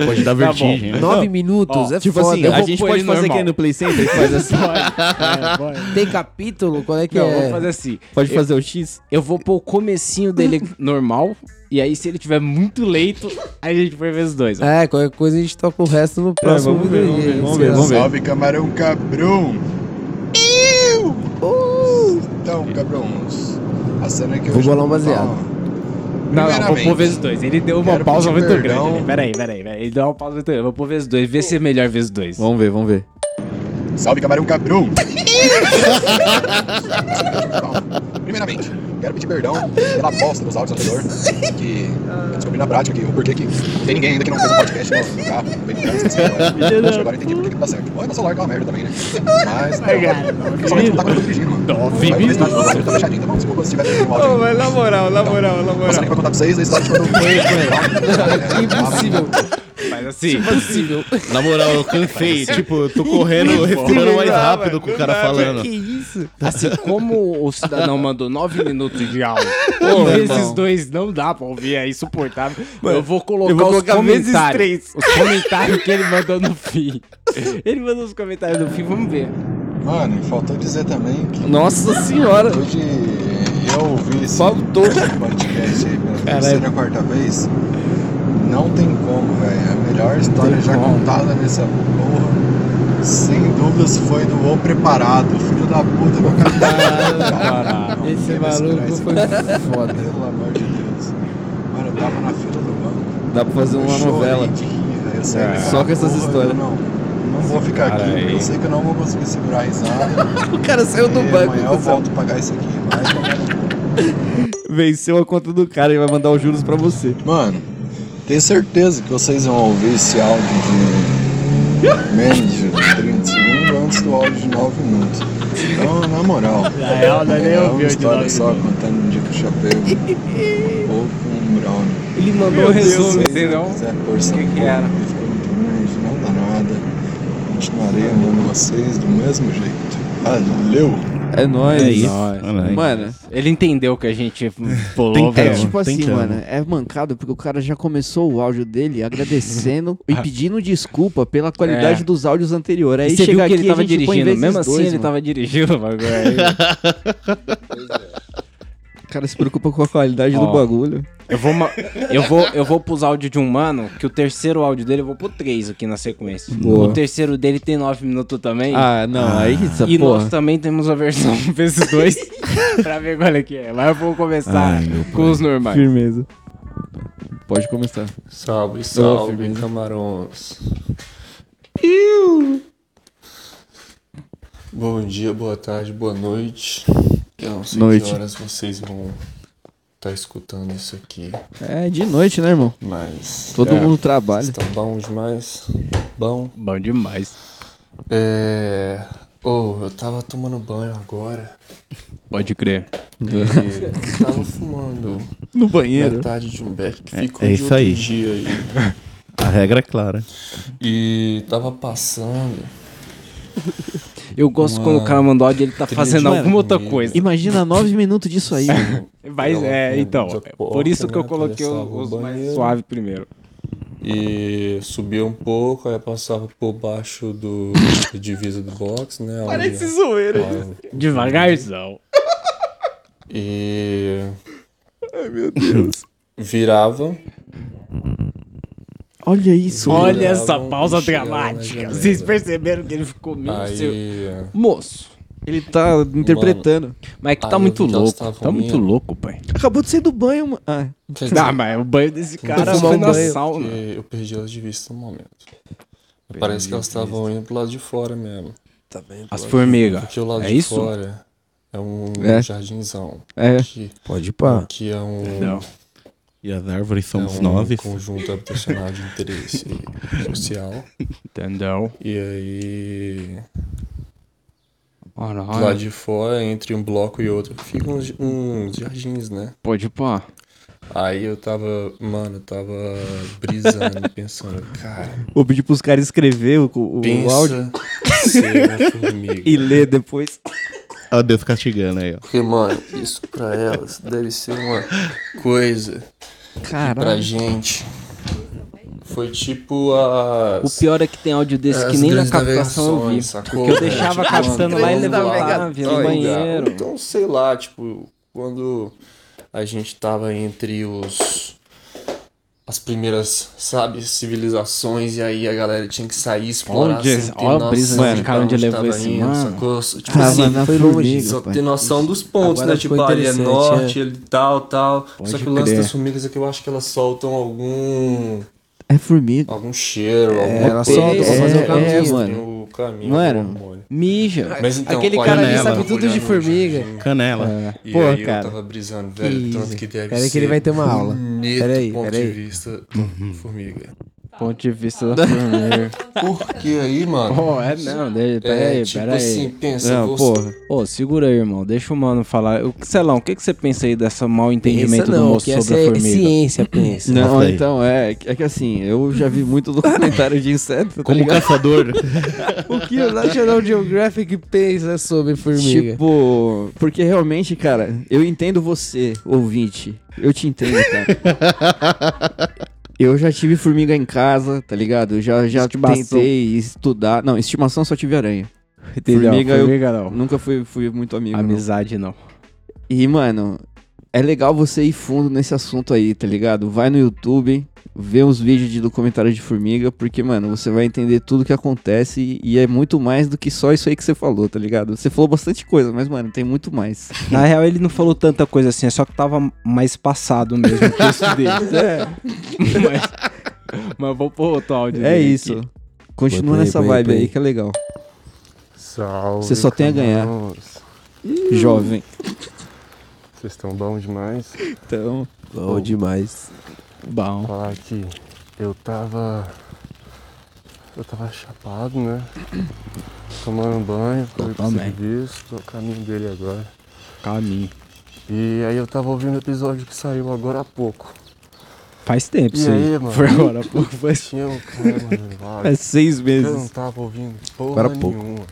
[SPEAKER 6] Pode
[SPEAKER 4] Tá
[SPEAKER 6] dar vertigem. né?
[SPEAKER 2] Tá Nove
[SPEAKER 6] Não.
[SPEAKER 2] minutos,
[SPEAKER 6] Ó,
[SPEAKER 2] é
[SPEAKER 6] tipo
[SPEAKER 2] foda.
[SPEAKER 6] assim,
[SPEAKER 2] Eu
[SPEAKER 6] a
[SPEAKER 2] vou
[SPEAKER 6] gente
[SPEAKER 2] pôr
[SPEAKER 6] pode
[SPEAKER 2] ele
[SPEAKER 6] fazer
[SPEAKER 2] normal.
[SPEAKER 6] aqui no Play Center que
[SPEAKER 4] [LAUGHS]
[SPEAKER 6] faz assim.
[SPEAKER 4] é,
[SPEAKER 2] Tem capítulo? Qual é que
[SPEAKER 4] Não,
[SPEAKER 2] é?
[SPEAKER 4] vou fazer assim.
[SPEAKER 3] Pode
[SPEAKER 4] Eu-
[SPEAKER 3] fazer o X?
[SPEAKER 4] Eu vou pôr o comecinho dele [LAUGHS] normal. E aí, se ele tiver muito leito, aí a gente põe vezes 2.
[SPEAKER 2] É, qualquer coisa a gente toca o resto
[SPEAKER 3] É,
[SPEAKER 2] no próximo
[SPEAKER 4] vamos ver,
[SPEAKER 2] vídeo.
[SPEAKER 4] vamos ver, vamos ver,
[SPEAKER 2] aí, sei lá.
[SPEAKER 4] vamos ver.
[SPEAKER 18] Salve, camarão cabrão! Eu!
[SPEAKER 2] Uh!
[SPEAKER 18] Então, cabrões, a cena é que eu
[SPEAKER 2] Vou bolar um
[SPEAKER 18] estou
[SPEAKER 2] baseado.
[SPEAKER 18] falando.
[SPEAKER 4] Não, não, vou
[SPEAKER 18] Primeiramente,
[SPEAKER 4] pôr vezes 2. Ele deu uma
[SPEAKER 18] quero
[SPEAKER 4] pausa
[SPEAKER 18] pedir
[SPEAKER 4] muito
[SPEAKER 18] perdão.
[SPEAKER 4] grande. ali. Peraí, peraí, peraí. Ele deu uma pausa muito grande. Vou pôr vezes 2. Vê se é melhor vezes 2.
[SPEAKER 3] Vamos ver, vamos ver.
[SPEAKER 18] Salve, camarão cabrão! Primeiramente, quero pedir perdão pela bosta dos áudios anterior, que eu descobri na prática que o porquê que não tem ninguém ainda que não fez um podcast no carro, brincando, esqueci, assim, né?
[SPEAKER 4] [LAUGHS]
[SPEAKER 18] Acho que agora entendi porque que não tá certo. Olha meu celular que é uma merda também, né? Mas, não, eu só escutar quando eu tô dirigindo, mano. né? Vai, vai, vai, vai, tá fechadinho, tá bom? Desculpa se tiver Então, um áudio.
[SPEAKER 4] Ô, mas na moral, na moral, na moral.
[SPEAKER 18] Nossa, nem vou contar pra vocês, daí só tipo, quando [LAUGHS] eu...
[SPEAKER 4] Impossível. Mas assim. Impossível.
[SPEAKER 6] Na moral, eu cansei. tipo, eu tô correndo, respirando mais rápido com o cara falando.
[SPEAKER 4] Que isso?
[SPEAKER 3] [LAUGHS]
[SPEAKER 4] Assim, como o cidadão mandou nove minutos de aula, esses dois não dá pra ouvir, é insuportável. eu vou colocar,
[SPEAKER 2] eu vou
[SPEAKER 4] os
[SPEAKER 2] colocar vezes
[SPEAKER 4] comentários.
[SPEAKER 2] três.
[SPEAKER 4] Os comentários que ele mandou no fim. Ele mandou os comentários no fim, vamos ver.
[SPEAKER 18] Mano, e faltou dizer também que.
[SPEAKER 4] Nossa senhora!
[SPEAKER 18] Hoje eu ouvi esse faltou. podcast aí pela terceira quarta vez. Não tem como, velho. É A melhor história já contada nessa porra, sem dúvidas, foi do O Preparado, filho da puta do cara.
[SPEAKER 2] Esse maluco foi
[SPEAKER 18] foda. Pelo amor de Deus. Mano, eu tava na fila do banco.
[SPEAKER 3] Dá pra fazer uma
[SPEAKER 18] Chorei
[SPEAKER 3] novela.
[SPEAKER 18] de rir, velho. Eu saí
[SPEAKER 3] É.
[SPEAKER 18] daquela
[SPEAKER 3] Só com essas
[SPEAKER 18] porra, eu
[SPEAKER 3] histórias.
[SPEAKER 18] Não, não vou ficar
[SPEAKER 19] é
[SPEAKER 18] aqui,
[SPEAKER 3] Cara, é
[SPEAKER 18] porque
[SPEAKER 3] aí.
[SPEAKER 18] eu sei que eu não vou conseguir segurar a risada.
[SPEAKER 3] [LAUGHS] O cara saiu do
[SPEAKER 18] E
[SPEAKER 3] banco,
[SPEAKER 18] Amanhã eu
[SPEAKER 3] cuzão.
[SPEAKER 18] volto pagar isso aqui. Vai tomar no cu.
[SPEAKER 3] [LAUGHS] Venceu a conta do cara e vai mandar os juros pra você.
[SPEAKER 18] Mano, tenho certeza que vocês vão ouvir esse áudio de menos de 30 segundos antes do áudio de 9 minutos. Então, na moral,
[SPEAKER 4] Na real, nós nem
[SPEAKER 18] é uma
[SPEAKER 4] ouviu de
[SPEAKER 18] história
[SPEAKER 4] nove
[SPEAKER 18] só contando um dia com chapéu ou com um brownie.
[SPEAKER 4] Ele mandou
[SPEAKER 18] Meu
[SPEAKER 4] o
[SPEAKER 18] Deus,
[SPEAKER 4] resumo,
[SPEAKER 18] vocês
[SPEAKER 4] entendeu?
[SPEAKER 18] quiser pôr São Paulo, e ficou muito longe, não dá nada. Continuarei amando vocês do mesmo jeito. Valeu!
[SPEAKER 3] É nóis.
[SPEAKER 4] É isso. É nóis.
[SPEAKER 3] Mano.
[SPEAKER 4] Ele entendeu que a
[SPEAKER 3] [LAUGHS]
[SPEAKER 4] gente pulou,
[SPEAKER 3] É
[SPEAKER 4] velho.
[SPEAKER 3] tipo assim, mano, é mancado porque o cara já começou o áudio dele
[SPEAKER 4] [LAUGHS]
[SPEAKER 3] agradecendo e pedindo desculpa pela qualidade
[SPEAKER 4] É.
[SPEAKER 3] dos áudios anteriores. Aí
[SPEAKER 4] E você
[SPEAKER 3] chega
[SPEAKER 4] viu
[SPEAKER 3] aqui,
[SPEAKER 4] que ele
[SPEAKER 3] a
[SPEAKER 4] tava
[SPEAKER 3] gente põe
[SPEAKER 4] dirigindo,
[SPEAKER 3] vezes
[SPEAKER 4] mesmo assim
[SPEAKER 3] dois,
[SPEAKER 4] ele
[SPEAKER 3] mano.
[SPEAKER 4] tava dirigindo o
[SPEAKER 3] [LAUGHS]
[SPEAKER 4] bagulho aí.
[SPEAKER 3] O cara se preocupa com a qualidade do
[SPEAKER 4] Ó.
[SPEAKER 3] bagulho.
[SPEAKER 4] Eu vou, ma- eu vou, eu vou pros áudios de um mano, que o terceiro áudio dele eu vou pro três aqui na sequência.
[SPEAKER 3] Boa.
[SPEAKER 4] O terceiro dele tem nove minutos também.
[SPEAKER 3] Ah, não, aí essa
[SPEAKER 4] E
[SPEAKER 3] porra.
[SPEAKER 4] nós também temos a versão [LAUGHS] vezes
[SPEAKER 3] [LAUGHS]
[SPEAKER 4] dois pra ver qual é que é. Mas eu vou começar
[SPEAKER 3] Ai, meu
[SPEAKER 4] com os normais.
[SPEAKER 3] Firmeza. Pode começar.
[SPEAKER 19] Salve,
[SPEAKER 3] Ô,
[SPEAKER 19] salve,
[SPEAKER 3] firmeza.
[SPEAKER 19] camarões. Bom dia, boa tarde, boa noite. Eu não sei
[SPEAKER 3] Noite.
[SPEAKER 19] que horas vocês vão estar escutando isso aqui.
[SPEAKER 3] É de noite, né, irmão?
[SPEAKER 19] Mas.
[SPEAKER 3] Todo
[SPEAKER 19] é,
[SPEAKER 3] mundo trabalha.
[SPEAKER 19] Estão bom demais. Bom.
[SPEAKER 4] Bom demais.
[SPEAKER 19] É. Ô, eu tava tomando banho agora.
[SPEAKER 4] Pode crer.
[SPEAKER 19] E tava fumando.
[SPEAKER 6] No banheiro.
[SPEAKER 19] Metade de um beck que
[SPEAKER 6] É-
[SPEAKER 19] ficou
[SPEAKER 6] é
[SPEAKER 19] de
[SPEAKER 6] isso
[SPEAKER 19] outro
[SPEAKER 6] aí.
[SPEAKER 19] dia aí.
[SPEAKER 6] A regra é clara.
[SPEAKER 19] E tava passando.
[SPEAKER 4] Eu gosto quando o cara manda áudio e ele tá fazendo alguma outra coisa.
[SPEAKER 3] Imagina nove minutos disso aí. mano.
[SPEAKER 4] [LAUGHS] Mas é, então, é por isso que eu
[SPEAKER 19] né,
[SPEAKER 4] coloquei
[SPEAKER 19] atravessava o
[SPEAKER 4] os mais
[SPEAKER 19] banheiro.
[SPEAKER 4] suaves primeiro.
[SPEAKER 19] E subia um pouco, aí passava por baixo do da divisa do box, né? onde
[SPEAKER 4] Parece
[SPEAKER 19] é-
[SPEAKER 4] zoeira
[SPEAKER 19] lá-
[SPEAKER 4] isso. [LAUGHS] Devagarzão.
[SPEAKER 19] E. Ai meu Deus. Virava.
[SPEAKER 3] Olha isso.
[SPEAKER 4] Olha
[SPEAKER 19] Olhava
[SPEAKER 4] essa pausa
[SPEAKER 19] e chegava na
[SPEAKER 4] dramática.
[SPEAKER 19] janela.
[SPEAKER 4] Vocês perceberam que ele ficou meio
[SPEAKER 19] Aí,
[SPEAKER 4] seu-
[SPEAKER 19] é.
[SPEAKER 4] Moço.
[SPEAKER 3] [LAUGHS] Ele tá interpretando.
[SPEAKER 4] Mas é que
[SPEAKER 19] aí
[SPEAKER 4] tá
[SPEAKER 19] Ah, eu
[SPEAKER 4] muito
[SPEAKER 19] vi que elas
[SPEAKER 4] louco.
[SPEAKER 19] estavam
[SPEAKER 4] Tá muito
[SPEAKER 19] indo.
[SPEAKER 4] louco, pai.
[SPEAKER 3] Acabou de sair do banho, mano. Ah,
[SPEAKER 19] Quer
[SPEAKER 4] Ah, mas o banho desse
[SPEAKER 19] não
[SPEAKER 4] cara
[SPEAKER 19] vou
[SPEAKER 4] foi
[SPEAKER 19] fumar
[SPEAKER 4] na
[SPEAKER 19] um banho,
[SPEAKER 4] sauna.
[SPEAKER 19] porque Eu perdi elas de vista no momento. Parece que elas
[SPEAKER 4] de vista.
[SPEAKER 19] estavam indo pro lado de fora mesmo. Tá bem
[SPEAKER 4] As formigas.
[SPEAKER 19] Porque o lado
[SPEAKER 4] É
[SPEAKER 19] de
[SPEAKER 4] isso?
[SPEAKER 19] fora é um
[SPEAKER 6] É.
[SPEAKER 19] jardinzão.
[SPEAKER 6] É.
[SPEAKER 19] Que,
[SPEAKER 6] Pode pá.
[SPEAKER 19] Que é um.
[SPEAKER 6] Não. E as árvores são
[SPEAKER 19] é
[SPEAKER 6] os
[SPEAKER 19] um
[SPEAKER 6] nove.
[SPEAKER 19] conjunto habitacional de
[SPEAKER 6] [LAUGHS]
[SPEAKER 19] interesse social.
[SPEAKER 4] Entendeu?
[SPEAKER 19] E aí.
[SPEAKER 4] Caralho.
[SPEAKER 19] Do lado de fora, entre um bloco e outro, ficam uns, uns jardins, né?
[SPEAKER 4] Pode pá.
[SPEAKER 19] Aí eu tava, mano, eu tava brisando, [LAUGHS] pensando, cara,
[SPEAKER 3] Vou pedir pros caras escrever o, o- o
[SPEAKER 19] Pensa
[SPEAKER 3] áudio.
[SPEAKER 19] [LAUGHS] ser uma formiga.
[SPEAKER 3] e ler depois.
[SPEAKER 6] Ó, Deus castigando aí, ó.
[SPEAKER 19] Porque, mano, isso pra elas deve ser uma coisa. que
[SPEAKER 3] Caralho.
[SPEAKER 19] Pra gente. Foi tipo a.
[SPEAKER 4] O pior é que tem áudio desse
[SPEAKER 19] As
[SPEAKER 4] que nem na
[SPEAKER 19] grandes
[SPEAKER 4] captação eu vi.
[SPEAKER 19] navegações, sacou?
[SPEAKER 4] Porque eu
[SPEAKER 19] É,
[SPEAKER 4] deixava
[SPEAKER 19] tipo,
[SPEAKER 4] captando
[SPEAKER 19] mano,
[SPEAKER 4] lá e
[SPEAKER 19] vamos lá,
[SPEAKER 4] levava, via no
[SPEAKER 19] tal lugar.
[SPEAKER 4] banheiro.
[SPEAKER 19] Então, sei lá, tipo, quando a gente tava entre os. As primeiras, sabe, civilizações, e aí a galera tinha que sair, explorar,
[SPEAKER 4] Onde-
[SPEAKER 19] sem ter
[SPEAKER 4] ó a
[SPEAKER 19] noção
[SPEAKER 4] brisa
[SPEAKER 19] de
[SPEAKER 4] de
[SPEAKER 19] pra
[SPEAKER 4] cara onde levou
[SPEAKER 19] tava
[SPEAKER 4] esse mano.
[SPEAKER 19] sacou? Tipo
[SPEAKER 4] Tava
[SPEAKER 19] assim,
[SPEAKER 4] na
[SPEAKER 19] foi
[SPEAKER 4] formiga,
[SPEAKER 19] longe, só
[SPEAKER 4] pai.
[SPEAKER 19] ter noção dos pontos,
[SPEAKER 4] Agora
[SPEAKER 19] né? Tipo,
[SPEAKER 4] ficou
[SPEAKER 19] ali é
[SPEAKER 4] interessante,
[SPEAKER 19] norte,
[SPEAKER 4] é.
[SPEAKER 19] ali tal, tal. só
[SPEAKER 4] Pode
[SPEAKER 19] que o lance
[SPEAKER 4] crer.
[SPEAKER 19] das formigas é que eu acho que elas soltam algum...
[SPEAKER 3] É formiga.
[SPEAKER 19] Algum cheiro,
[SPEAKER 3] É,
[SPEAKER 19] alguma
[SPEAKER 3] ela
[SPEAKER 19] coisa.
[SPEAKER 2] É,
[SPEAKER 3] solta pra fazer o caminho.
[SPEAKER 19] tem O caminho
[SPEAKER 3] Mano,
[SPEAKER 19] do hormônio.
[SPEAKER 2] Mija.
[SPEAKER 19] Mas então,
[SPEAKER 2] Aquele
[SPEAKER 19] olha
[SPEAKER 2] cara ali
[SPEAKER 19] ela
[SPEAKER 2] sabe tudo de
[SPEAKER 19] olhando,
[SPEAKER 2] formiga.
[SPEAKER 6] Canela.
[SPEAKER 4] É.
[SPEAKER 19] E
[SPEAKER 2] Pô,
[SPEAKER 19] aí
[SPEAKER 2] cara.
[SPEAKER 19] eu tava brisando,
[SPEAKER 2] Que
[SPEAKER 19] velho.
[SPEAKER 2] isso,
[SPEAKER 19] Tanto que
[SPEAKER 2] hein?
[SPEAKER 19] deve
[SPEAKER 2] Pera aí que
[SPEAKER 19] ser
[SPEAKER 2] ele vai ter uma aula.
[SPEAKER 19] bonito
[SPEAKER 2] Pera aí,
[SPEAKER 19] ponto
[SPEAKER 2] pera aí.
[SPEAKER 19] de vista
[SPEAKER 2] Uhum.
[SPEAKER 19] formiga.
[SPEAKER 4] Ponto
[SPEAKER 19] [LAUGHS]
[SPEAKER 4] de vista da formiga.
[SPEAKER 19] Por que aí, mano?
[SPEAKER 4] Pô, é não, de- pera
[SPEAKER 19] É,
[SPEAKER 4] aí,
[SPEAKER 19] tipo
[SPEAKER 4] pera aí.
[SPEAKER 19] assim, pensa,
[SPEAKER 4] não,
[SPEAKER 19] você-
[SPEAKER 4] porra. Ô, segura aí, irmão. Deixa o mano falar. O Celão, o que, que você pensa aí dessa mal entendimento
[SPEAKER 2] Pensa
[SPEAKER 4] do
[SPEAKER 2] não,
[SPEAKER 4] moço
[SPEAKER 2] que
[SPEAKER 4] sobre
[SPEAKER 2] essa
[SPEAKER 4] a
[SPEAKER 2] é
[SPEAKER 4] formiga?
[SPEAKER 2] ciência, pensa.
[SPEAKER 3] Não,
[SPEAKER 4] Fala aí.
[SPEAKER 3] então, é, é que assim, eu já vi muito documentário de inseto, tá
[SPEAKER 6] Como
[SPEAKER 3] ligado? [LAUGHS]
[SPEAKER 6] caçador.
[SPEAKER 3] então,
[SPEAKER 2] O que o National Geographic pensa sobre formiga?
[SPEAKER 3] Tipo, porque realmente, cara, eu entendo você, ouvinte. Eu te entendo,
[SPEAKER 6] [LAUGHS]
[SPEAKER 3] cara. eu já tive formiga em casa, tá ligado? Eu já, já
[SPEAKER 4] Estimação.
[SPEAKER 3] tentei estudar. Não, estimação só tive aranha.
[SPEAKER 4] Entendeu?
[SPEAKER 3] Formiga,
[SPEAKER 4] Formiga
[SPEAKER 3] eu
[SPEAKER 4] não.
[SPEAKER 3] nunca fui, fui muito amigo.
[SPEAKER 4] Amizade não.
[SPEAKER 3] E, mano, é legal você ir fundo nesse assunto aí, tá ligado? Vai no YouTube, vê uns vídeos de documentário de formiga, porque, mano, você vai entender tudo que acontece e- e é muito mais do que só isso aí que você falou, tá ligado? Você falou bastante coisa, mas, mano, tem muito mais.
[SPEAKER 4] [LAUGHS] Na real, ele não falou tanta coisa assim, é só que tava mais passado mesmo o
[SPEAKER 19] [LAUGHS]
[SPEAKER 4] texto [LAUGHS] dele.
[SPEAKER 3] É.
[SPEAKER 4] Mas, mas vou pôr outro áudio.
[SPEAKER 3] É
[SPEAKER 4] dele aqui.
[SPEAKER 3] isso. Continua
[SPEAKER 4] Bota aí,
[SPEAKER 3] nessa
[SPEAKER 4] põe
[SPEAKER 3] vibe
[SPEAKER 4] põe
[SPEAKER 3] aí que é legal.
[SPEAKER 5] Salve.
[SPEAKER 3] Você só tem a ganhar.
[SPEAKER 5] camarotes.
[SPEAKER 3] Jovem.
[SPEAKER 5] Vocês estão bom demais.
[SPEAKER 3] Então,
[SPEAKER 2] bom demais.
[SPEAKER 4] Bom.
[SPEAKER 5] Falar que eu tava. Eu tava chapado, né? Tomando um banho, fui pro
[SPEAKER 4] também.
[SPEAKER 5] serviço, tô a caminho dele agora.
[SPEAKER 4] Caminho.
[SPEAKER 5] E aí eu tava ouvindo o episódio que saiu agora há pouco.
[SPEAKER 4] Faz tempo
[SPEAKER 5] E
[SPEAKER 4] isso
[SPEAKER 5] aí,
[SPEAKER 4] aí.
[SPEAKER 5] mano?
[SPEAKER 4] Foi
[SPEAKER 5] [LAUGHS]
[SPEAKER 4] agora, pô. Foi...
[SPEAKER 5] Tinha um cara, mano, lá,
[SPEAKER 4] Faz seis
[SPEAKER 5] que Eu
[SPEAKER 4] meses.
[SPEAKER 5] não tava ouvindo porra
[SPEAKER 4] Agora há pouco.
[SPEAKER 5] nenhuma.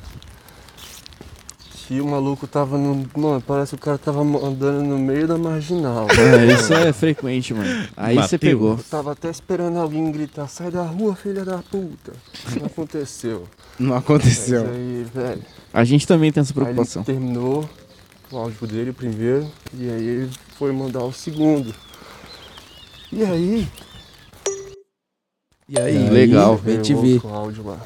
[SPEAKER 5] Que o maluco tava no. Mano, parece que o cara tava andando no meio da marginal.
[SPEAKER 3] [LAUGHS] É, isso é frequente, mano. Aí você
[SPEAKER 5] Bateu.
[SPEAKER 3] pegou.
[SPEAKER 5] Eu tava até esperando alguém gritar, sai da rua, filha da puta. Não aconteceu.
[SPEAKER 4] Não aconteceu.
[SPEAKER 5] Mas aí, velho.
[SPEAKER 3] A gente também tem essa
[SPEAKER 5] aí ele
[SPEAKER 3] preocupação.
[SPEAKER 5] terminou o áudio dele primeiro, e aí ele foi mandar o segundo. E aí? E
[SPEAKER 2] É,
[SPEAKER 3] aí? Legal. Vem te ver.
[SPEAKER 5] O áudio lá.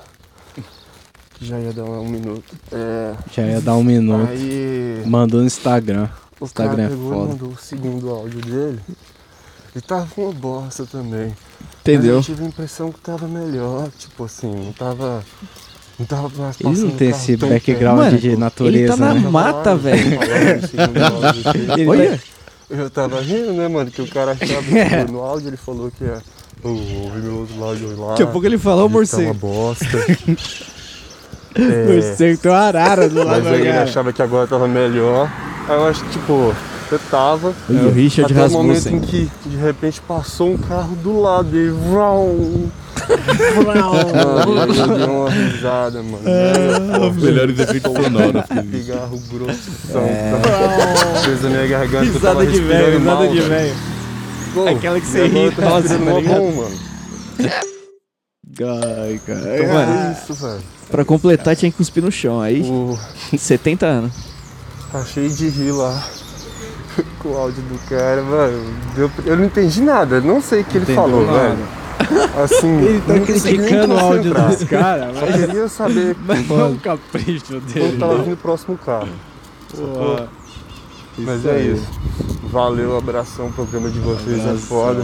[SPEAKER 5] Que Já ia dar um minuto. É...
[SPEAKER 4] Já ia dar um minuto.
[SPEAKER 5] Aí...
[SPEAKER 4] Mandou no Instagram.
[SPEAKER 5] O
[SPEAKER 4] Instagram
[SPEAKER 5] cara
[SPEAKER 4] é
[SPEAKER 5] pegou e
[SPEAKER 4] foda.
[SPEAKER 5] mandou o segundo áudio dele. E tava uma bosta também.
[SPEAKER 3] Entendeu?
[SPEAKER 5] Mas eu tive a impressão que tava melhor, tipo assim, não tava. Não tava mais
[SPEAKER 4] Ele não
[SPEAKER 5] passando
[SPEAKER 4] tem
[SPEAKER 5] carro
[SPEAKER 4] esse
[SPEAKER 5] tão
[SPEAKER 4] background
[SPEAKER 5] perto.
[SPEAKER 4] de natureza,
[SPEAKER 5] Ele tá na
[SPEAKER 4] né?
[SPEAKER 5] mata, velho. [LAUGHS]
[SPEAKER 4] Olha.
[SPEAKER 5] Eu tava rindo, né, mano? Que o cara achava
[SPEAKER 4] [LAUGHS]
[SPEAKER 5] que no áudio ele falou que é. "Ô, Ouvi meu outro áudio lá.
[SPEAKER 3] Daqui a pouco ele falou,
[SPEAKER 5] ele tá
[SPEAKER 3] morcego.
[SPEAKER 5] uma
[SPEAKER 2] [LAUGHS]
[SPEAKER 5] bosta.
[SPEAKER 19] É.
[SPEAKER 5] É.
[SPEAKER 2] tá
[SPEAKER 4] Morcego tem uma arara do lado
[SPEAKER 5] Mas é aí
[SPEAKER 4] da
[SPEAKER 5] ele
[SPEAKER 4] cara.
[SPEAKER 5] achava que agora tava melhor. Aí eu acho que, tipo, eu tava.
[SPEAKER 19] É
[SPEAKER 3] E o Richard
[SPEAKER 5] até o momento
[SPEAKER 3] Rasmussen.
[SPEAKER 5] em que, de repente, passou um carro do lado e vrum. Mano, eu dei uma risada, mano.
[SPEAKER 6] Ah, os melhores efeitos sonoros.
[SPEAKER 5] Pigarro grossão. É. Fez a minha garganta. eu
[SPEAKER 6] Risada
[SPEAKER 5] tava
[SPEAKER 6] de velho,
[SPEAKER 5] respirando
[SPEAKER 6] risada
[SPEAKER 5] mal,
[SPEAKER 6] de velho.
[SPEAKER 5] Pô,
[SPEAKER 6] Aquela que você
[SPEAKER 5] e agora
[SPEAKER 6] ri,
[SPEAKER 5] eu tô
[SPEAKER 6] nossa,
[SPEAKER 5] respirando
[SPEAKER 6] tá
[SPEAKER 5] mó
[SPEAKER 6] ligado?
[SPEAKER 5] bom, mano.
[SPEAKER 14] é
[SPEAKER 4] Ai, cara.
[SPEAKER 5] Então,
[SPEAKER 3] mano,
[SPEAKER 5] é isso, velho.
[SPEAKER 3] Pra completar, tinha que cuspir no chão. Aí, [LAUGHS] 70 anos.
[SPEAKER 4] É
[SPEAKER 5] Tá cheio de rir lá. [LAUGHS] Com o áudio do cara, mano. Eu, eu não entendi nada, não sei o que ele
[SPEAKER 4] Entendeu
[SPEAKER 5] falou,
[SPEAKER 4] nada.
[SPEAKER 5] velho. Assim.
[SPEAKER 4] [LAUGHS] Ele tá
[SPEAKER 5] não consegui nem
[SPEAKER 4] criticando o áudio
[SPEAKER 5] concentrar.
[SPEAKER 4] dos caras,
[SPEAKER 5] Só
[SPEAKER 4] mas-
[SPEAKER 5] queria saber.
[SPEAKER 4] [LAUGHS] Mas não é um capricho dele,
[SPEAKER 5] Eu tava
[SPEAKER 4] não.
[SPEAKER 5] vindo o próximo carro.
[SPEAKER 4] Pô,
[SPEAKER 5] sacou? Mas
[SPEAKER 4] isso
[SPEAKER 5] é
[SPEAKER 4] aí.
[SPEAKER 5] isso. Valeu, abração, o programa de vocês é
[SPEAKER 4] Abração.
[SPEAKER 5] foda.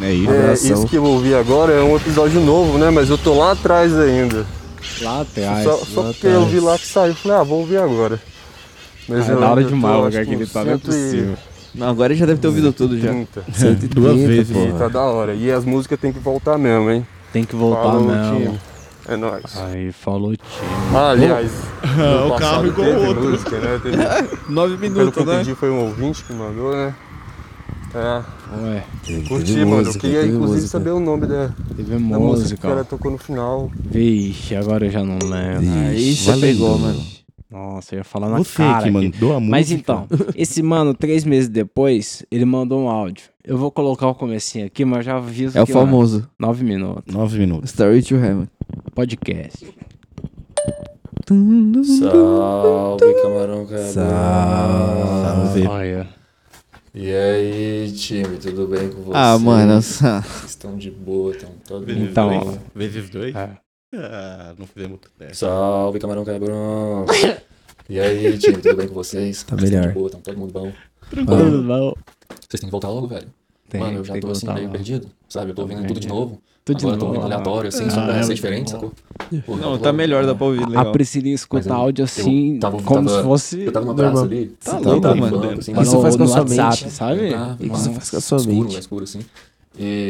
[SPEAKER 11] Né?
[SPEAKER 6] É isso.
[SPEAKER 5] É,
[SPEAKER 6] Abração.
[SPEAKER 5] isso que eu ouvi agora é um episódio novo, né? Mas eu tô lá atrás ainda.
[SPEAKER 4] Lá atrás,
[SPEAKER 5] Só,
[SPEAKER 4] lá
[SPEAKER 5] só porque
[SPEAKER 4] atrás.
[SPEAKER 5] eu vi lá que saiu, falei, ah, vou ouvir agora.
[SPEAKER 4] Ah, é
[SPEAKER 5] eu
[SPEAKER 4] da hora
[SPEAKER 5] ainda
[SPEAKER 4] de
[SPEAKER 5] tô,
[SPEAKER 4] mal,
[SPEAKER 5] acho
[SPEAKER 4] cara,
[SPEAKER 5] que
[SPEAKER 4] que ele
[SPEAKER 5] uns
[SPEAKER 4] tá, não
[SPEAKER 5] 100
[SPEAKER 4] é
[SPEAKER 5] e-
[SPEAKER 4] possível.
[SPEAKER 3] Não, agora ele já deve ter ouvido tudo já.
[SPEAKER 5] 130.
[SPEAKER 3] Duas vezes,
[SPEAKER 5] E tá da hora. E as músicas tem que voltar mesmo, hein?
[SPEAKER 4] Tem que voltar
[SPEAKER 5] Falou,
[SPEAKER 4] mesmo.
[SPEAKER 5] time. É nóis.
[SPEAKER 4] Aí, falou time.
[SPEAKER 5] Ah, aliás,
[SPEAKER 4] Ah,
[SPEAKER 5] no
[SPEAKER 4] [LAUGHS] o carro
[SPEAKER 5] passado
[SPEAKER 4] igual
[SPEAKER 5] teve
[SPEAKER 4] o outro.
[SPEAKER 5] música, né?
[SPEAKER 4] [LAUGHS]
[SPEAKER 5] Teve...
[SPEAKER 4] Nove
[SPEAKER 5] Pelo que
[SPEAKER 4] minutos,
[SPEAKER 5] eu
[SPEAKER 4] né?
[SPEAKER 5] entendi, foi um ouvinte que mandou, né? É.
[SPEAKER 4] Ué. Teve-
[SPEAKER 5] Curti,
[SPEAKER 4] teve
[SPEAKER 5] mano.
[SPEAKER 4] música,
[SPEAKER 5] eu queria,
[SPEAKER 4] teve
[SPEAKER 5] inclusive,
[SPEAKER 4] música.
[SPEAKER 5] saber o nome da,
[SPEAKER 4] Teve
[SPEAKER 5] da música que
[SPEAKER 4] música,
[SPEAKER 5] o cara
[SPEAKER 4] ó.
[SPEAKER 5] tocou no final.
[SPEAKER 4] Vixe, agora eu já não lembro.
[SPEAKER 6] Aí você valendo. pegou, mano.
[SPEAKER 4] Nossa, eu ia falar na
[SPEAKER 6] Você
[SPEAKER 4] cara.
[SPEAKER 6] que
[SPEAKER 4] aqui.
[SPEAKER 6] mandou a
[SPEAKER 4] Mas
[SPEAKER 6] música.
[SPEAKER 4] então, esse mano, três meses depois, ele mandou um áudio. Eu vou colocar o comecinho aqui, mas já aviso
[SPEAKER 3] É o
[SPEAKER 4] que, mano,
[SPEAKER 3] famoso.
[SPEAKER 4] Nove minutos.
[SPEAKER 6] Nove minutos.
[SPEAKER 3] Story to Heaven.
[SPEAKER 4] Podcast.
[SPEAKER 19] Salve, camarão cabrão.
[SPEAKER 3] Salve.
[SPEAKER 4] Olha.
[SPEAKER 19] E aí, time, tudo bem com vocês?
[SPEAKER 3] Ah, mano, essa-
[SPEAKER 19] Vocês estão de boa, estão todo
[SPEAKER 6] Vezes
[SPEAKER 19] mundo
[SPEAKER 6] dois?
[SPEAKER 19] bem?
[SPEAKER 6] Vezes dois? Ah, não fizemos muito tempo.
[SPEAKER 19] É. Salve, camarão cabrão. E aí, time, tudo bem com vocês?
[SPEAKER 2] Tá
[SPEAKER 19] Vocês tão
[SPEAKER 2] melhor.
[SPEAKER 19] de boa, estão todo mundo bom?
[SPEAKER 4] Tranquilo, não.
[SPEAKER 19] Vocês têm que voltar logo, velho.
[SPEAKER 4] Tem,
[SPEAKER 19] Mano, eu já
[SPEAKER 4] tem
[SPEAKER 19] tô
[SPEAKER 4] que
[SPEAKER 19] assim
[SPEAKER 4] voltar
[SPEAKER 19] meio
[SPEAKER 4] lá.
[SPEAKER 19] perdido, sabe? Eu tô ouvindo
[SPEAKER 4] Também.
[SPEAKER 19] tudo de novo.
[SPEAKER 4] Tudo de
[SPEAKER 19] Agora eu tô
[SPEAKER 4] novo.
[SPEAKER 19] ouvindo aleatório, assim, só
[SPEAKER 4] Ah,
[SPEAKER 19] pra
[SPEAKER 4] é,
[SPEAKER 19] ser
[SPEAKER 4] é
[SPEAKER 19] diferente, sacou? Porra,
[SPEAKER 20] Não,
[SPEAKER 19] eu
[SPEAKER 20] tá
[SPEAKER 19] tô-
[SPEAKER 20] melhor, dá pra ouvir legal.
[SPEAKER 19] Mas eu-
[SPEAKER 4] Priscilinha escuta áudio assim, como se fosse
[SPEAKER 19] Eu tava numa praça
[SPEAKER 4] normal.
[SPEAKER 19] ali.
[SPEAKER 4] Tá
[SPEAKER 19] sentado,
[SPEAKER 4] louco,
[SPEAKER 19] tava
[SPEAKER 4] mano.
[SPEAKER 19] limpando, assim,
[SPEAKER 4] Isso
[SPEAKER 19] no-
[SPEAKER 4] faz com a
[SPEAKER 19] no
[SPEAKER 4] sua
[SPEAKER 19] WhatsApp,
[SPEAKER 4] mente, sabe?
[SPEAKER 19] tá?
[SPEAKER 4] Isso faz com a sua
[SPEAKER 19] Escuro,
[SPEAKER 4] mente.
[SPEAKER 19] escuro, assim.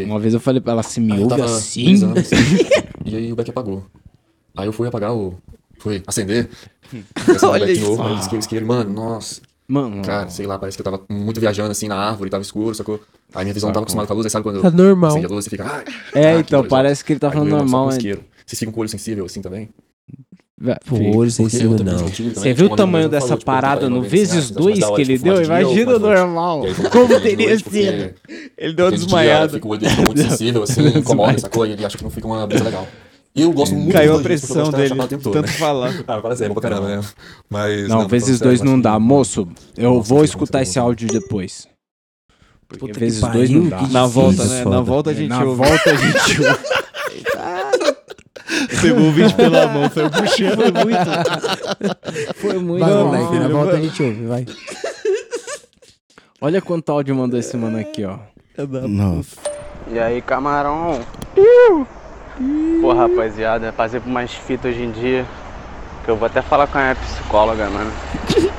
[SPEAKER 4] Uma vez eu falei pra ela, se me
[SPEAKER 19] Aí eu
[SPEAKER 4] ouve
[SPEAKER 19] tava
[SPEAKER 4] assim?
[SPEAKER 19] brisando, assim, [LAUGHS] e aí o Beck apagou. Aí eu fui apagar o. Fui acender. Essa
[SPEAKER 4] Olha
[SPEAKER 19] Olha Beck de
[SPEAKER 4] isso.
[SPEAKER 19] novo,
[SPEAKER 4] Ah.
[SPEAKER 19] mas escuro, escuro. Mano, nossa.
[SPEAKER 4] Mano.
[SPEAKER 19] Cara, sei lá, parece que eu tava muito viajando assim na árvore, tava escuro, sacou? Aí minha visão não tava
[SPEAKER 4] Sacou.
[SPEAKER 19] acostumada com a luz, aí sabe quando.
[SPEAKER 2] Tá normal.
[SPEAKER 19] Acende a luz, você fica. Ai,
[SPEAKER 4] É,
[SPEAKER 19] ah, que
[SPEAKER 4] então,
[SPEAKER 19] horizonte.
[SPEAKER 4] parece que ele tá
[SPEAKER 19] Aí
[SPEAKER 4] falando
[SPEAKER 19] eu, nossa,
[SPEAKER 4] normal,
[SPEAKER 19] com um
[SPEAKER 4] né?
[SPEAKER 19] isqueiro. Vocês ficam com o olho sensível assim também?
[SPEAKER 4] Vai-
[SPEAKER 2] Pô,
[SPEAKER 4] Fica,
[SPEAKER 2] olho
[SPEAKER 4] porque
[SPEAKER 2] sensível
[SPEAKER 4] eu também
[SPEAKER 2] não.
[SPEAKER 4] senti também,
[SPEAKER 2] Você
[SPEAKER 4] tipo,
[SPEAKER 2] viu o
[SPEAKER 4] quando
[SPEAKER 2] tamanho
[SPEAKER 4] ele
[SPEAKER 2] dessa
[SPEAKER 4] falou, tipo, pra
[SPEAKER 2] parada
[SPEAKER 4] ele
[SPEAKER 2] no
[SPEAKER 19] não vencer, mas
[SPEAKER 2] vezes dois
[SPEAKER 19] dá hora
[SPEAKER 2] que
[SPEAKER 19] de
[SPEAKER 2] ele
[SPEAKER 19] fumar
[SPEAKER 2] deu?
[SPEAKER 19] de dia ou
[SPEAKER 2] Imagina o
[SPEAKER 19] mais noite.
[SPEAKER 2] normal.
[SPEAKER 19] E aí, quando
[SPEAKER 2] Como
[SPEAKER 19] fica de
[SPEAKER 2] teria
[SPEAKER 19] noite, porque
[SPEAKER 2] sido?
[SPEAKER 20] Ele deu uma
[SPEAKER 19] tem dia,
[SPEAKER 20] desmaiada.
[SPEAKER 19] Fica o olho dele fica muito
[SPEAKER 20] [LAUGHS]
[SPEAKER 19] sensível, assim, incomoda, sacou? E ele acha que não fica uma brisa legal. E eu gosto muito
[SPEAKER 20] Caiu
[SPEAKER 19] dos
[SPEAKER 20] a
[SPEAKER 19] dois, porque eu
[SPEAKER 20] pressão
[SPEAKER 19] gosto de
[SPEAKER 20] dele,
[SPEAKER 19] chapar o tempo todo,
[SPEAKER 20] tanto
[SPEAKER 19] né?
[SPEAKER 20] falar.
[SPEAKER 19] [LAUGHS] Ah, parece é bom pra caramba, né? Mas.
[SPEAKER 4] Não, vezes dois não dá. Moço, eu
[SPEAKER 19] Nossa,
[SPEAKER 4] vou
[SPEAKER 19] que
[SPEAKER 4] escutar esse áudio depois. Porque
[SPEAKER 20] Puta que
[SPEAKER 4] vezes
[SPEAKER 20] pariu,
[SPEAKER 4] dois não
[SPEAKER 20] que
[SPEAKER 4] dá.
[SPEAKER 20] difícil, Na volta, né? foda. Na volta a gente
[SPEAKER 4] Na
[SPEAKER 20] ouve.
[SPEAKER 4] volta a
[SPEAKER 3] [LAUGHS]
[SPEAKER 4] gente ouve.
[SPEAKER 6] Pegou o vídeo pela mão, um saiu puxando.
[SPEAKER 2] Foi muito. Foi muito. Vai,
[SPEAKER 4] Não,
[SPEAKER 2] moleque, na
[SPEAKER 4] não,
[SPEAKER 2] volta a
[SPEAKER 4] não.
[SPEAKER 2] gente ouve, vai.
[SPEAKER 4] Olha quanto áudio mandou esse mano aqui, ó.
[SPEAKER 6] É Nossa.
[SPEAKER 21] E aí, camarão? Pô, rapaziada, é passei por umas fitas hoje em dia. Que eu vou até falar com a minha psicóloga, mano.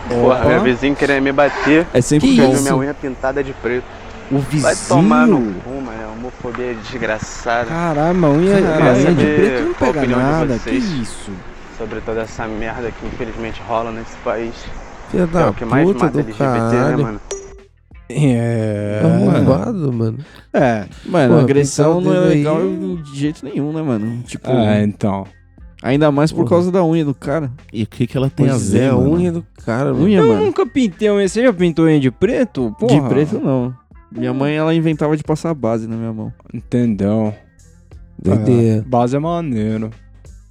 [SPEAKER 4] É.
[SPEAKER 21] Porra,
[SPEAKER 20] Ó.
[SPEAKER 21] meu vizinho queria me bater.
[SPEAKER 20] É sempre
[SPEAKER 21] que
[SPEAKER 20] bom.
[SPEAKER 21] minha unha pintada de preto.
[SPEAKER 4] O
[SPEAKER 21] Vai
[SPEAKER 4] vizinho?
[SPEAKER 21] tomar no cu, mano. Homofobia é desgraçada.
[SPEAKER 4] Caramba, a unha,
[SPEAKER 21] Queria
[SPEAKER 4] a unha de
[SPEAKER 21] saber
[SPEAKER 4] preto não
[SPEAKER 21] qual a
[SPEAKER 4] pega
[SPEAKER 21] opinião de
[SPEAKER 4] nada. Que
[SPEAKER 21] vocês
[SPEAKER 4] isso?
[SPEAKER 21] Sobre toda essa merda que infelizmente rola nesse país.
[SPEAKER 2] Filha
[SPEAKER 21] é
[SPEAKER 2] da
[SPEAKER 21] o que mais
[SPEAKER 2] puta
[SPEAKER 21] mata
[SPEAKER 2] do
[SPEAKER 21] LGBT,
[SPEAKER 2] caralho.
[SPEAKER 21] né, mano?
[SPEAKER 4] É.
[SPEAKER 2] Arrombado, mano.
[SPEAKER 4] É.
[SPEAKER 3] Mano,
[SPEAKER 2] Pô,
[SPEAKER 3] agressão não é
[SPEAKER 2] brincadeira
[SPEAKER 3] legal
[SPEAKER 2] aí.
[SPEAKER 3] de jeito nenhum, né, mano? Tipo.
[SPEAKER 4] então Ah, então.
[SPEAKER 3] Ainda mais por
[SPEAKER 4] Porra. é,
[SPEAKER 3] causa da unha do cara.
[SPEAKER 6] E o que, que ela
[SPEAKER 3] tem
[SPEAKER 2] a ver, mano? cara,
[SPEAKER 3] Unha,
[SPEAKER 4] eu
[SPEAKER 3] mano.
[SPEAKER 4] nunca pintei unha. Você já pintou unha de preto? Porra.
[SPEAKER 3] De preto, não. Minha mãe, ela inventava de passar base na minha mão.
[SPEAKER 4] Entendeu?
[SPEAKER 2] Doideira.
[SPEAKER 4] Ah, base é maneiro.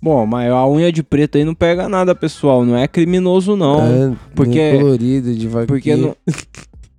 [SPEAKER 4] Bom, mas a unha de preto aí não pega nada, pessoal. Não é criminoso, não.
[SPEAKER 2] É,
[SPEAKER 4] porque.
[SPEAKER 2] nem colorido, de vaquinha.
[SPEAKER 4] Porque não-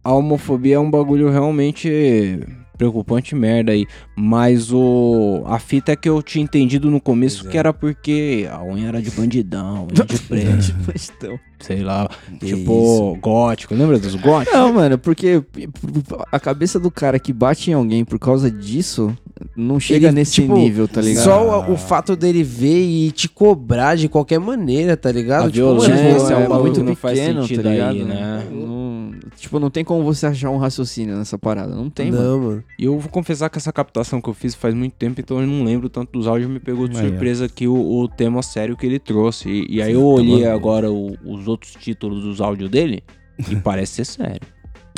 [SPEAKER 4] a homofobia é um bagulho realmente preocupante merda aí. Mas o. A fita que eu tinha entendido no começo
[SPEAKER 2] é.
[SPEAKER 4] que era porque a unha era de bandidão, unha
[SPEAKER 2] [LAUGHS]
[SPEAKER 4] de preto. Sei lá. tipo, gótico. Lembra dos góticos?
[SPEAKER 3] Não, mano, porque p- p- a cabeça do cara que bate em alguém por causa disso não chega
[SPEAKER 2] Ele,
[SPEAKER 3] nesse
[SPEAKER 2] tipo,
[SPEAKER 3] nível, tá ligado?
[SPEAKER 2] Só o, o fato dele ver e te cobrar de qualquer maneira, tá ligado?
[SPEAKER 3] A
[SPEAKER 2] mano,
[SPEAKER 3] violência é,
[SPEAKER 2] um
[SPEAKER 3] muito
[SPEAKER 2] bagulho que
[SPEAKER 3] pequeno, tá ligado?
[SPEAKER 2] ligado?
[SPEAKER 3] Não- tipo, não tem como você achar um raciocínio nessa parada. Não tem, mano.
[SPEAKER 4] E eu vou confessar que essa captação que eu fiz faz muito tempo, então eu não lembro tanto dos áudios. Me pegou de
[SPEAKER 3] Aí, ó.
[SPEAKER 4] surpresa que o, o tema sério que ele trouxe. E, e aí eu
[SPEAKER 2] Tá
[SPEAKER 4] olhei
[SPEAKER 2] maneiro.
[SPEAKER 4] agora o- os outros títulos dos áudios dele e parece ser sério.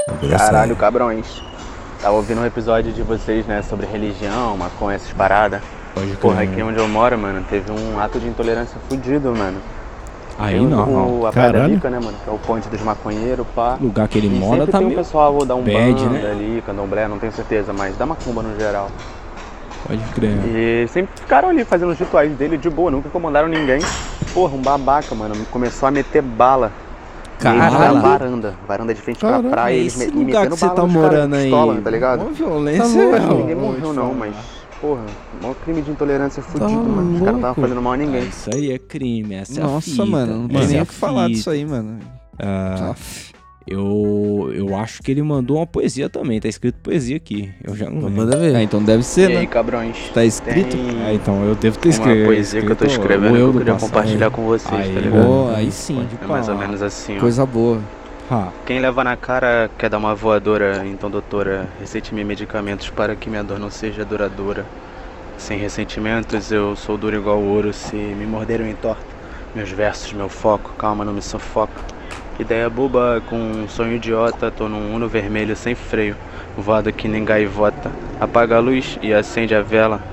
[SPEAKER 4] é
[SPEAKER 21] Caralho, cabrões. Tava ouvindo um episódio de vocês, né, sobre religião, maconha, essas paradas.
[SPEAKER 4] Pode
[SPEAKER 21] Porra,
[SPEAKER 4] crer.
[SPEAKER 21] aqui onde eu moro, mano, teve um ato de intolerância fudido, mano.
[SPEAKER 4] Aí
[SPEAKER 21] Tem
[SPEAKER 4] não,
[SPEAKER 21] O,
[SPEAKER 4] não.
[SPEAKER 21] a Pedra
[SPEAKER 4] Caralho.
[SPEAKER 21] Rica, né, mano, que é o ponte dos maconheiros, pá.
[SPEAKER 4] O lugar que ele
[SPEAKER 21] E
[SPEAKER 4] mora
[SPEAKER 21] sempre
[SPEAKER 4] tá
[SPEAKER 21] tem
[SPEAKER 4] meio
[SPEAKER 21] o pessoal "Ah, da Umbanda
[SPEAKER 4] bad, né?
[SPEAKER 21] um ali, Candomblé, não tenho certeza, mas da Macumba no geral.
[SPEAKER 4] Pode crer.
[SPEAKER 21] E sempre ficaram ali fazendo os rituais dele de boa, nunca incomodaram ninguém. Porra, um babaca, mano, começou a meter bala.
[SPEAKER 4] Caralho.
[SPEAKER 21] Neles Na varanda, varanda de frente pra praia, eles
[SPEAKER 4] esse
[SPEAKER 21] me-
[SPEAKER 4] lugar
[SPEAKER 21] metendo
[SPEAKER 4] que você
[SPEAKER 21] bala
[SPEAKER 4] tá
[SPEAKER 21] nos caras de
[SPEAKER 4] morando aí,
[SPEAKER 21] pistola, tá ligado?
[SPEAKER 4] mó violência,
[SPEAKER 21] louco,
[SPEAKER 4] né,
[SPEAKER 21] ninguém
[SPEAKER 4] mano?
[SPEAKER 21] morreu não, mas, porra, mó crime de intolerância fudido,
[SPEAKER 3] Tá
[SPEAKER 21] mano. Os caras
[SPEAKER 3] louco.
[SPEAKER 21] estavam fazendo mal a ninguém.
[SPEAKER 4] Isso aí é crime, essa é a
[SPEAKER 3] Nossa,
[SPEAKER 4] fita,
[SPEAKER 3] mano, não tem
[SPEAKER 4] essa
[SPEAKER 3] nem
[SPEAKER 4] é a
[SPEAKER 3] o que falar disso
[SPEAKER 4] fita.
[SPEAKER 3] aí, mano.
[SPEAKER 4] Ah, eu, eu acho que ele mandou uma poesia também, tá escrito poesia aqui. Eu já não lembro.
[SPEAKER 3] manda ver. Ah, então deve ser,
[SPEAKER 21] E
[SPEAKER 3] né?
[SPEAKER 21] aí, cabrões?
[SPEAKER 3] Tá escrito?
[SPEAKER 21] Tem
[SPEAKER 4] Ah, então eu devo ter
[SPEAKER 21] uma
[SPEAKER 4] escrito.
[SPEAKER 21] poesia que eu tô
[SPEAKER 4] escrito
[SPEAKER 21] escrevendo
[SPEAKER 4] o
[SPEAKER 21] que eu
[SPEAKER 4] do
[SPEAKER 21] queria
[SPEAKER 4] passado.
[SPEAKER 21] compartilhar com vocês,
[SPEAKER 4] Aí,
[SPEAKER 21] tá ligado?
[SPEAKER 4] ó, aí
[SPEAKER 3] sim.
[SPEAKER 21] É mais ou menos assim, ó.
[SPEAKER 3] Coisa boa.
[SPEAKER 4] Ah.
[SPEAKER 21] Quem leva na cara quer dar uma voadora, então doutora, receite-me medicamentos para que minha dor não seja duradoura. Sem ressentimentos eu sou duro igual ouro, se me morderam em torta. Meus versos, meu foco, calma, não me sufoca. Ideia boba com um sonho idiota, tô num uno vermelho sem freio, voado que nem gaivota. Apaga a luz e acende a vela,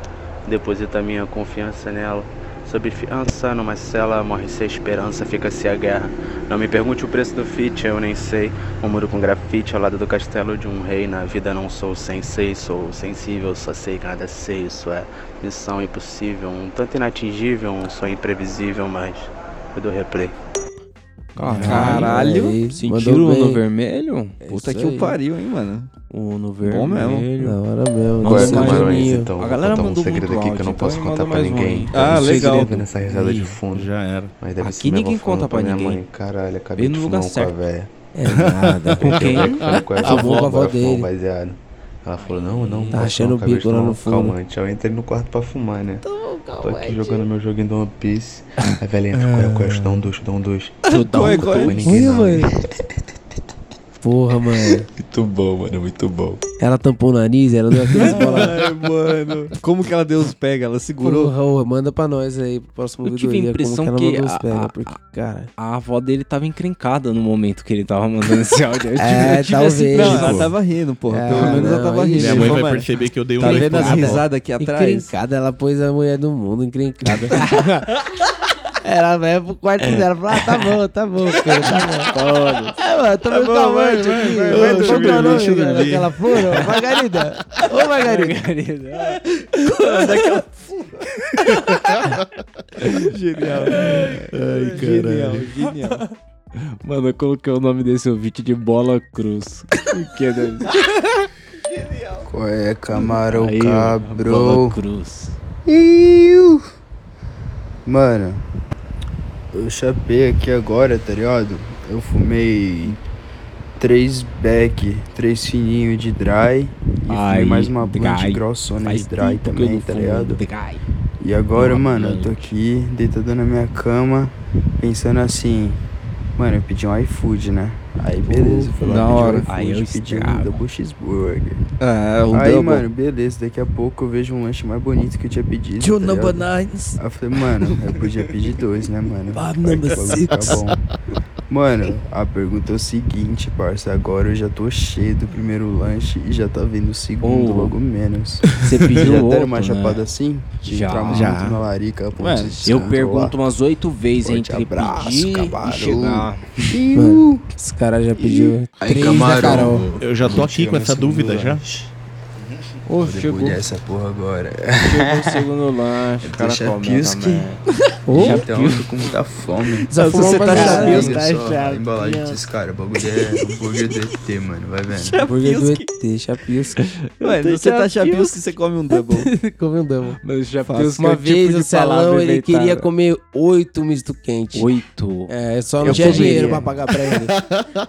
[SPEAKER 21] deposita minha confiança nela. Sob fiança, numa cela, morre-se a esperança, fica-se a guerra. Não me pergunte o preço do fit, eu nem sei. Um muro com grafite ao lado do castelo de um rei. Na vida não sou sensei, sou sensível, só sei que nada sei. Isso é missão impossível, um tanto inatingível, um sonho imprevisível, mas eu dou replay.
[SPEAKER 3] Caralho.
[SPEAKER 4] aí,
[SPEAKER 3] Mandou
[SPEAKER 4] Sentiram o no
[SPEAKER 3] bem.
[SPEAKER 4] vermelho?
[SPEAKER 3] É
[SPEAKER 4] Puta
[SPEAKER 3] isso
[SPEAKER 4] que
[SPEAKER 3] aí.
[SPEAKER 4] o
[SPEAKER 3] [LAUGHS]
[SPEAKER 4] pariu,
[SPEAKER 3] hein, mano.
[SPEAKER 4] O no
[SPEAKER 3] Bom mesmo.
[SPEAKER 4] vermelho.
[SPEAKER 2] Da hora mesmo.
[SPEAKER 12] Agora,
[SPEAKER 2] Nossa,
[SPEAKER 12] camarões,
[SPEAKER 2] Juninho.
[SPEAKER 12] então,
[SPEAKER 2] A
[SPEAKER 12] vou
[SPEAKER 2] galera
[SPEAKER 12] contar um
[SPEAKER 2] mandou
[SPEAKER 12] segredo
[SPEAKER 2] muito
[SPEAKER 12] aqui que eu
[SPEAKER 2] áudio,
[SPEAKER 12] não posso
[SPEAKER 2] então
[SPEAKER 12] contar
[SPEAKER 2] manda
[SPEAKER 12] pra
[SPEAKER 2] mais um
[SPEAKER 12] ninguém.
[SPEAKER 2] aí.
[SPEAKER 12] Tá
[SPEAKER 2] Ah,
[SPEAKER 12] um
[SPEAKER 2] legal.
[SPEAKER 12] segredo nessa risada de
[SPEAKER 2] Ih,
[SPEAKER 12] fundo.
[SPEAKER 6] Já era.
[SPEAKER 12] Mas deve ser
[SPEAKER 4] Aqui ninguém
[SPEAKER 12] abafando
[SPEAKER 4] conta pra
[SPEAKER 12] minha
[SPEAKER 4] ninguém.
[SPEAKER 12] Mãe. Caralho, acabei
[SPEAKER 4] Veio
[SPEAKER 12] de
[SPEAKER 4] no
[SPEAKER 12] fumar
[SPEAKER 4] lugar
[SPEAKER 12] um com a
[SPEAKER 4] certo.
[SPEAKER 12] véia.
[SPEAKER 2] É nada.
[SPEAKER 12] Porque
[SPEAKER 2] Com
[SPEAKER 12] o
[SPEAKER 2] quem?
[SPEAKER 12] Beck falou com essa
[SPEAKER 2] Fumou com
[SPEAKER 12] avó,
[SPEAKER 2] a avó
[SPEAKER 12] agora fumou,
[SPEAKER 2] dele.
[SPEAKER 12] baseado.
[SPEAKER 21] Ela falou, não, não,
[SPEAKER 8] Tá
[SPEAKER 21] posso
[SPEAKER 8] achando
[SPEAKER 21] não,
[SPEAKER 8] o
[SPEAKER 21] acabei de
[SPEAKER 8] bico lá
[SPEAKER 21] tomar
[SPEAKER 8] no
[SPEAKER 21] um
[SPEAKER 8] fundo.
[SPEAKER 21] Calmante. Aí Eu entrei no quarto pra fumar, né?
[SPEAKER 22] Então,
[SPEAKER 21] Tô aqui
[SPEAKER 22] é
[SPEAKER 8] calmante.
[SPEAKER 21] jogando meu joguinho do One Piece. A velha entra, corre, corre, te dá um dois, te dá um
[SPEAKER 8] [LAUGHS]
[SPEAKER 21] dois.
[SPEAKER 8] Tu dá um
[SPEAKER 21] Corre,
[SPEAKER 8] dois.
[SPEAKER 21] corre. Ninguém
[SPEAKER 8] Ih,
[SPEAKER 21] não,
[SPEAKER 8] mano.
[SPEAKER 21] hein?
[SPEAKER 8] Porra, mano.
[SPEAKER 21] Muito bom, mano, muito bom.
[SPEAKER 8] Ela tampou o nariz, ela deu aqueles bolas.
[SPEAKER 14] Ai, mano. Como que ela deu os pega? Ela segurou.
[SPEAKER 8] Porra, ô, manda pra nós aí pro próximo
[SPEAKER 4] Eu
[SPEAKER 8] vídeo.
[SPEAKER 4] tive a impressão
[SPEAKER 8] é como
[SPEAKER 4] que,
[SPEAKER 8] que, ela mandou
[SPEAKER 4] a-
[SPEAKER 8] os pega,
[SPEAKER 4] a-
[SPEAKER 8] porque, cara.
[SPEAKER 4] A avó dele tava encrencada no momento que ele tava mandando
[SPEAKER 8] [LAUGHS]
[SPEAKER 4] esse áudio. Eu tive-
[SPEAKER 8] É,
[SPEAKER 4] eu tive
[SPEAKER 8] talvez. É,
[SPEAKER 4] essa impressão.
[SPEAKER 14] Não, ela tava rindo, porra. Pelo menos ela tava rindo.
[SPEAKER 9] Minha mãe vai perceber que eu dei um
[SPEAKER 14] Tá
[SPEAKER 9] dois
[SPEAKER 14] vendo
[SPEAKER 9] por
[SPEAKER 14] as
[SPEAKER 9] nada.
[SPEAKER 14] risadas aqui atrás?
[SPEAKER 8] Encrencada, ela pôs a mulher do mundo
[SPEAKER 4] [LAUGHS]
[SPEAKER 8] [LAUGHS] encrencada. ela vai pro quarto
[SPEAKER 4] É.
[SPEAKER 8] dela e fala: ah, tá bom,
[SPEAKER 4] [LAUGHS]
[SPEAKER 8] tá bom, filho, tá bom. É, mano, tô meio calmante aqui.
[SPEAKER 14] vai,
[SPEAKER 8] Ô,
[SPEAKER 14] vai,
[SPEAKER 8] Qual
[SPEAKER 14] dormir,
[SPEAKER 8] que é
[SPEAKER 14] deixa eu
[SPEAKER 8] o nome cara,
[SPEAKER 14] dormir.
[SPEAKER 8] daquela porra? Margarida. Ô, Margarida. Margarida. daquela
[SPEAKER 14] Genial.
[SPEAKER 4] Ai,
[SPEAKER 14] Genial,
[SPEAKER 4] caralho.
[SPEAKER 14] genial.
[SPEAKER 4] Mano, eu coloquei o nome desse ouvinte de Bola Cruz. que deve
[SPEAKER 2] Qual é, camarão
[SPEAKER 4] Aí, ó,
[SPEAKER 2] cabro?
[SPEAKER 4] Bola Cruz.
[SPEAKER 2] Iu. Mano, eu chapei aqui agora, tá ligado? Eu fumei três beck, três fininhos de dry e
[SPEAKER 4] Ai,
[SPEAKER 2] fumei mais uma blunt
[SPEAKER 4] dry.
[SPEAKER 2] de grossona
[SPEAKER 4] Faz
[SPEAKER 2] de
[SPEAKER 4] tempo
[SPEAKER 2] dry
[SPEAKER 4] que eu
[SPEAKER 2] também,
[SPEAKER 4] não
[SPEAKER 2] tá
[SPEAKER 4] fumo
[SPEAKER 2] ligado?
[SPEAKER 4] dry.
[SPEAKER 2] E agora,
[SPEAKER 4] Uma
[SPEAKER 2] mano, eu tô aqui deitado na minha cama, pensando assim, mano, eu pedi um iFood, né? Aí beleza, eu fui
[SPEAKER 4] da
[SPEAKER 2] lá
[SPEAKER 4] hora.
[SPEAKER 2] pedir um
[SPEAKER 4] Aí eu
[SPEAKER 2] iFood, pedi um
[SPEAKER 4] estrago.
[SPEAKER 2] double cheeseburger.
[SPEAKER 14] Ah, um
[SPEAKER 2] Aí,
[SPEAKER 14] double.
[SPEAKER 2] mano, beleza, daqui a pouco eu vejo um lanche mais bonito que eu tinha pedido.
[SPEAKER 14] Two
[SPEAKER 2] tá
[SPEAKER 14] number
[SPEAKER 2] ligado? Aí eu falei, mano, eu podia pedir dois, né, mano? Vai que o
[SPEAKER 14] number
[SPEAKER 2] bagulho
[SPEAKER 14] six.
[SPEAKER 2] fica bom. Mano, a pergunta é o seguinte, parça. Agora eu já tô cheio do primeiro lanche e já tá vindo o segundo,
[SPEAKER 14] Oh.
[SPEAKER 2] logo menos.
[SPEAKER 4] Você pediu
[SPEAKER 2] já
[SPEAKER 4] outro,
[SPEAKER 2] deram uma
[SPEAKER 4] né?
[SPEAKER 2] chapada assim? De
[SPEAKER 4] Já.
[SPEAKER 2] entrar muito
[SPEAKER 4] Já.
[SPEAKER 2] na larica. a ponto
[SPEAKER 4] Ué,
[SPEAKER 2] de
[SPEAKER 4] eu
[SPEAKER 2] descontrolar?
[SPEAKER 4] pergunto umas oito vezes
[SPEAKER 2] Forte
[SPEAKER 4] entre
[SPEAKER 2] abraço,
[SPEAKER 4] pedir
[SPEAKER 2] camarão.
[SPEAKER 4] e chegar.
[SPEAKER 8] Mano, esse cara já pediu três da Carol.
[SPEAKER 9] Eu já tô aqui com essa dúvida já.
[SPEAKER 4] Ô,
[SPEAKER 2] Vou
[SPEAKER 4] chegou.
[SPEAKER 2] debulhar essa porra agora.
[SPEAKER 4] Chegou o segundo lanche, o
[SPEAKER 2] Tô
[SPEAKER 4] cara
[SPEAKER 2] chapisque.
[SPEAKER 4] comenta,
[SPEAKER 2] Ô,
[SPEAKER 4] merda.
[SPEAKER 2] Então, eu tô com muita fome.
[SPEAKER 4] Só fumou pra caralho.
[SPEAKER 2] Olha
[SPEAKER 4] Tá
[SPEAKER 2] só, a
[SPEAKER 4] chato,
[SPEAKER 2] embalagem
[SPEAKER 4] criança.
[SPEAKER 2] desses caras. O bagulho é hambúrguer do ET, mano. Vai vendo.
[SPEAKER 4] é
[SPEAKER 8] Hambúrguer do ET, [LAUGHS] chapisca.
[SPEAKER 14] Ué, você tá chapisco e você come um double.
[SPEAKER 8] [LAUGHS] Come um double.
[SPEAKER 4] Mas já
[SPEAKER 8] Faz uma
[SPEAKER 4] tipo
[SPEAKER 8] vez o salão, ele queria comer oito misto quente.
[SPEAKER 4] Oito?
[SPEAKER 8] É, só não
[SPEAKER 4] Eu
[SPEAKER 8] tinha
[SPEAKER 4] comeria.
[SPEAKER 8] dinheiro pra pagar
[SPEAKER 4] [LAUGHS]
[SPEAKER 8] pra ele.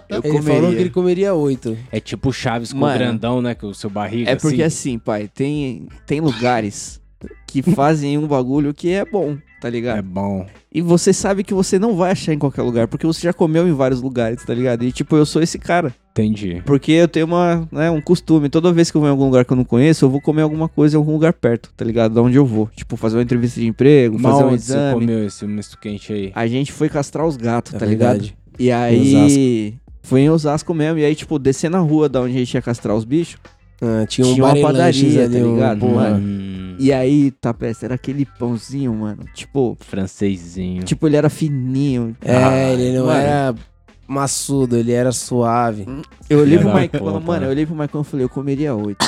[SPEAKER 4] Eu
[SPEAKER 8] ele falou
[SPEAKER 4] comeria.
[SPEAKER 8] que ele comeria oito.
[SPEAKER 4] É tipo o Chaves com o
[SPEAKER 3] Mano,
[SPEAKER 4] grandão, né? Com o seu barriga.
[SPEAKER 3] É porque assim, pai, tem, tem lugares que fazem um bagulho que é bom, tá ligado? É
[SPEAKER 4] bom.
[SPEAKER 3] E você sabe que você não vai achar em qualquer lugar, porque você já comeu em vários lugares, tá ligado? E tipo, eu sou esse cara.
[SPEAKER 4] Entendi.
[SPEAKER 3] Porque eu tenho uma, né, um costume, toda vez que eu vou em algum lugar que eu não conheço, eu vou comer alguma coisa em algum lugar perto, tá ligado? Da onde eu vou. Tipo, fazer uma entrevista de emprego,
[SPEAKER 4] Mas
[SPEAKER 3] fazer um
[SPEAKER 4] onde você
[SPEAKER 3] exame.
[SPEAKER 4] comeu esse misto quente aí?
[SPEAKER 3] A gente foi castrar os gatos,
[SPEAKER 4] É
[SPEAKER 3] tá
[SPEAKER 4] verdade.
[SPEAKER 3] ligado? E aí.
[SPEAKER 4] Osasco.
[SPEAKER 3] Foi em Osasco mesmo. E aí, tipo, descer na rua da onde a gente ia castrar os bichos.
[SPEAKER 8] tinha um
[SPEAKER 3] uma
[SPEAKER 8] Barilanches
[SPEAKER 3] padaria,
[SPEAKER 8] ali,
[SPEAKER 3] tá
[SPEAKER 8] um-
[SPEAKER 3] ligado?
[SPEAKER 8] porra. Hum.
[SPEAKER 3] Mano? E aí, Tapete, era aquele pãozinho, mano. Tipo.
[SPEAKER 4] Francesinho.
[SPEAKER 3] Tipo, ele era fininho.
[SPEAKER 8] É,
[SPEAKER 3] Ah,
[SPEAKER 8] ele não
[SPEAKER 3] mano.
[SPEAKER 8] era maçudo, ele era suave.
[SPEAKER 4] Hum.
[SPEAKER 3] Eu olhei pro
[SPEAKER 8] Filha da
[SPEAKER 3] Maicon,
[SPEAKER 8] puta, né?
[SPEAKER 3] mano, eu olhei pro Maicon e falei, eu comeria
[SPEAKER 8] [LAUGHS]
[SPEAKER 3] oito.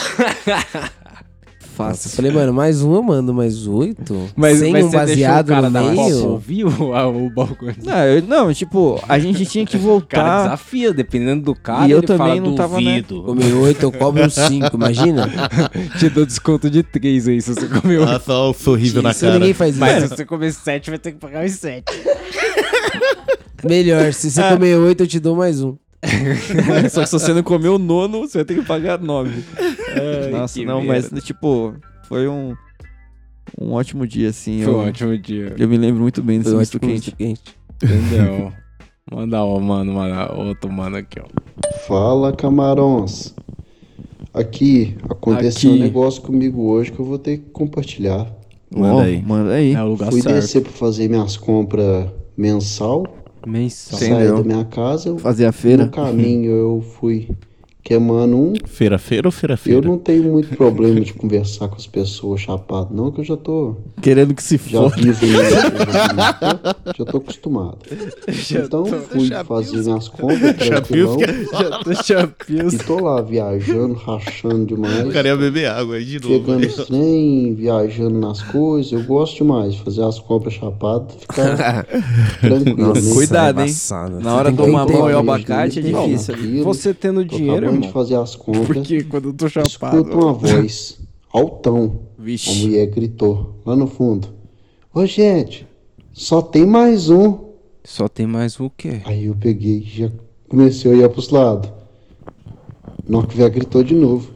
[SPEAKER 3] Fácil.
[SPEAKER 8] Eu Falei, mano, mais uma, mano, mais oito?
[SPEAKER 3] Mas-
[SPEAKER 8] Sem
[SPEAKER 3] mas
[SPEAKER 8] um
[SPEAKER 3] você deixou
[SPEAKER 8] baseado
[SPEAKER 3] o cara
[SPEAKER 8] no
[SPEAKER 3] da
[SPEAKER 8] meio?
[SPEAKER 3] Copa
[SPEAKER 4] Viu [LAUGHS] Ah, o balcão?
[SPEAKER 3] Não, eu- não, tipo, a gente tinha que voltar.
[SPEAKER 4] cara desafia, dependendo do cara.
[SPEAKER 3] Tá. E eu
[SPEAKER 4] ele
[SPEAKER 3] também
[SPEAKER 4] fala,
[SPEAKER 3] não tava, né?
[SPEAKER 4] "Duvido".
[SPEAKER 3] Comi oito, eu cobro
[SPEAKER 8] um
[SPEAKER 3] uns cinco, imagina.
[SPEAKER 4] [LAUGHS] Te dou desconto de três aí se você comer
[SPEAKER 9] Ah, só o sorriso na
[SPEAKER 4] Isso
[SPEAKER 9] cara.
[SPEAKER 4] ninguém faz Mas
[SPEAKER 9] isso.
[SPEAKER 4] se você comer sete, vai ter que pagar os sete.
[SPEAKER 8] [LAUGHS]
[SPEAKER 4] Ah.
[SPEAKER 8] Melhor, se você comer oito, eu te dou
[SPEAKER 4] [LAUGHS]
[SPEAKER 8] mais um.
[SPEAKER 3] [LAUGHS]
[SPEAKER 14] Só que se você não comer o nono, você vai ter que pagar nove.
[SPEAKER 3] É, Nossa,
[SPEAKER 14] que
[SPEAKER 3] não,
[SPEAKER 14] merda.
[SPEAKER 3] mas tipo, foi um um ótimo dia assim.
[SPEAKER 4] Foi
[SPEAKER 3] eu-
[SPEAKER 4] um ótimo dia.
[SPEAKER 3] Eu me lembro muito bem desse
[SPEAKER 4] Foi um
[SPEAKER 3] misto
[SPEAKER 4] ótimo
[SPEAKER 3] quente.
[SPEAKER 8] misto quente.
[SPEAKER 4] Entendeu? Manda ó, mano, mano, outro mano aqui, ó.
[SPEAKER 13] [LAUGHS] Fala, camarões. Aqui aconteceu
[SPEAKER 4] Aqui.
[SPEAKER 13] um negócio comigo hoje que eu vou ter que compartilhar.
[SPEAKER 3] Manda Ó, aí. manda aí. É o lugar
[SPEAKER 13] Fui
[SPEAKER 3] certo.
[SPEAKER 13] descer para fazer minhas compras mensal.
[SPEAKER 4] Mensal.
[SPEAKER 13] Saí
[SPEAKER 3] Entendeu.
[SPEAKER 13] da minha casa. eu-
[SPEAKER 3] Fazer a feira.
[SPEAKER 13] No caminho eu fui queimando um.
[SPEAKER 9] Feira, feira ou feira, feira?
[SPEAKER 13] Eu não tenho muito problema de conversar com as pessoas chapado, não, que eu já tô.
[SPEAKER 3] Querendo que se
[SPEAKER 13] Já
[SPEAKER 3] foda.
[SPEAKER 13] vivo
[SPEAKER 3] [LAUGHS]
[SPEAKER 13] isso, já, tô- já tô acostumado.
[SPEAKER 3] Já
[SPEAKER 13] então
[SPEAKER 3] tô-
[SPEAKER 13] fui fazer minhas compras,
[SPEAKER 9] Já
[SPEAKER 13] tranquilão.
[SPEAKER 9] pisca- já tô
[SPEAKER 13] E tô lá viajando, rachando demais.
[SPEAKER 9] O cara
[SPEAKER 3] é
[SPEAKER 9] ia beber água aí de novo.
[SPEAKER 13] Pegando os trem, viajando nas coisas, eu gosto demais de fazer as compras chapadas,
[SPEAKER 3] [LAUGHS]
[SPEAKER 13] ficar tranquilo.
[SPEAKER 3] Nossa,
[SPEAKER 13] né?
[SPEAKER 3] Cuidado, é hein? embaçado. Na Você hora tem do que mamão entender. e abacate é
[SPEAKER 13] Não,
[SPEAKER 3] difícil.
[SPEAKER 13] tranquilo,
[SPEAKER 4] Você tendo
[SPEAKER 13] tô
[SPEAKER 4] dinheiro,
[SPEAKER 13] acabando de
[SPEAKER 4] irmão.
[SPEAKER 13] fazer as compras.
[SPEAKER 4] Porque quando eu tô chapado.
[SPEAKER 13] Escuta uma voz, altão. A mulher gritou lá no fundo. Ô, gente, só tem mais um.
[SPEAKER 4] Só tem mais o quê?
[SPEAKER 13] Aí eu peguei e já comecei a olhar pros lados. Na hora que vier, gritou de novo.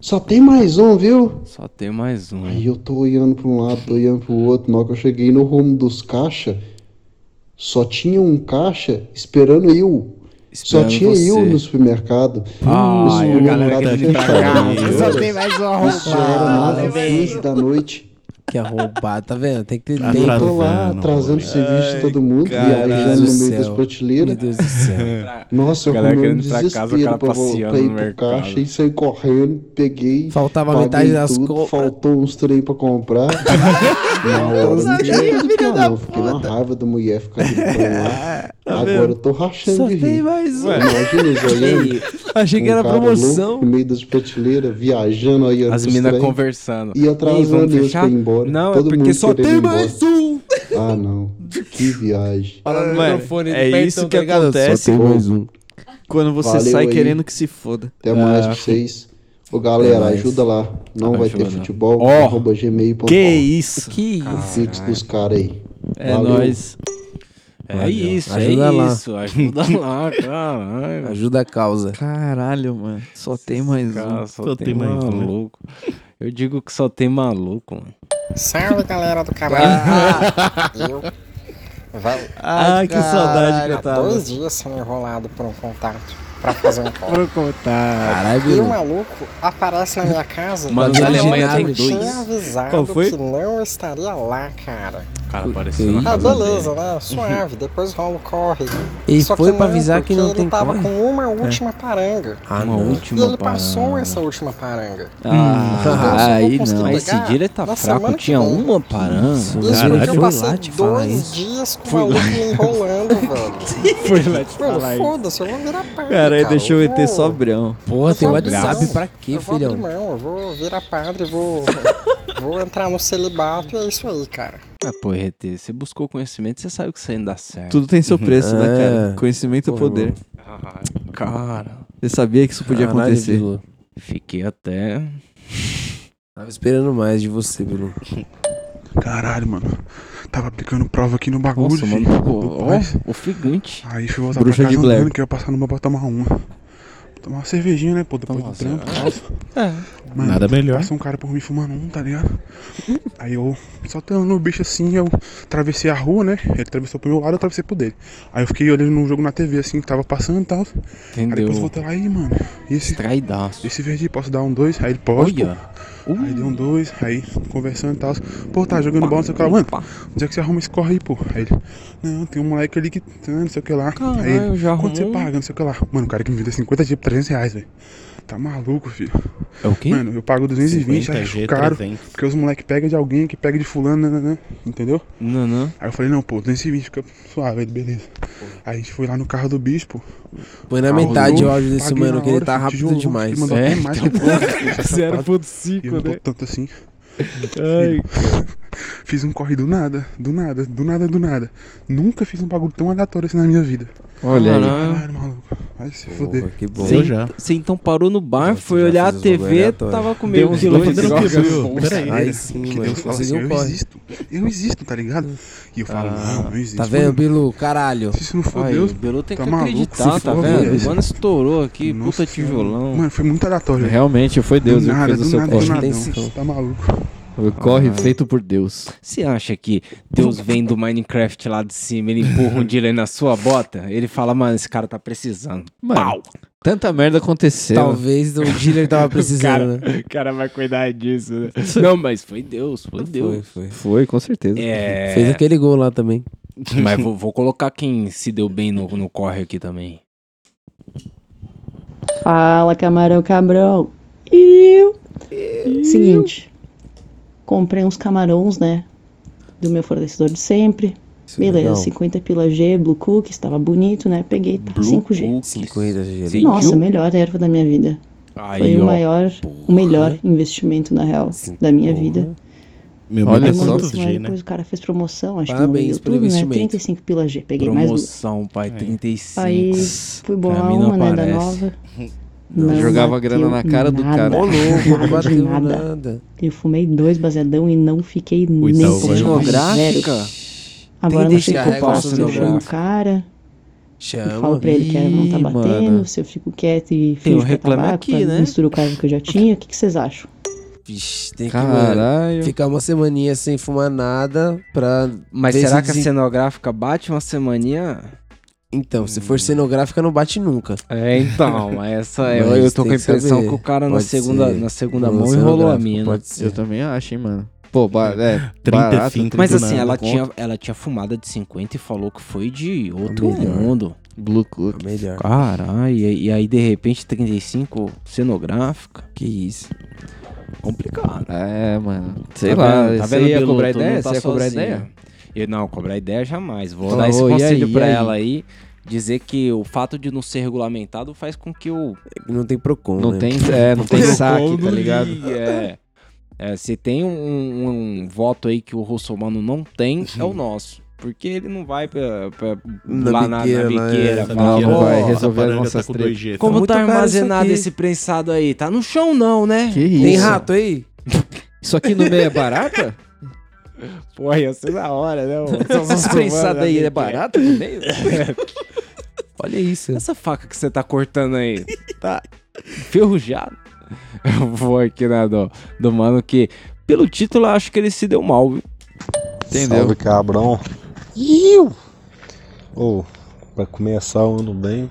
[SPEAKER 13] Só tem mais um, viu?
[SPEAKER 4] [LAUGHS] Só tem mais um.
[SPEAKER 13] Aí eu tô olhando pra um lado, tô olhando pro outro. Na hora que eu cheguei no rumo dos caixa, só tinha um caixa esperando eu. só
[SPEAKER 4] Esperando
[SPEAKER 13] tinha eu
[SPEAKER 4] você.
[SPEAKER 13] no supermercado.
[SPEAKER 4] Ai,
[SPEAKER 13] Isso,
[SPEAKER 4] a galera tá
[SPEAKER 13] cara,
[SPEAKER 4] querendo ir pra
[SPEAKER 13] cara,
[SPEAKER 4] casa.
[SPEAKER 13] eu-
[SPEAKER 4] Só tem mais uma
[SPEAKER 1] um
[SPEAKER 4] arrombada,
[SPEAKER 13] tá Isso era
[SPEAKER 2] né,
[SPEAKER 13] 9h15 da noite.
[SPEAKER 2] Que arrombado, tá vendo? Tem que ter
[SPEAKER 13] E eu tô lá, atrasando serviço de todo mundo, viajando no meio das prateleiras.
[SPEAKER 2] Meu Deus do
[SPEAKER 13] [LAUGHS]
[SPEAKER 2] céu.
[SPEAKER 13] Nossa, eu
[SPEAKER 2] Galera
[SPEAKER 13] arrumei um
[SPEAKER 2] querendo ir pra casa, o
[SPEAKER 13] desespero
[SPEAKER 2] cara
[SPEAKER 13] pra, vo-
[SPEAKER 2] passeando
[SPEAKER 13] pra ir
[SPEAKER 2] no
[SPEAKER 13] pro
[SPEAKER 2] mercado.
[SPEAKER 13] caixa e saí correndo, peguei.
[SPEAKER 2] Faltava
[SPEAKER 13] paguei
[SPEAKER 2] metade das
[SPEAKER 13] tudo,
[SPEAKER 2] compras.
[SPEAKER 13] Faltou uns trem pra
[SPEAKER 2] [LAUGHS]
[SPEAKER 13] comprar. Na hora,
[SPEAKER 2] Eu
[SPEAKER 13] não
[SPEAKER 2] sabia,
[SPEAKER 13] tinha coisa
[SPEAKER 2] filha
[SPEAKER 13] pra
[SPEAKER 2] da Tá
[SPEAKER 13] não. Fiquei uma raiva da mulher ficar gritando
[SPEAKER 2] [LAUGHS]
[SPEAKER 13] lá. Agora
[SPEAKER 2] vendo?
[SPEAKER 13] eu tô rachando
[SPEAKER 2] Só
[SPEAKER 13] de rir.
[SPEAKER 2] tem mais um. Ué. [LAUGHS]
[SPEAKER 13] Imagina eles olhando.
[SPEAKER 2] Achei que
[SPEAKER 13] um
[SPEAKER 2] era
[SPEAKER 13] cara
[SPEAKER 2] promoção.
[SPEAKER 13] louco no meio das prateleiras, viajando aí.
[SPEAKER 4] As minas conversando.
[SPEAKER 13] E
[SPEAKER 4] Ei, vamos
[SPEAKER 13] atrasando eles pra
[SPEAKER 4] fechar?
[SPEAKER 13] ir embora.
[SPEAKER 4] Não, é
[SPEAKER 13] Todo
[SPEAKER 4] porque
[SPEAKER 13] mundo
[SPEAKER 4] só
[SPEAKER 13] querendo
[SPEAKER 4] tem
[SPEAKER 13] ir embora.
[SPEAKER 4] mais um.
[SPEAKER 13] Ah, não. Que viagem.
[SPEAKER 20] Fala no
[SPEAKER 13] Mano,
[SPEAKER 20] microfone,
[SPEAKER 13] é
[SPEAKER 20] perto,
[SPEAKER 13] isso
[SPEAKER 20] tá
[SPEAKER 13] que
[SPEAKER 20] ligado?
[SPEAKER 13] acontece Só tem mais um.
[SPEAKER 20] Quando você
[SPEAKER 13] Valeu
[SPEAKER 20] sai
[SPEAKER 13] aí.
[SPEAKER 20] querendo que se foda. Ah,
[SPEAKER 13] Até mais pra vocês. Ô galera,
[SPEAKER 20] Até mais.
[SPEAKER 13] ajuda lá. Não vai ter
[SPEAKER 20] Ajuda.
[SPEAKER 13] futebol.
[SPEAKER 20] Ó,
[SPEAKER 13] arroba gmail.com.
[SPEAKER 20] que isso?
[SPEAKER 2] Que
[SPEAKER 13] isso? Pix dos caras aí.
[SPEAKER 20] É
[SPEAKER 13] Valeu.
[SPEAKER 20] nóis.
[SPEAKER 4] É
[SPEAKER 2] Valeu.
[SPEAKER 4] isso,
[SPEAKER 2] Ajuda
[SPEAKER 4] é
[SPEAKER 2] lá.
[SPEAKER 4] isso. Ajuda lá, caralho.
[SPEAKER 2] Ajuda a causa.
[SPEAKER 3] Caralho, mano. Só tem mais
[SPEAKER 4] Cara,
[SPEAKER 3] um.
[SPEAKER 4] só, tem, né? maluco. Eu digo que só tem maluco, mano.
[SPEAKER 1] Salve
[SPEAKER 15] [LAUGHS]
[SPEAKER 1] galera do canal!
[SPEAKER 15] Ah,
[SPEAKER 4] Ah.
[SPEAKER 1] Eu. Velho.
[SPEAKER 20] Ah, que saudade que eu tava.
[SPEAKER 1] Há dois dias sendo enrolado por um contato pra fazer um call.
[SPEAKER 20] Vou contar.
[SPEAKER 1] E o maluco aparece na minha casa
[SPEAKER 20] Mano,
[SPEAKER 1] e
[SPEAKER 20] na Alemanha
[SPEAKER 1] eu
[SPEAKER 20] tem
[SPEAKER 1] tinha
[SPEAKER 20] dois.
[SPEAKER 1] avisado
[SPEAKER 20] Qual foi?
[SPEAKER 1] que não estaria lá, cara.
[SPEAKER 4] O cara apareceu na
[SPEAKER 1] Ah,
[SPEAKER 4] casa
[SPEAKER 1] beleza,
[SPEAKER 4] dele.
[SPEAKER 1] né? Suave, depois rola o corre.
[SPEAKER 2] E
[SPEAKER 1] Só
[SPEAKER 2] foi
[SPEAKER 1] que
[SPEAKER 2] pra
[SPEAKER 1] não,
[SPEAKER 2] avisar que
[SPEAKER 1] porque
[SPEAKER 2] não tem
[SPEAKER 1] ele tava
[SPEAKER 2] corre?
[SPEAKER 1] com uma
[SPEAKER 2] É.
[SPEAKER 1] última paranga.
[SPEAKER 2] Ah, Uma não. última
[SPEAKER 1] E ele passou
[SPEAKER 2] paranga.
[SPEAKER 1] essa última paranga.
[SPEAKER 4] Ah,
[SPEAKER 1] Então, eu só vou
[SPEAKER 4] aí
[SPEAKER 1] conseguir
[SPEAKER 4] não.
[SPEAKER 1] pegar
[SPEAKER 4] Esse direta
[SPEAKER 1] na
[SPEAKER 4] fraco
[SPEAKER 1] semana que
[SPEAKER 4] tinha um.
[SPEAKER 1] vem.
[SPEAKER 4] uma paranga.
[SPEAKER 1] Isso porque eu
[SPEAKER 4] Foi lá
[SPEAKER 1] passei
[SPEAKER 4] te falar
[SPEAKER 1] dois
[SPEAKER 4] isso.
[SPEAKER 1] dias com o
[SPEAKER 4] Foi lá.
[SPEAKER 1] maluco
[SPEAKER 4] [LAUGHS]
[SPEAKER 1] me enrolando, velho.
[SPEAKER 20] Foi lá te
[SPEAKER 1] Mano,
[SPEAKER 20] falar isso.
[SPEAKER 1] foda-se, eu vou virar pai.
[SPEAKER 20] Caralho, deixou o ET
[SPEAKER 1] só
[SPEAKER 20] sobrão.
[SPEAKER 2] Porra, tem
[SPEAKER 1] Só
[SPEAKER 2] WhatsApp
[SPEAKER 1] bravo.
[SPEAKER 2] pra quê,
[SPEAKER 1] eu vou abrir
[SPEAKER 2] filhão?
[SPEAKER 1] mão, eu vou virar padre,
[SPEAKER 4] [LAUGHS]
[SPEAKER 1] vou, vou entrar no celibato e é isso aí, cara.
[SPEAKER 4] Ah, pô, RT, você buscou conhecimento, você sabe que isso ainda dá certo.
[SPEAKER 20] Tudo tem seu preço,
[SPEAKER 4] [LAUGHS]
[SPEAKER 20] né, cara? Conhecimento é
[SPEAKER 4] É. Uhum. Pô,
[SPEAKER 20] poder.
[SPEAKER 4] [LAUGHS] Cara.
[SPEAKER 20] Você sabia que isso podia
[SPEAKER 2] Caralho,
[SPEAKER 20] acontecer.
[SPEAKER 2] Bilu.
[SPEAKER 4] Fiquei até. [LAUGHS]
[SPEAKER 2] Tava esperando mais de você, Bilu.
[SPEAKER 23] Caralho, mano. Tava aplicando prova aqui no bagulho,
[SPEAKER 4] Ah, Nossa, mano,
[SPEAKER 23] filho.
[SPEAKER 4] pô,
[SPEAKER 23] Rapaz.
[SPEAKER 4] ó, ofegante.
[SPEAKER 23] Aí fui voltar
[SPEAKER 4] Bruxa
[SPEAKER 23] pra
[SPEAKER 4] de
[SPEAKER 23] casa
[SPEAKER 4] Blair.
[SPEAKER 23] andando, que eu ia passar numa pra tomar uma. Tomar uma cervejinha, né, pô, depois do trampo.
[SPEAKER 4] É.
[SPEAKER 23] Nada
[SPEAKER 6] melhor.
[SPEAKER 23] Passou um cara por mim fumando um, tá ligado? Aí eu soltando no bicho assim, eu atravessei a rua, né? Ele atravessou pro meu lado, eu atravessei pro dele. Aí eu fiquei olhando um jogo na TV, assim, que tava passando e tal.
[SPEAKER 4] Entendeu.
[SPEAKER 23] Aí depois eu voltei lá, aí, mano, e esse...
[SPEAKER 4] Traidaço.
[SPEAKER 23] Esse verde, posso dar um dois? Aí ele, pode,
[SPEAKER 4] Olha.
[SPEAKER 23] pô. Aí deu um dois, aí conversando e tal. Pô, tá jogando bola, não sei o que lá. Mano, onde é que você arruma esse corre aí, pô? Aí ele, não, tem um moleque ali que... tá, Não sei o que lá. aí
[SPEAKER 4] Caralho,
[SPEAKER 23] ele,
[SPEAKER 4] já
[SPEAKER 23] quanto você
[SPEAKER 4] arrumou?
[SPEAKER 23] paga, não sei o que lá. Mano, o cara que me vendeu 50 dias por 300 reais, velho. Tá maluco, filho.
[SPEAKER 4] É o quê?
[SPEAKER 23] Mano, eu pago 220,
[SPEAKER 6] 50
[SPEAKER 23] aí
[SPEAKER 6] G,
[SPEAKER 23] acho é caro.
[SPEAKER 6] 300.
[SPEAKER 23] Porque os moleques pegam de alguém que pega de fulano, né, né, né, entendeu?
[SPEAKER 4] Não, não.
[SPEAKER 23] Aí eu falei, não, pô, 220 fica suave, ele, beleza. Aí a gente foi lá no carro do bispo.
[SPEAKER 2] Põe na
[SPEAKER 23] Arrumou,
[SPEAKER 2] metade o áudio desse
[SPEAKER 23] Ah, paguei na
[SPEAKER 2] mano, que ele tá
[SPEAKER 23] filho,
[SPEAKER 2] rápido
[SPEAKER 23] tijolão,
[SPEAKER 2] demais.
[SPEAKER 23] Ele mandou
[SPEAKER 2] É,
[SPEAKER 23] até mais que
[SPEAKER 2] então,
[SPEAKER 23] eu
[SPEAKER 2] [LAUGHS]
[SPEAKER 23] posso,
[SPEAKER 2] 0.5,
[SPEAKER 23] e eu não tô
[SPEAKER 2] né?
[SPEAKER 23] tanto assim. Filho, Fiz um corre do nada, do nada, do nada, do nada. Nunca fiz um bagulho tão aleatório assim na minha vida.
[SPEAKER 4] Olha aí.
[SPEAKER 23] Caralho, maluco. Vai se foder.
[SPEAKER 2] que bom.
[SPEAKER 4] Você, ent- você então parou no bar, foi olhar a
[SPEAKER 2] é
[SPEAKER 4] TV, tava com
[SPEAKER 2] um
[SPEAKER 4] meio quilo de droga.
[SPEAKER 23] Aí
[SPEAKER 4] Aí
[SPEAKER 23] sim,
[SPEAKER 4] sim,
[SPEAKER 23] que
[SPEAKER 4] mano,
[SPEAKER 23] Deus fala assim,
[SPEAKER 4] conseguiu
[SPEAKER 23] eu
[SPEAKER 4] corre.
[SPEAKER 23] existo. Eu existo, tá ligado? E eu falo, não, não existe.
[SPEAKER 2] Hum. Tá vendo,
[SPEAKER 23] mano.
[SPEAKER 2] Bilu? Caralho.
[SPEAKER 23] Se não for Deus,
[SPEAKER 4] o Bilu tem
[SPEAKER 23] tá
[SPEAKER 4] que
[SPEAKER 23] maluco,
[SPEAKER 4] acreditar,
[SPEAKER 23] se
[SPEAKER 4] tá
[SPEAKER 23] for
[SPEAKER 4] vendo?
[SPEAKER 23] Deus.
[SPEAKER 4] O mano estourou aqui,
[SPEAKER 23] Nossa
[SPEAKER 4] puta
[SPEAKER 23] Senhora.
[SPEAKER 4] tijolão.
[SPEAKER 23] Mano, foi muito aleatório.
[SPEAKER 20] Realmente, foi Deus
[SPEAKER 23] do
[SPEAKER 20] que
[SPEAKER 23] nada,
[SPEAKER 20] fez o
[SPEAKER 23] do
[SPEAKER 20] seu
[SPEAKER 23] nada,
[SPEAKER 20] corre.
[SPEAKER 23] do nada.
[SPEAKER 20] Atenção.
[SPEAKER 23] Tá maluco.
[SPEAKER 20] O corre
[SPEAKER 4] Caralho.
[SPEAKER 20] feito por Deus.
[SPEAKER 4] Você acha que Deus vem do Minecraft lá de cima, ele empurra um dealer na sua bota? Ele fala, mano, esse cara tá precisando.
[SPEAKER 20] Mano,
[SPEAKER 4] Pau!
[SPEAKER 20] Tanta merda aconteceu.
[SPEAKER 2] Talvez o dealer
[SPEAKER 4] [LAUGHS]
[SPEAKER 2] tava
[SPEAKER 4] cara,
[SPEAKER 2] precisando. né?
[SPEAKER 4] O cara vai cuidar disso, né? Não, mas foi Deus, foi Deus.
[SPEAKER 2] Foi,
[SPEAKER 20] Foi, com certeza.
[SPEAKER 4] É.
[SPEAKER 2] Fez aquele gol
[SPEAKER 16] [LAUGHS]
[SPEAKER 2] lá também.
[SPEAKER 4] [LAUGHS] Mas vou, vou colocar quem se deu bem no, no corre aqui também.
[SPEAKER 22] Fala, camarão cabrão. Eu. Seguinte. Comprei uns camarões, né? Do meu fornecedor de sempre.
[SPEAKER 2] Isso é
[SPEAKER 22] Beleza,
[SPEAKER 2] legal.
[SPEAKER 22] 50 pila G, Blue Cookies, tava bonito, né? Peguei, tá, 5G.
[SPEAKER 2] 50 G.
[SPEAKER 22] Nossa, a melhor erva da minha vida.
[SPEAKER 2] Aí,
[SPEAKER 22] Foi o
[SPEAKER 2] ó.
[SPEAKER 22] maior, o melhor investimento, na real, da minha vida.
[SPEAKER 6] Meu,
[SPEAKER 22] Olha
[SPEAKER 6] mas é
[SPEAKER 22] só.
[SPEAKER 6] quantos
[SPEAKER 22] Depois,
[SPEAKER 6] G, né?
[SPEAKER 22] Depois o cara fez promoção, acho que no
[SPEAKER 4] Parabéns pelo
[SPEAKER 22] YouTube, né?
[SPEAKER 4] investimento.
[SPEAKER 22] 35 pila G, peguei mais duas.
[SPEAKER 4] Promoção, pai, 35.
[SPEAKER 22] Aí fui bolar
[SPEAKER 4] Pra mim não
[SPEAKER 22] uma, né, da
[SPEAKER 4] aparece. [LAUGHS]
[SPEAKER 22] nova.
[SPEAKER 4] Não, jogava grana na cara do cara. Ô, louco, não
[SPEAKER 22] não bateu
[SPEAKER 4] bateu
[SPEAKER 22] nada.
[SPEAKER 4] nada.
[SPEAKER 22] Eu fumei dois baseadão e não fiquei
[SPEAKER 4] Ui,
[SPEAKER 22] nem um
[SPEAKER 4] tá, vai.
[SPEAKER 22] pouquinho,
[SPEAKER 4] Pornográfica?
[SPEAKER 22] zero. Agora
[SPEAKER 4] Tem
[SPEAKER 22] não sei
[SPEAKER 4] descarrega
[SPEAKER 22] se eu
[SPEAKER 4] o
[SPEAKER 22] faço
[SPEAKER 4] pornográfico.
[SPEAKER 22] um cara. Eu falo pra ele que não tá
[SPEAKER 14] Ih,
[SPEAKER 22] batendo,
[SPEAKER 14] mano.
[SPEAKER 22] se eu fico quieto e
[SPEAKER 14] Tem
[SPEAKER 22] fingo
[SPEAKER 14] um
[SPEAKER 22] que é
[SPEAKER 14] reclame
[SPEAKER 22] tabaco,
[SPEAKER 14] aqui,
[SPEAKER 22] pra-
[SPEAKER 14] né?
[SPEAKER 22] misturo o caso que eu já tinha, o que, que vocês acham?
[SPEAKER 14] Vixe, tem que
[SPEAKER 3] Caralho.
[SPEAKER 14] mano, ficar uma semaninha sem fumar nada pra.
[SPEAKER 4] Mas
[SPEAKER 14] ver
[SPEAKER 4] será
[SPEAKER 14] se
[SPEAKER 4] que a
[SPEAKER 14] desen-
[SPEAKER 4] cenográfica bate uma semaninha?
[SPEAKER 14] Então, se for cenográfica, não bate nunca. [LAUGHS]
[SPEAKER 4] É, então, essa é-
[SPEAKER 14] Mas
[SPEAKER 4] eu tô
[SPEAKER 14] tem
[SPEAKER 4] com a impressão
[SPEAKER 14] saber.
[SPEAKER 4] que o cara na
[SPEAKER 14] Pode
[SPEAKER 4] segunda-
[SPEAKER 14] ser.
[SPEAKER 4] na segunda
[SPEAKER 14] Plano
[SPEAKER 4] mão enrolou a
[SPEAKER 14] cenográfico,
[SPEAKER 4] mina.
[SPEAKER 14] Pode ser.
[SPEAKER 3] Eu também acho, hein, mano. Pô, ba é.
[SPEAKER 4] 35
[SPEAKER 3] barato,
[SPEAKER 4] Mas
[SPEAKER 3] 30
[SPEAKER 4] assim,
[SPEAKER 3] nada
[SPEAKER 4] ela
[SPEAKER 3] conto.
[SPEAKER 4] tinha, ela tinha fumada de 50 e falou que foi de outro
[SPEAKER 14] É
[SPEAKER 3] melhor.
[SPEAKER 4] mundo.
[SPEAKER 3] Blue Cook.
[SPEAKER 14] Melhor.
[SPEAKER 4] Caralho, e e aí de repente 35 cenográfica. Que isso. Complicado. Tá
[SPEAKER 3] É, mano. Sei lá,
[SPEAKER 4] vendo?
[SPEAKER 3] você ia
[SPEAKER 4] Bilu?
[SPEAKER 3] cobrar
[SPEAKER 4] Tu não
[SPEAKER 3] ideia?
[SPEAKER 4] tá
[SPEAKER 3] Você ia cobrar
[SPEAKER 4] sozinho.
[SPEAKER 3] ideia?
[SPEAKER 4] Eu, não, cobrar ideia jamais. Vou
[SPEAKER 3] Tá
[SPEAKER 4] dar esse
[SPEAKER 3] bom, e
[SPEAKER 4] conselho
[SPEAKER 3] aí,
[SPEAKER 4] pra
[SPEAKER 3] e aí?
[SPEAKER 4] ela aí. Dizer que o fato de não ser regulamentado faz com que o.
[SPEAKER 14] Não tem Procon.
[SPEAKER 3] Não
[SPEAKER 14] né?
[SPEAKER 16] [LAUGHS]
[SPEAKER 3] tem- é, não tem
[SPEAKER 4] Procon
[SPEAKER 3] saque,
[SPEAKER 4] não
[SPEAKER 3] tá ligado?
[SPEAKER 4] liga, É. É, se tem um, um- um voto aí que o Russomano não tem, é o é, nosso. Porque ele não vai pra, pra-
[SPEAKER 14] Na
[SPEAKER 4] lá na-
[SPEAKER 14] biqueira,
[SPEAKER 4] na,
[SPEAKER 14] né?
[SPEAKER 4] biqueira.
[SPEAKER 14] Essa
[SPEAKER 4] fala,
[SPEAKER 14] biqueira
[SPEAKER 4] "Ó,
[SPEAKER 14] vai
[SPEAKER 3] resolver
[SPEAKER 4] Taparanga
[SPEAKER 3] as nossas
[SPEAKER 4] com
[SPEAKER 3] tretas."
[SPEAKER 4] 2G, tá
[SPEAKER 14] Como
[SPEAKER 4] muito
[SPEAKER 14] tá
[SPEAKER 4] caro
[SPEAKER 14] armazenado
[SPEAKER 4] isso aqui.
[SPEAKER 14] esse
[SPEAKER 4] prensado aí? Tá no chão não, né?
[SPEAKER 3] Que isso?
[SPEAKER 14] Tem rato aí?
[SPEAKER 3] [LAUGHS] Isso aqui no meio é barata?
[SPEAKER 4] [LAUGHS] Pô, ia ser da hora, né?
[SPEAKER 3] [LAUGHS] Essas prensadas aí é barata no
[SPEAKER 4] [LAUGHS]
[SPEAKER 3] meio?
[SPEAKER 4] Olha isso. Essa faca que você tá cortando aí, tá ferrujada. [LAUGHS] Eu vou aqui na do, do mano que, pelo título, eu acho que ele se deu mal, viu?
[SPEAKER 3] Entendeu?
[SPEAKER 18] Salve, cabrão. Iu! Ô, pra começar o ano bem,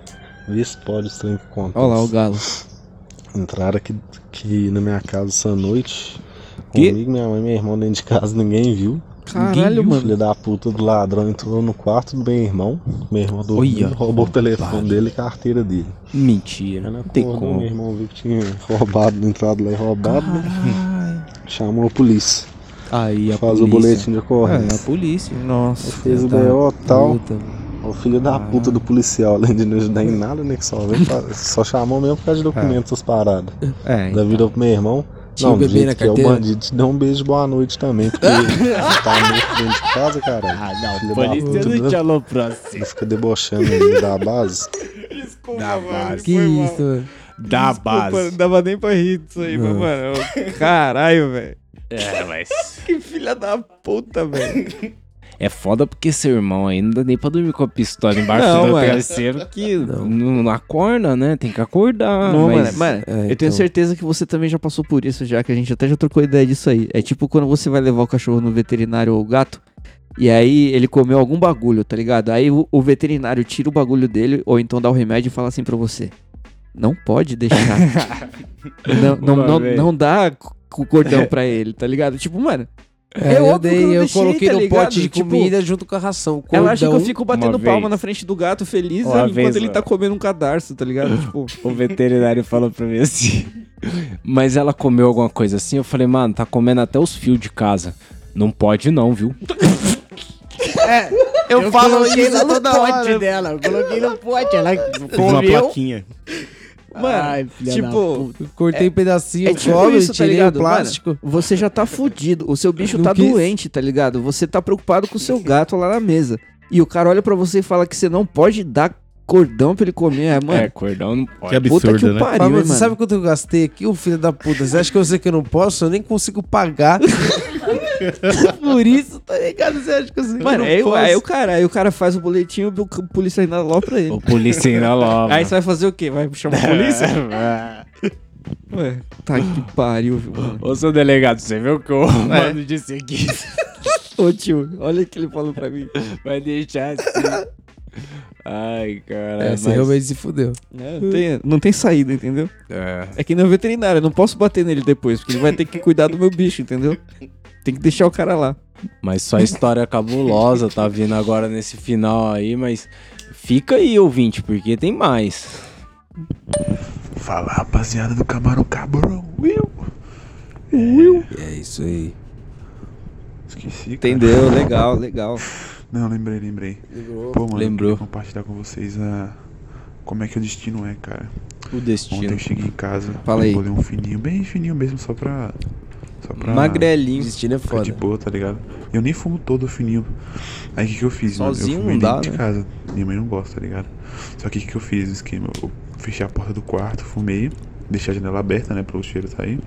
[SPEAKER 18] vê se pode os trem que acontece.
[SPEAKER 3] Olha lá o galo.
[SPEAKER 18] Entraram aqui, aqui na minha casa essa noite.
[SPEAKER 3] Que?
[SPEAKER 18] Comigo, minha mãe e meu irmão dentro de casa, ninguém viu.
[SPEAKER 3] Caralho,
[SPEAKER 18] Ninguém viu.
[SPEAKER 3] mano.
[SPEAKER 18] Filho da puta do ladrão entrou no quarto do meu irmão. Meu irmão dormindo,
[SPEAKER 4] Olha,
[SPEAKER 18] roubou o telefone dele e a carteira dele.
[SPEAKER 4] Mentira.
[SPEAKER 18] Não
[SPEAKER 4] tem
[SPEAKER 18] acordou,
[SPEAKER 4] como.
[SPEAKER 18] Meu irmão viu que tinha roubado, entrado lá e roubado. né? Chamou a polícia.
[SPEAKER 4] Aí a
[SPEAKER 18] Faz o
[SPEAKER 4] polícia.
[SPEAKER 18] boletim de ocorrência.
[SPEAKER 4] É, a polícia.
[SPEAKER 3] Nossa.
[SPEAKER 18] Fez o
[SPEAKER 4] tá
[SPEAKER 18] BO e tal.
[SPEAKER 4] puta,
[SPEAKER 18] O filho da puta do policial, além de não ajudar em nada, né? Que só, veio pra- só chamou mesmo por causa de
[SPEAKER 4] Ah.
[SPEAKER 18] documentos, essas paradas.
[SPEAKER 4] É,
[SPEAKER 18] Ainda virou pro meu irmão.
[SPEAKER 14] Tinha
[SPEAKER 18] Não,
[SPEAKER 14] um
[SPEAKER 18] do
[SPEAKER 14] bebê
[SPEAKER 18] jeito
[SPEAKER 14] na
[SPEAKER 18] que é o
[SPEAKER 14] carteira?
[SPEAKER 18] bandido, te dá um beijo de boa noite também,
[SPEAKER 4] [LAUGHS]
[SPEAKER 18] porque você tá morto dentro de casa, cara. Ah, não, filho né?
[SPEAKER 4] polícia não te aloprou assim.
[SPEAKER 18] Fica debochando aí da base.
[SPEAKER 4] Da base.
[SPEAKER 14] Que isso, mano?
[SPEAKER 4] Da base.
[SPEAKER 9] Não dava nem pra rir disso aí, mas,
[SPEAKER 4] Não.
[SPEAKER 9] mano. eu-
[SPEAKER 14] [LAUGHS]
[SPEAKER 9] Caralho, velho.
[SPEAKER 4] É, mas.
[SPEAKER 9] [LAUGHS] Que filha da puta, velho.
[SPEAKER 4] É foda porque seu irmão aí não dá nem pra dormir com a pistola embaixo
[SPEAKER 9] Não,
[SPEAKER 4] do
[SPEAKER 9] mano.
[SPEAKER 4] travesseiro que não. não acorda, né? Tem que acordar.
[SPEAKER 3] Não,
[SPEAKER 4] mas...
[SPEAKER 3] mano, mano
[SPEAKER 14] é,
[SPEAKER 3] eu
[SPEAKER 14] então.
[SPEAKER 3] tenho certeza que você também já passou por isso, já que a gente até já trocou ideia disso aí. É tipo quando você vai levar o cachorro no veterinário ou o gato, e aí ele comeu algum bagulho, tá ligado? Aí o, o veterinário tira o bagulho dele, ou então dá o remédio e fala assim pra você: Não
[SPEAKER 14] [LAUGHS]
[SPEAKER 3] pode deixar. não, não,
[SPEAKER 14] Uma
[SPEAKER 3] não,
[SPEAKER 14] vez.
[SPEAKER 3] não dá c- o cordão pra ele, tá ligado? Tipo, mano.
[SPEAKER 14] É, eu
[SPEAKER 3] óbvio que
[SPEAKER 14] dei,
[SPEAKER 3] não
[SPEAKER 14] eu
[SPEAKER 3] deixei,
[SPEAKER 14] coloquei
[SPEAKER 3] tá
[SPEAKER 14] no
[SPEAKER 3] ligado?
[SPEAKER 14] pote de
[SPEAKER 3] Tipo,
[SPEAKER 14] comida junto com a ração.
[SPEAKER 3] Ela acha que eu
[SPEAKER 14] cordão.
[SPEAKER 3] fico batendo
[SPEAKER 4] Uma
[SPEAKER 3] palma
[SPEAKER 4] vez.
[SPEAKER 3] na frente do gato feliz
[SPEAKER 4] Uma
[SPEAKER 3] enquanto
[SPEAKER 4] vez,
[SPEAKER 3] ele tá
[SPEAKER 4] ó.
[SPEAKER 3] comendo um cadarço, tá
[SPEAKER 4] [LAUGHS]
[SPEAKER 3] ligado? Tipo.
[SPEAKER 4] O veterinário falou pra mim assim. Mas ela comeu alguma coisa assim. Eu falei, mano, tá comendo até os fios de casa. Não pode, não, viu?
[SPEAKER 14] É, eu, falo isso toda pote dela. Eu coloquei no pote. Ela comeu.
[SPEAKER 3] Mano, tipo,
[SPEAKER 14] cortei um pedacinho,
[SPEAKER 3] é tipo
[SPEAKER 14] cobre,
[SPEAKER 3] isso,
[SPEAKER 14] tirei o
[SPEAKER 3] ligado?
[SPEAKER 14] plástico.
[SPEAKER 3] Mano, você já tá fudido, o seu bicho
[SPEAKER 14] Não
[SPEAKER 3] tá
[SPEAKER 14] quis.
[SPEAKER 3] doente, tá ligado? Você tá preocupado com o seu gato lá na mesa. E o cara olha pra você e fala que você não pode dar cordão pra ele comer, é, mano.
[SPEAKER 4] É, cordão não pode.
[SPEAKER 3] Puta que né? o pariu,
[SPEAKER 14] Fala,
[SPEAKER 3] hein,
[SPEAKER 14] mano, né? você
[SPEAKER 3] mano.
[SPEAKER 14] sabe quanto eu gastei aqui, ô filho da puta? Você acha que eu sei que eu não posso? Eu nem consigo
[SPEAKER 3] [LAUGHS]
[SPEAKER 14] pagar. Por isso, tá ligado? Você acha que eu sei
[SPEAKER 3] Mano,
[SPEAKER 14] que eu
[SPEAKER 3] aí,
[SPEAKER 14] não
[SPEAKER 3] o-
[SPEAKER 14] posso?
[SPEAKER 3] aí o cara, aí o cara faz o boletim e o polícia ainda ló pra ele. O
[SPEAKER 4] polícia ainda alopra.
[SPEAKER 3] Aí você vai fazer o quê? Vai chamar a
[SPEAKER 4] [LAUGHS]
[SPEAKER 3] polícia? Ué, tá que pariu, viu, mano.
[SPEAKER 4] É.
[SPEAKER 3] É.
[SPEAKER 4] Ô, seu delegado, você viu que o mano disse aqui?
[SPEAKER 3] [LAUGHS] Ô tio, olha o que ele falou pra mim.
[SPEAKER 4] Vai deixar assim. Ai, cara.
[SPEAKER 3] É,
[SPEAKER 4] mas...
[SPEAKER 3] você realmente se fudeu. É, não tem- não tem saída, entendeu?
[SPEAKER 4] É.
[SPEAKER 3] É que nem o veterinário, eu não posso bater nele depois, porque ele vai ter que cuidar do meu bicho, entendeu? Tem que deixar o cara lá.
[SPEAKER 4] Mas só história cabulosa tá vindo agora nesse final aí, mas fica aí, ouvinte, porque tem mais.
[SPEAKER 23] Fala, rapaziada do Camarão Cabrão. Will.
[SPEAKER 3] Will.
[SPEAKER 14] É isso aí.
[SPEAKER 23] Esqueci. cara.
[SPEAKER 3] Entendeu? Legal, legal.
[SPEAKER 23] Não, lembrei, lembrei.
[SPEAKER 14] Lembrou.
[SPEAKER 23] Pô, mano,
[SPEAKER 4] Lembrou.
[SPEAKER 23] Eu queria compartilhar com vocês a... como é que o destino é, cara.
[SPEAKER 4] O destino.
[SPEAKER 23] Ontem eu cheguei em casa,
[SPEAKER 4] Fala aí.
[SPEAKER 23] bolei um fininho, bem fininho mesmo, só pra. Só pra
[SPEAKER 4] Magrelinho.
[SPEAKER 14] Destino é
[SPEAKER 23] ficar
[SPEAKER 14] foda.
[SPEAKER 23] de boa, tá ligado? Eu nem fumo todo fininho. Aí o que, que eu fiz,
[SPEAKER 14] Sozinho
[SPEAKER 23] mano? Eu fumei
[SPEAKER 14] não dá,
[SPEAKER 23] dentro
[SPEAKER 14] né?
[SPEAKER 23] de casa. Minha mãe não gosta, tá ligado? Só que o que, que eu fiz no esquema? Eu fechei a porta do quarto, fumei, deixei a janela aberta, né, pro cheiro sair.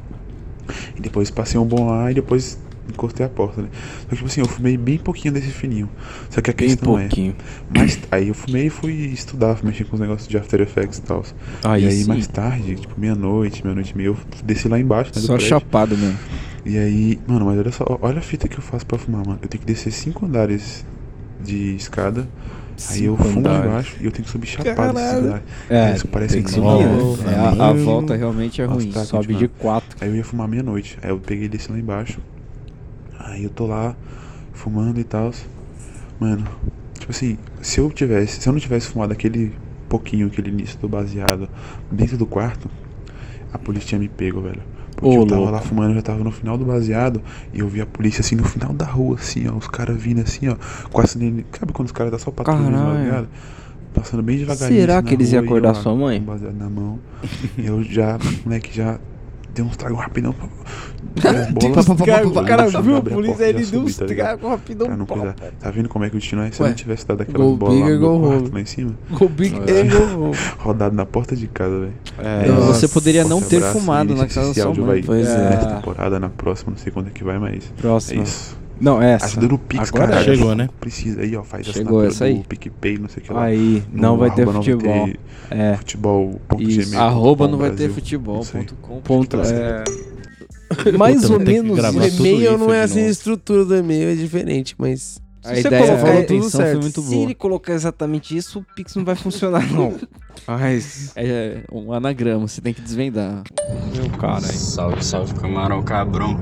[SPEAKER 23] E depois passei um bom lá e depois encostei a porta, né? Só que, tipo assim, eu fumei bem pouquinho desse fininho. Só que a
[SPEAKER 4] Bem
[SPEAKER 23] questão
[SPEAKER 4] pouquinho.
[SPEAKER 23] é. Mas aí eu fumei e fui estudar, fui mexer com os negócios de After Effects e tal.
[SPEAKER 4] Aí
[SPEAKER 23] e aí
[SPEAKER 4] sim.
[SPEAKER 23] mais tarde, tipo, meia-noite, meia-noite e meia, eu desci lá embaixo, né? do
[SPEAKER 4] Só
[SPEAKER 23] prédio.
[SPEAKER 4] chapado mesmo.
[SPEAKER 23] E aí, mano, mas olha só, olha a fita que eu faço pra fumar, mano. Eu tenho que descer cinco andares de escada. Aí eu
[SPEAKER 4] Cinco
[SPEAKER 23] fumo lá
[SPEAKER 4] andares.
[SPEAKER 23] embaixo e eu tenho que subir chapado esses
[SPEAKER 4] Caralho.
[SPEAKER 23] andares.
[SPEAKER 4] É,
[SPEAKER 23] isso parece
[SPEAKER 4] tem que
[SPEAKER 23] muito
[SPEAKER 4] subir,
[SPEAKER 23] louco,
[SPEAKER 4] né? É,
[SPEAKER 23] mano. tá
[SPEAKER 4] a- a volta realmente é
[SPEAKER 23] Nossa,
[SPEAKER 4] ruim.
[SPEAKER 23] tá
[SPEAKER 4] Sobe
[SPEAKER 23] demais.
[SPEAKER 4] de quatro.
[SPEAKER 23] Aí eu ia fumar meia-noite. Aí eu peguei e desci lá embaixo. Aí eu tô lá fumando e tal. Mano, tipo assim, se eu tivesse, se eu não tivesse fumado aquele pouquinho, aquele início do baseado dentro do quarto, a polícia tinha me pego, velho. Porque
[SPEAKER 4] Ô,
[SPEAKER 23] eu tava
[SPEAKER 4] louco.
[SPEAKER 23] lá fumando, eu já tava no final do baseado, e eu vi a polícia assim no final da rua, assim, ó, os caras vindo assim, ó, com a sirene. Sabe quando os caras tá só patrulhando
[SPEAKER 4] Caralho.
[SPEAKER 23] devagar? Passando bem devagarinho.
[SPEAKER 4] Será
[SPEAKER 23] assim, na
[SPEAKER 4] que eles iam
[SPEAKER 23] rua, e eu
[SPEAKER 4] acordar
[SPEAKER 23] lá,
[SPEAKER 4] sua mãe?
[SPEAKER 23] com o Baseado na mão. E eu já, moleque, já deu uns tragos rapidão.
[SPEAKER 4] [LAUGHS]
[SPEAKER 23] As
[SPEAKER 4] Tipo,
[SPEAKER 23] bolas-
[SPEAKER 4] Os caras- o cara
[SPEAKER 23] Eu
[SPEAKER 4] viu a
[SPEAKER 23] abri
[SPEAKER 4] polícia,
[SPEAKER 23] porta e
[SPEAKER 4] ele
[SPEAKER 23] já
[SPEAKER 4] deu
[SPEAKER 23] subi,
[SPEAKER 4] uns
[SPEAKER 23] tá ligado?
[SPEAKER 4] tragos rapidão,
[SPEAKER 23] Pra não
[SPEAKER 4] pau,
[SPEAKER 23] coisar. Tá vendo como é que o destino é? Se eu
[SPEAKER 4] Ué,
[SPEAKER 23] não tivesse dado aquela
[SPEAKER 4] go
[SPEAKER 23] bola
[SPEAKER 4] big
[SPEAKER 23] lá
[SPEAKER 4] or
[SPEAKER 23] no meu
[SPEAKER 4] go
[SPEAKER 23] quarto,
[SPEAKER 4] home.
[SPEAKER 23] lá em cima.
[SPEAKER 4] Go big
[SPEAKER 23] É.
[SPEAKER 4] and go home.
[SPEAKER 23] [LAUGHS] Rodado na porta de casa, velho.
[SPEAKER 4] É, você poderia não ter
[SPEAKER 23] abraço,
[SPEAKER 4] fumado
[SPEAKER 23] Vinícius,
[SPEAKER 4] na casa da
[SPEAKER 23] esse
[SPEAKER 4] sua
[SPEAKER 23] áudio
[SPEAKER 4] mãe.
[SPEAKER 23] vai
[SPEAKER 4] Pois é.
[SPEAKER 23] Nessa temporada, na próxima, não sei quando é que vai, mas.
[SPEAKER 4] Próxima.
[SPEAKER 23] É isso.
[SPEAKER 4] Não, essa.
[SPEAKER 23] Ajuda no Pix,
[SPEAKER 4] Agora
[SPEAKER 23] cara.
[SPEAKER 4] essa. Chegou, né?
[SPEAKER 23] Precisa aí, ó. Faz
[SPEAKER 4] Chegou
[SPEAKER 23] assinatura
[SPEAKER 4] essa aí.
[SPEAKER 23] do PicPay, não sei o que lá. [LAUGHS]
[SPEAKER 4] Aí,
[SPEAKER 23] No
[SPEAKER 4] não vai ter
[SPEAKER 23] arroba
[SPEAKER 4] futebol. É.
[SPEAKER 23] Futebol. ponto
[SPEAKER 4] Isso.
[SPEAKER 23] gmail ponto
[SPEAKER 4] Arroba
[SPEAKER 23] com
[SPEAKER 4] não vai
[SPEAKER 23] Brasil.
[SPEAKER 4] ter futebol
[SPEAKER 23] Isso aí.
[SPEAKER 4] ponto com ponto
[SPEAKER 23] Isso aí.
[SPEAKER 5] É. Mais
[SPEAKER 4] Puta,
[SPEAKER 5] ou
[SPEAKER 4] tem que
[SPEAKER 5] menos
[SPEAKER 4] gravar
[SPEAKER 5] o
[SPEAKER 4] tudo
[SPEAKER 5] e-mail
[SPEAKER 4] isso
[SPEAKER 5] não é
[SPEAKER 4] de
[SPEAKER 5] assim, a
[SPEAKER 4] novo.
[SPEAKER 5] estrutura do e-mail é diferente, mas.
[SPEAKER 4] Se você colocar, tá
[SPEAKER 5] falou tudo certo.
[SPEAKER 4] Se ele colocar exatamente isso, o Pix não vai funcionar, não.
[SPEAKER 3] Mas... É um anagrama, você tem que desvendar.
[SPEAKER 4] Meu cara.
[SPEAKER 16] Salve, salve, camarão cabrão.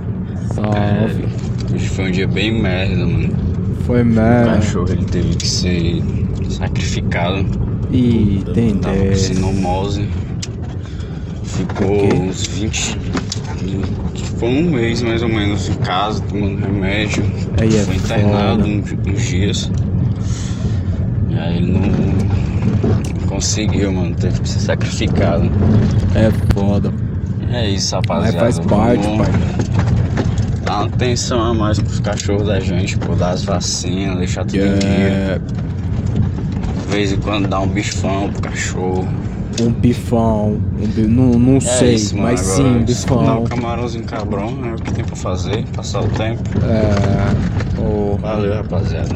[SPEAKER 4] Salve.
[SPEAKER 16] É, hoje foi um dia bem merda, mano.
[SPEAKER 4] Foi merda.
[SPEAKER 16] O cachorro ele teve que ser sacrificado.
[SPEAKER 4] E tem
[SPEAKER 16] Tava com
[SPEAKER 4] dez.
[SPEAKER 16] sinomose. Ficou uns 20. Foi um mês mais ou menos em casa, tomando remédio.
[SPEAKER 4] Aí é
[SPEAKER 16] foi internado
[SPEAKER 4] foda.
[SPEAKER 16] uns, uns dias. E aí ele não conseguiu, mano. Teve que ser sacrificado.
[SPEAKER 4] É foda.
[SPEAKER 16] É isso, rapaziada.
[SPEAKER 4] Mas faz parte,
[SPEAKER 16] Vamos Dar uma atenção a mais pros cachorros da gente, pô, dar as vacinas, deixar tudo em dia. De vez em quando dar um bifão pro cachorro.
[SPEAKER 4] Um bifão. Um bi- Não, não
[SPEAKER 16] É
[SPEAKER 4] sei,
[SPEAKER 16] isso, mano,
[SPEAKER 4] mas
[SPEAKER 16] agora
[SPEAKER 4] sim, um
[SPEAKER 16] escutar o
[SPEAKER 4] bifão.
[SPEAKER 16] camarãozinho cabrão é o que tem pra fazer, passar o tempo.
[SPEAKER 4] É. Ô.
[SPEAKER 16] Valeu, rapaziada.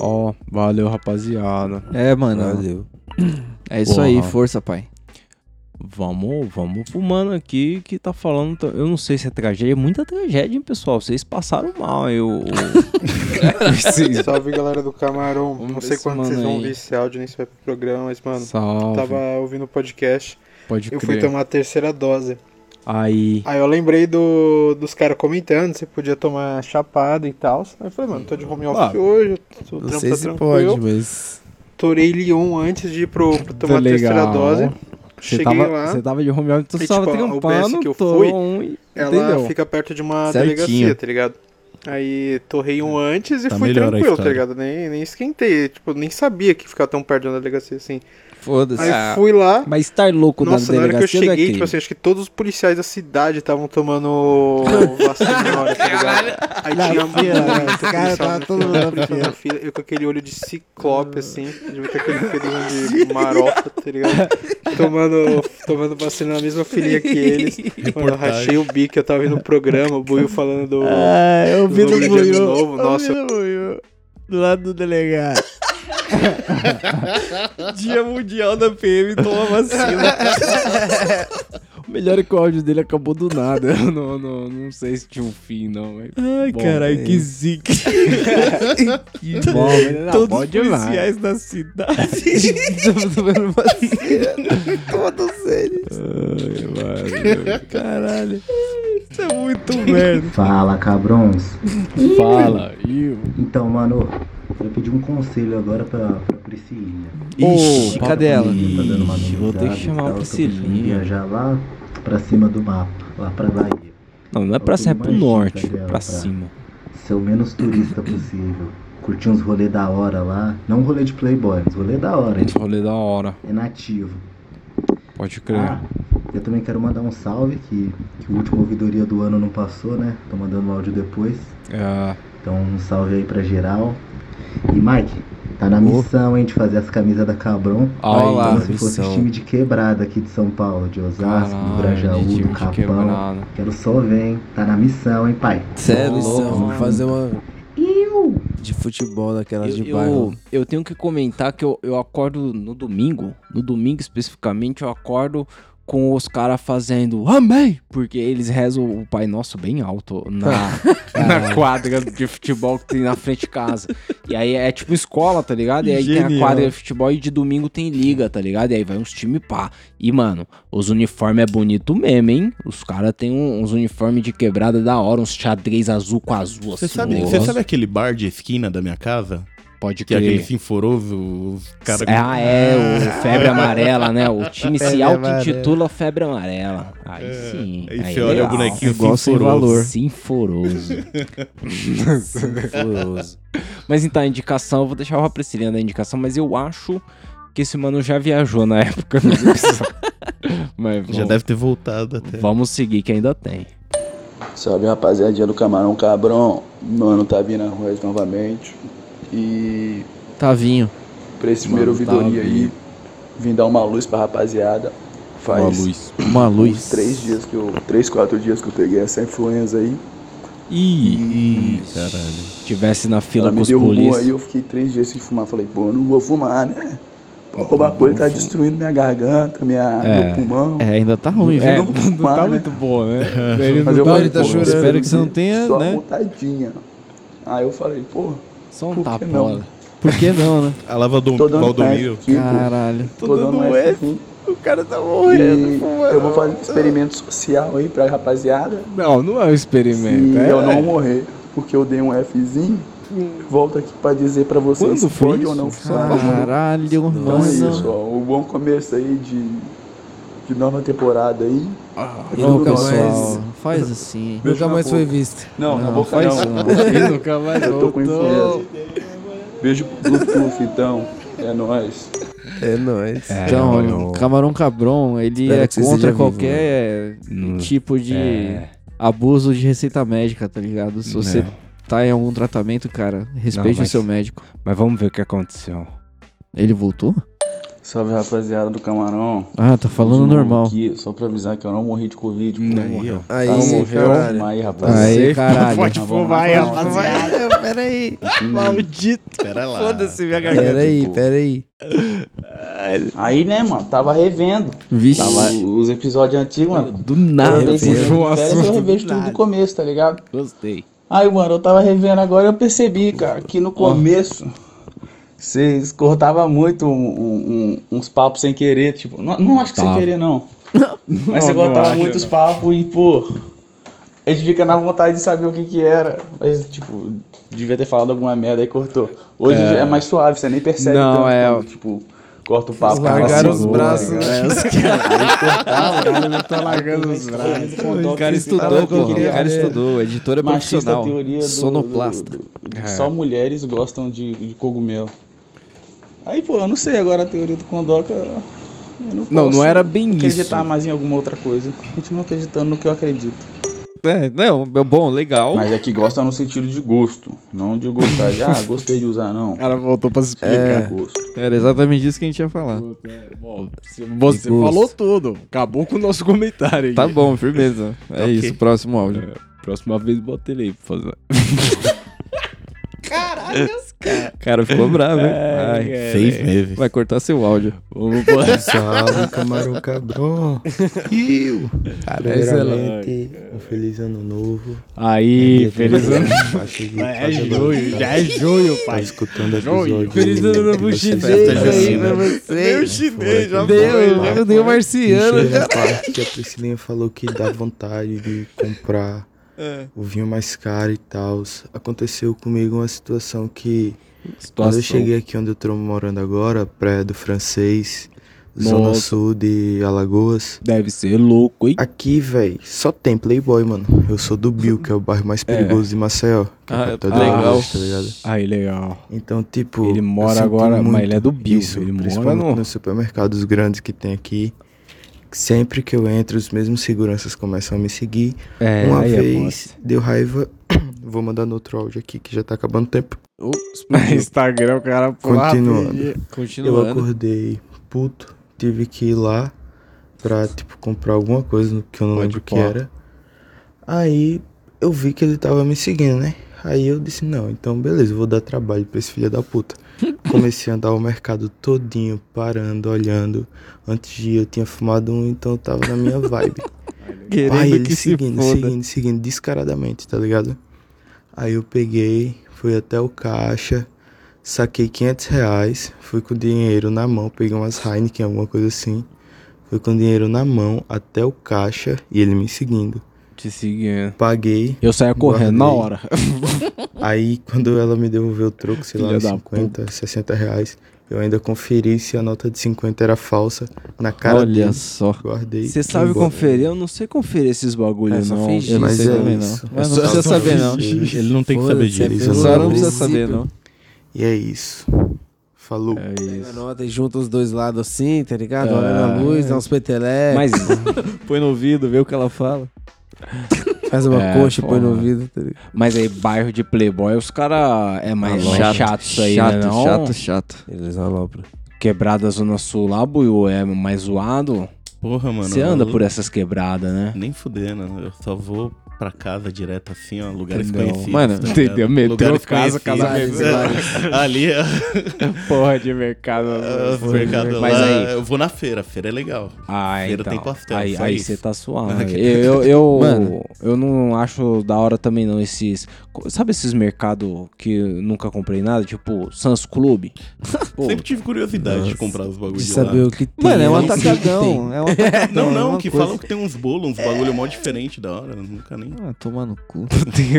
[SPEAKER 4] Ó, valeu, rapaziada.
[SPEAKER 3] É, mano.
[SPEAKER 4] Valeu.
[SPEAKER 3] É isso aí,
[SPEAKER 4] Porra.
[SPEAKER 3] força, pai.
[SPEAKER 4] Vamos, vamos pro mano aqui que tá falando. t- Eu não sei se é tragédia, é muita tragédia, hein, pessoal. Vocês passaram mal, eu.
[SPEAKER 21] [LAUGHS] Salve galera do Camarão.
[SPEAKER 4] Vamos
[SPEAKER 21] não
[SPEAKER 4] ver
[SPEAKER 21] sei
[SPEAKER 4] esse
[SPEAKER 21] quando
[SPEAKER 4] mano
[SPEAKER 21] vocês vão
[SPEAKER 4] aí.
[SPEAKER 21] ouvir esse áudio, nem se vai pro programa, mas mano,
[SPEAKER 4] Salve.
[SPEAKER 21] tava ouvindo o podcast.
[SPEAKER 4] Pode
[SPEAKER 21] eu
[SPEAKER 4] crer.
[SPEAKER 21] fui tomar a terceira dose.
[SPEAKER 4] Aí.
[SPEAKER 21] Aí eu lembrei do, dos caras comentando se podia tomar chapada e tal. Aí eu falei, mano, tô de home office
[SPEAKER 5] Ah,
[SPEAKER 21] hoje,
[SPEAKER 5] Não
[SPEAKER 21] o trampo
[SPEAKER 5] sei
[SPEAKER 21] tá
[SPEAKER 5] se
[SPEAKER 21] tranquilo.
[SPEAKER 5] pode, mas.
[SPEAKER 21] Torei Lyon antes de ir pro, pra tomar
[SPEAKER 4] Tá
[SPEAKER 21] a terceira
[SPEAKER 4] legal.
[SPEAKER 21] dose.
[SPEAKER 4] Você
[SPEAKER 21] Cheguei
[SPEAKER 4] tava,
[SPEAKER 21] lá.
[SPEAKER 4] Você tava de home office, tu
[SPEAKER 21] E,
[SPEAKER 4] tava
[SPEAKER 21] tipo, a
[SPEAKER 4] trampando.
[SPEAKER 21] UBS que eu
[SPEAKER 4] tô
[SPEAKER 21] fui,
[SPEAKER 4] um e-
[SPEAKER 21] ela
[SPEAKER 4] entendeu?
[SPEAKER 21] fica perto de uma
[SPEAKER 4] Certinho.
[SPEAKER 21] delegacia, tá ligado? Aí torrei um antes e
[SPEAKER 4] Tá
[SPEAKER 21] fui
[SPEAKER 4] melhor a
[SPEAKER 21] tranquilo, tá
[SPEAKER 4] história.
[SPEAKER 21] ligado? Nem, nem esquentei, tipo, nem sabia que ficava tão perto de uma delegacia assim.
[SPEAKER 4] Foda-se.
[SPEAKER 21] Aí
[SPEAKER 4] Ah,
[SPEAKER 21] fui lá.
[SPEAKER 4] Mas estar louco
[SPEAKER 21] Nossa,
[SPEAKER 4] da
[SPEAKER 21] na hora que eu
[SPEAKER 4] delegacia é
[SPEAKER 21] cheguei,
[SPEAKER 4] daqui.
[SPEAKER 21] tipo assim, acho que todos os policiais da cidade estavam tomando vacina na hora, tá ligado? Aí
[SPEAKER 5] Na
[SPEAKER 21] tinha
[SPEAKER 5] fila, né?
[SPEAKER 21] muito
[SPEAKER 5] Os caras
[SPEAKER 21] policial
[SPEAKER 5] tava
[SPEAKER 21] na
[SPEAKER 5] todo
[SPEAKER 21] fila,
[SPEAKER 5] mundo na fila.
[SPEAKER 21] policial fila, Eu com aquele olho de ciclope, assim, devia ter [LAUGHS] aquele pelinho de marofa, tá ligado? [LAUGHS] Tomando, tomando vacina na mesma filinha que eles. Quando eu Reportagem. rachei o bico, eu tava vendo o programa, o Buiu falando do...
[SPEAKER 5] Ah, eu vi no
[SPEAKER 21] nome de ano
[SPEAKER 5] Buiu.
[SPEAKER 21] Novo,
[SPEAKER 5] Eu
[SPEAKER 21] nossa,
[SPEAKER 5] vi no Buiu. Do lado do delegado.
[SPEAKER 21] [LAUGHS]
[SPEAKER 20] [LAUGHS]
[SPEAKER 17] Dia Mundial da PM, toma
[SPEAKER 19] [LAUGHS]
[SPEAKER 17] vacina.
[SPEAKER 4] [LAUGHS] O melhor é que o áudio dele acabou do nada. Eu não, não, não sei se tinha um fim, não. mas-
[SPEAKER 17] Ai,
[SPEAKER 4] Bom,
[SPEAKER 17] caralho,
[SPEAKER 4] é
[SPEAKER 17] que
[SPEAKER 4] isso. [LAUGHS]
[SPEAKER 17] zica. que
[SPEAKER 4] Bom, mas não,
[SPEAKER 17] Todos
[SPEAKER 4] bom
[SPEAKER 17] os
[SPEAKER 4] demais.
[SPEAKER 17] policiais da cidade.
[SPEAKER 5] Todos eles. [LAUGHS]
[SPEAKER 17] Caralho. Isso é muito
[SPEAKER 4] [LAUGHS]
[SPEAKER 17] merda.
[SPEAKER 10] Fala, cabrões.
[SPEAKER 17] Fala,
[SPEAKER 10] Então, mano, eu pedi um conselho agora pra, pra Priscilinha.
[SPEAKER 4] Ixi, cadê ela?
[SPEAKER 10] Tá dando uma
[SPEAKER 4] Ixi, vou ter que
[SPEAKER 10] amenizada e
[SPEAKER 4] chamar a
[SPEAKER 10] tal, tô pensando em
[SPEAKER 4] Priscilinha.
[SPEAKER 10] viajar lá pra cima do mapa, lá pra Bahia.
[SPEAKER 4] [LAUGHS] Não, não é pra cima,
[SPEAKER 10] Procure
[SPEAKER 4] é pro
[SPEAKER 10] mais
[SPEAKER 4] norte.
[SPEAKER 10] dica dela
[SPEAKER 4] Pra cima.
[SPEAKER 10] Ser o menos turista possível. Curtir uns rolê da hora lá. Não um rolê de playboy, mas rolê da hora.
[SPEAKER 4] Esse rolê da hora.
[SPEAKER 10] É nativo.
[SPEAKER 4] Pode crer.
[SPEAKER 10] Ah, eu também quero mandar um salve que, que o último ouvidoria do ano não passou, né? Tô mandando o áudio depois.
[SPEAKER 4] É.
[SPEAKER 10] Então um salve aí pra geral. E Mike, Tá na missão, hein, de fazer as camisas da Cabron.
[SPEAKER 8] Ó
[SPEAKER 10] Aí,
[SPEAKER 8] lá,
[SPEAKER 10] como se fosse
[SPEAKER 8] missão.
[SPEAKER 10] os time de quebrada aqui de São Paulo, de Osasco,
[SPEAKER 8] Caralho,
[SPEAKER 10] do Grajaú,
[SPEAKER 8] time
[SPEAKER 10] do
[SPEAKER 8] de
[SPEAKER 10] Capão.
[SPEAKER 8] quebrada.
[SPEAKER 10] Quero só ver, hein. Tá na missão, hein, pai.
[SPEAKER 8] Cê é
[SPEAKER 10] Nossa,
[SPEAKER 8] missão, vamos
[SPEAKER 10] mano.
[SPEAKER 8] fazer uma. De futebol daquelas de
[SPEAKER 4] Eu,
[SPEAKER 8] bairro.
[SPEAKER 4] eu, eu tenho que comentar que eu, eu acordo no domingo, no domingo especificamente, eu acordo com os caras fazendo amém, porque eles rezam o Pai Nosso bem alto
[SPEAKER 8] [LAUGHS]
[SPEAKER 4] na, na
[SPEAKER 8] Caralho.
[SPEAKER 4] quadra de futebol que tem na frente de casa. E aí é tipo escola, tá ligado? E aí tem a
[SPEAKER 8] Genial.
[SPEAKER 4] quadra de futebol e de domingo tem liga, tá ligado? E aí vai uns time pá. E mano, os uniformes é bonito mesmo, hein? Os caras têm um- uns uniformes de quebrada da hora, uns xadrez azul com azul,
[SPEAKER 6] Você
[SPEAKER 4] assim,
[SPEAKER 6] sabe,
[SPEAKER 4] ó.
[SPEAKER 6] você sabe aquele bar de esquina da minha casa?
[SPEAKER 4] Pode
[SPEAKER 6] que é
[SPEAKER 4] crer.
[SPEAKER 6] aquele sinforoso, os caras...
[SPEAKER 4] Ah, é, o Febre Amarela, né? O time se
[SPEAKER 6] Febre
[SPEAKER 4] auto-intitula Febre Amarela. Aí sim.
[SPEAKER 6] Aí
[SPEAKER 4] aí
[SPEAKER 6] você olha É,
[SPEAKER 4] legal.
[SPEAKER 6] o bonequinho
[SPEAKER 4] Negócio sem
[SPEAKER 6] sinforoso.
[SPEAKER 4] valor. Sinforoso. Sinforoso. Mas então, a indicação, eu vou deixar o Rapriciliano da indicação, mas eu acho que esse mano já viajou na época. do
[SPEAKER 6] [LAUGHS]
[SPEAKER 4] episódio. mas
[SPEAKER 6] Já deve ter voltado até.
[SPEAKER 4] Vamos seguir que ainda tem.
[SPEAKER 20] Salve rapaziadinha do Camarão Cabrão, mano tá Tavinho Arroz novamente. E
[SPEAKER 3] Tavinho.
[SPEAKER 20] pra esse primeiro
[SPEAKER 3] Mano, tá
[SPEAKER 20] ouvidoria
[SPEAKER 3] Tavinho.
[SPEAKER 20] aí, vim dar uma luz pra rapaziada. Faz
[SPEAKER 3] Uma luz. Uma
[SPEAKER 20] uns
[SPEAKER 3] luz.
[SPEAKER 20] três dias que eu. Três, quatro dias que eu peguei essa influenza aí.
[SPEAKER 4] Ih, caralho. Tivesse na fila
[SPEAKER 20] Ela
[SPEAKER 4] com
[SPEAKER 20] me
[SPEAKER 4] os
[SPEAKER 20] deu um aí,
[SPEAKER 4] polícia.
[SPEAKER 20] eu fiquei três dias sem fumar. Falei, pô, eu não vou fumar, né? Alguma coisa tá destruindo minha garganta, minha, meu pulmão.
[SPEAKER 3] É, ainda tá ruim,
[SPEAKER 20] É,
[SPEAKER 3] viu?
[SPEAKER 20] não tá muito
[SPEAKER 4] bom,
[SPEAKER 3] [LAUGHS]
[SPEAKER 4] né?
[SPEAKER 20] [LAUGHS] Ele não tá- ele tá
[SPEAKER 3] pô,
[SPEAKER 20] chorando.
[SPEAKER 3] Espero que você não tenha,
[SPEAKER 20] Só
[SPEAKER 3] né?
[SPEAKER 20] vontadinha. Aí eu falei, pô,
[SPEAKER 4] só
[SPEAKER 20] um
[SPEAKER 3] Bola. Por que não, né?
[SPEAKER 6] A lava do
[SPEAKER 20] Tô dando
[SPEAKER 6] Valdomiro.
[SPEAKER 20] F aqui, pô.
[SPEAKER 3] Caralho.
[SPEAKER 20] Tô dando um F aqui.
[SPEAKER 3] O cara tá
[SPEAKER 20] E eu vou fazer um experimento social aí pra rapaziada.
[SPEAKER 8] Não, não é um experimento.
[SPEAKER 20] Se
[SPEAKER 8] é-
[SPEAKER 20] eu não morrer, porque eu dei um Fzinho, volto aqui pra dizer pra vocês
[SPEAKER 3] Quando
[SPEAKER 20] se
[SPEAKER 3] foi
[SPEAKER 20] pode ou
[SPEAKER 3] isso?
[SPEAKER 20] não funcionar.
[SPEAKER 3] Caralho,
[SPEAKER 20] Então é
[SPEAKER 3] mano.
[SPEAKER 20] isso, ó. Um bom começo aí de, de nova temporada aí. E
[SPEAKER 3] nunca
[SPEAKER 20] tudo
[SPEAKER 3] mais-
[SPEAKER 20] nosso.
[SPEAKER 3] faz assim.
[SPEAKER 20] Beijo
[SPEAKER 3] Nunca
[SPEAKER 20] Ah, na
[SPEAKER 3] mais
[SPEAKER 20] boca.
[SPEAKER 3] foi visto.
[SPEAKER 20] Não, na
[SPEAKER 3] Não,
[SPEAKER 20] boca
[SPEAKER 3] faz
[SPEAKER 20] não.
[SPEAKER 3] não. Nunca mais
[SPEAKER 20] Eu tô com
[SPEAKER 3] voltou.
[SPEAKER 20] influenza. Beijo pro Bluetooth, então. É nóis.
[SPEAKER 3] É nóis.
[SPEAKER 20] É,
[SPEAKER 3] então,
[SPEAKER 20] eu-
[SPEAKER 3] Camarão Cabron, ele
[SPEAKER 20] Espero
[SPEAKER 3] é
[SPEAKER 20] que você esteja
[SPEAKER 3] contra
[SPEAKER 20] vivo,
[SPEAKER 3] qualquer
[SPEAKER 20] Hum,
[SPEAKER 3] tipo de
[SPEAKER 20] é.
[SPEAKER 3] abuso de receita médica, tá ligado? Se você
[SPEAKER 4] É.
[SPEAKER 3] tá em algum tratamento, cara, respeite
[SPEAKER 4] Não, mas-
[SPEAKER 3] o seu médico.
[SPEAKER 4] Mas vamos ver o que aconteceu.
[SPEAKER 3] Ele voltou?
[SPEAKER 20] Salve rapaziada do Camarão.
[SPEAKER 3] Ah, tá falando
[SPEAKER 20] De novo
[SPEAKER 3] normal.
[SPEAKER 20] Aqui, só pra avisar que eu não morri de Covid. Aí, não morreu.
[SPEAKER 3] Aí,
[SPEAKER 20] tá, não
[SPEAKER 3] sim,
[SPEAKER 20] morreu.
[SPEAKER 3] caralho.
[SPEAKER 20] Fuma Aí, rapaziada.
[SPEAKER 3] Aí, caralho.
[SPEAKER 20] Tá bom, tá bom.
[SPEAKER 3] Peraí.
[SPEAKER 4] Hum.
[SPEAKER 20] Maldito. Pera lá.
[SPEAKER 3] Foda-se minha
[SPEAKER 20] garganta,
[SPEAKER 3] Peraí,
[SPEAKER 20] pô.
[SPEAKER 3] peraí.
[SPEAKER 20] Aí, né, mano? Tava revendo.
[SPEAKER 3] Vixe.
[SPEAKER 20] Tava os episódios antigos, mano.
[SPEAKER 4] Do
[SPEAKER 3] nada,
[SPEAKER 20] Eu,
[SPEAKER 3] puxou o assunto
[SPEAKER 20] eu
[SPEAKER 3] do
[SPEAKER 20] revejo tudo do começo, tá ligado?
[SPEAKER 4] Gostei.
[SPEAKER 20] Aí, mano, eu tava revendo agora e eu percebi, cara, que no começo vocês cortavam muito um- um- um- uns papos sem querer, tipo, não, não acho que sem
[SPEAKER 4] Tá.
[SPEAKER 20] Tava. querer, [LAUGHS] não. Mas você não cortava acho, muitos não. papos e, pô, a gente fica na vontade de saber o que que era. Mas, tipo, devia ter falado alguma merda e cortou. Hoje É. é, mais suave, você nem percebe Não, tanto é- quando, tipo, corta o papo. Largaram fala assim, os "Boa", braços, tá né? ligado? [LAUGHS] Os caras-
[SPEAKER 4] tá
[SPEAKER 8] largando os braços.
[SPEAKER 20] O
[SPEAKER 8] cara
[SPEAKER 20] Fala que
[SPEAKER 8] estudou, pô.
[SPEAKER 20] queria
[SPEAKER 8] O cara
[SPEAKER 20] ver.
[SPEAKER 8] estudou. Editora
[SPEAKER 20] Machista
[SPEAKER 8] profissional.
[SPEAKER 20] teoria do-
[SPEAKER 8] Sonoplasta.
[SPEAKER 20] do- do- do- Só mulheres gostam de, de cogumelo.
[SPEAKER 4] Tá
[SPEAKER 20] Aí, pô, eu não sei agora a teoria do Kondoka. eu não,
[SPEAKER 4] Não, não
[SPEAKER 20] posso
[SPEAKER 4] era bem
[SPEAKER 20] acreditar
[SPEAKER 4] isso.
[SPEAKER 20] mais em alguma outra coisa. Continuo acreditando no que eu acredito. É, não, é bom, legal. Mas é que gosta no sentido de gosto, não de gostar de, [LAUGHS] ah, gostei de usar, não.
[SPEAKER 4] Ela voltou pra se
[SPEAKER 3] É, era exatamente isso que a gente ia falar. Hum.
[SPEAKER 4] Você
[SPEAKER 3] Gosto.
[SPEAKER 4] falou [LAUGHS] tudo. Acabou com o nosso comentário.
[SPEAKER 3] Tá
[SPEAKER 4] aqui.
[SPEAKER 3] bom, firmeza. É
[SPEAKER 4] Ok. É,
[SPEAKER 3] isso, próximo áudio.
[SPEAKER 4] Próxima vez bota ele aí pra fazer.
[SPEAKER 3] É. Cara, ficou bravo, hein?
[SPEAKER 4] É,
[SPEAKER 3] Ai,
[SPEAKER 4] cara.
[SPEAKER 3] seis meses. Vai cortar seu áudio.
[SPEAKER 4] [LAUGHS] é
[SPEAKER 9] Salve, camarão cabrão. Iu. Primeiramente, um feliz ano novo.
[SPEAKER 4] é Aí,
[SPEAKER 9] Dia
[SPEAKER 4] feliz ano
[SPEAKER 9] 31, achei que
[SPEAKER 4] É
[SPEAKER 9] faz agora,
[SPEAKER 4] junho,
[SPEAKER 9] tá?
[SPEAKER 4] já é junho,
[SPEAKER 9] Tá
[SPEAKER 4] pai.
[SPEAKER 9] escutando
[SPEAKER 4] Junho.
[SPEAKER 9] episódio.
[SPEAKER 4] Feliz ano novo
[SPEAKER 9] de vocês,
[SPEAKER 4] chinês
[SPEAKER 9] festa
[SPEAKER 4] aí
[SPEAKER 9] junina.
[SPEAKER 4] pra você. Deu
[SPEAKER 9] é
[SPEAKER 4] chinês, já foi, já
[SPEAKER 9] papo.
[SPEAKER 4] deu marciano,
[SPEAKER 9] Encheu na
[SPEAKER 4] cara.
[SPEAKER 9] parte que a Priscilinha falou que dá vontade de comprar
[SPEAKER 4] É.
[SPEAKER 9] o vinho mais caro e tal. Aconteceu comigo uma situação que... Quando
[SPEAKER 4] Situação.
[SPEAKER 9] eu cheguei aqui onde eu tô morando agora, praia do francês, zona
[SPEAKER 4] Nossa.
[SPEAKER 9] sul de Alagoas.
[SPEAKER 4] Deve ser louco, hein?
[SPEAKER 9] Aqui, véi, só tem playboy, mano. Eu sou do Bill, que é o bairro mais perigoso de Maceió. Que é a
[SPEAKER 4] Ah,
[SPEAKER 9] capital de
[SPEAKER 4] legal.
[SPEAKER 9] Alagoas, tá ligado?
[SPEAKER 4] Aí, legal.
[SPEAKER 9] Então, tipo.
[SPEAKER 4] Ele
[SPEAKER 9] eu
[SPEAKER 4] mora
[SPEAKER 9] senti
[SPEAKER 4] agora, mas
[SPEAKER 9] muito
[SPEAKER 4] ele é do Bill.
[SPEAKER 9] isso,
[SPEAKER 4] ele mora
[SPEAKER 9] principalmente
[SPEAKER 4] no.
[SPEAKER 9] nos supermercados grandes que tem aqui. Sempre que eu entro, os mesmos seguranças começam a me seguir.
[SPEAKER 4] É,
[SPEAKER 9] Uma
[SPEAKER 4] aí é
[SPEAKER 9] [COUGHS] vez deu raiva. Vou mandar no outro áudio aqui que já tá acabando o tempo. [LAUGHS]
[SPEAKER 4] Instagram, o cara pula
[SPEAKER 9] Continuando.
[SPEAKER 4] rapidinho. né?
[SPEAKER 9] Eu acordei puto, tive que ir lá pra, tipo, comprar alguma coisa que eu não lembro o que
[SPEAKER 4] pó.
[SPEAKER 9] era. Aí eu vi que ele tava me seguindo, né? Aí eu disse, não, então beleza, eu vou dar trabalho pra esse filho
[SPEAKER 24] [LAUGHS]
[SPEAKER 9] da puta. Comecei a andar o mercado todinho, parando, olhando. Antes de ir, eu tinha fumado um, então eu tava na minha vibe.
[SPEAKER 24] [LAUGHS] Querendo
[SPEAKER 9] Aí ele
[SPEAKER 24] que se
[SPEAKER 9] seguindo,
[SPEAKER 24] foda.
[SPEAKER 9] seguindo, seguindo, descaradamente, tá ligado? Aí eu peguei, fui até o caixa, saquei 500 reais, fui com o dinheiro na mão, peguei umas Heineken, alguma coisa assim. Fui com o dinheiro na mão até o caixa e ele me seguindo.
[SPEAKER 4] Te seguindo.
[SPEAKER 9] Paguei.
[SPEAKER 4] Eu saía correndo na hora.
[SPEAKER 9] [LAUGHS] Aí quando ela me devolveu o troco, sei lá,
[SPEAKER 4] Filha
[SPEAKER 9] uns
[SPEAKER 4] da
[SPEAKER 9] 50, 60 reais, eu ainda conferi se a nota de 50 era falsa na cara
[SPEAKER 3] Olha
[SPEAKER 9] dele.
[SPEAKER 3] só.
[SPEAKER 9] Guardei.
[SPEAKER 4] Você
[SPEAKER 9] e
[SPEAKER 4] sabe
[SPEAKER 9] embora.
[SPEAKER 4] conferir? Eu não sei conferir esses bagulho,
[SPEAKER 9] É, só
[SPEAKER 4] não.
[SPEAKER 9] fingir,
[SPEAKER 4] Eu não
[SPEAKER 9] mas
[SPEAKER 4] sei
[SPEAKER 9] é
[SPEAKER 4] também, não.
[SPEAKER 9] isso.
[SPEAKER 4] Mas
[SPEAKER 9] É só- só fingir.
[SPEAKER 4] Ele
[SPEAKER 9] Ele não tem que saber
[SPEAKER 4] Foda-se, é
[SPEAKER 9] disso,
[SPEAKER 4] pelo
[SPEAKER 9] não. Não
[SPEAKER 2] precisa
[SPEAKER 4] princípio.
[SPEAKER 2] saber, não.
[SPEAKER 9] E é isso. Falou.
[SPEAKER 2] É isso. Nota e junta os dois lados assim, tá ligado? Olha na
[SPEAKER 4] É.
[SPEAKER 2] luz, dá uns
[SPEAKER 3] [LAUGHS]
[SPEAKER 2] petelé.
[SPEAKER 4] Mas-
[SPEAKER 2] põe no ouvido, vê o que ela fala. Faz uma
[SPEAKER 4] É,
[SPEAKER 2] coxa e põe no
[SPEAKER 4] porra.
[SPEAKER 2] ouvido. Tá ligado?
[SPEAKER 4] Mas aí, bairro de Playboy, os caras é mais,
[SPEAKER 2] Ah,
[SPEAKER 4] mais
[SPEAKER 2] chato,
[SPEAKER 4] chato, isso aí,
[SPEAKER 2] chato,
[SPEAKER 4] né? Não?
[SPEAKER 2] chato,
[SPEAKER 3] chato.
[SPEAKER 2] Eles alopram.
[SPEAKER 4] Quebrada Zona Sul lá, Buiu, é mais zoado.
[SPEAKER 6] Porra, mano.
[SPEAKER 4] Você anda
[SPEAKER 6] eu-
[SPEAKER 4] por essas quebradas, né?
[SPEAKER 6] Nem fudendo, eu só vou pra casa direto assim, ó, lugares
[SPEAKER 4] Entendeu.
[SPEAKER 6] conhecidos.
[SPEAKER 4] Mano,
[SPEAKER 6] tá ligado?
[SPEAKER 4] entendeu? Metrô,
[SPEAKER 6] Lugares
[SPEAKER 4] casa, casa
[SPEAKER 6] conhecidos.
[SPEAKER 4] mesmo.
[SPEAKER 6] [LAUGHS] Ali, ó.
[SPEAKER 4] [LAUGHS] Porra de mercado.
[SPEAKER 6] Ah,
[SPEAKER 4] porra de
[SPEAKER 6] mercado
[SPEAKER 4] mercado.
[SPEAKER 6] Mas
[SPEAKER 4] Mas
[SPEAKER 6] aí...
[SPEAKER 4] aí-
[SPEAKER 6] Eu vou na feira, a feira é legal.
[SPEAKER 4] Ah,
[SPEAKER 6] feira
[SPEAKER 4] então.
[SPEAKER 6] tem pastel,
[SPEAKER 4] aí,
[SPEAKER 6] só
[SPEAKER 4] aí
[SPEAKER 6] isso.
[SPEAKER 4] você tá
[SPEAKER 6] [LAUGHS]
[SPEAKER 4] suave.
[SPEAKER 6] Ok.
[SPEAKER 4] Eu, eu, eu,
[SPEAKER 6] Mano.
[SPEAKER 4] eu não acho da hora também não esses... Sabe esses mercados que eu nunca comprei nada? Tipo, Sans Club? [LAUGHS] Pô,
[SPEAKER 6] Sempre tive curiosidade de
[SPEAKER 4] Nossa.
[SPEAKER 6] comprar os bagulhos
[SPEAKER 4] De
[SPEAKER 6] lá.
[SPEAKER 4] saber o que tem, Mano, é um né? atacadão, Sim, tem. é um atacadão,
[SPEAKER 6] Não,
[SPEAKER 4] é
[SPEAKER 6] não,
[SPEAKER 4] uma
[SPEAKER 6] que
[SPEAKER 4] coisa.
[SPEAKER 6] falam que tem uns bolos, uns bagulho mó diferente da hora, eu nunca nem...
[SPEAKER 3] Ah, tomar no
[SPEAKER 6] [LAUGHS]
[SPEAKER 3] [LAUGHS] cu.
[SPEAKER 4] [LAUGHS]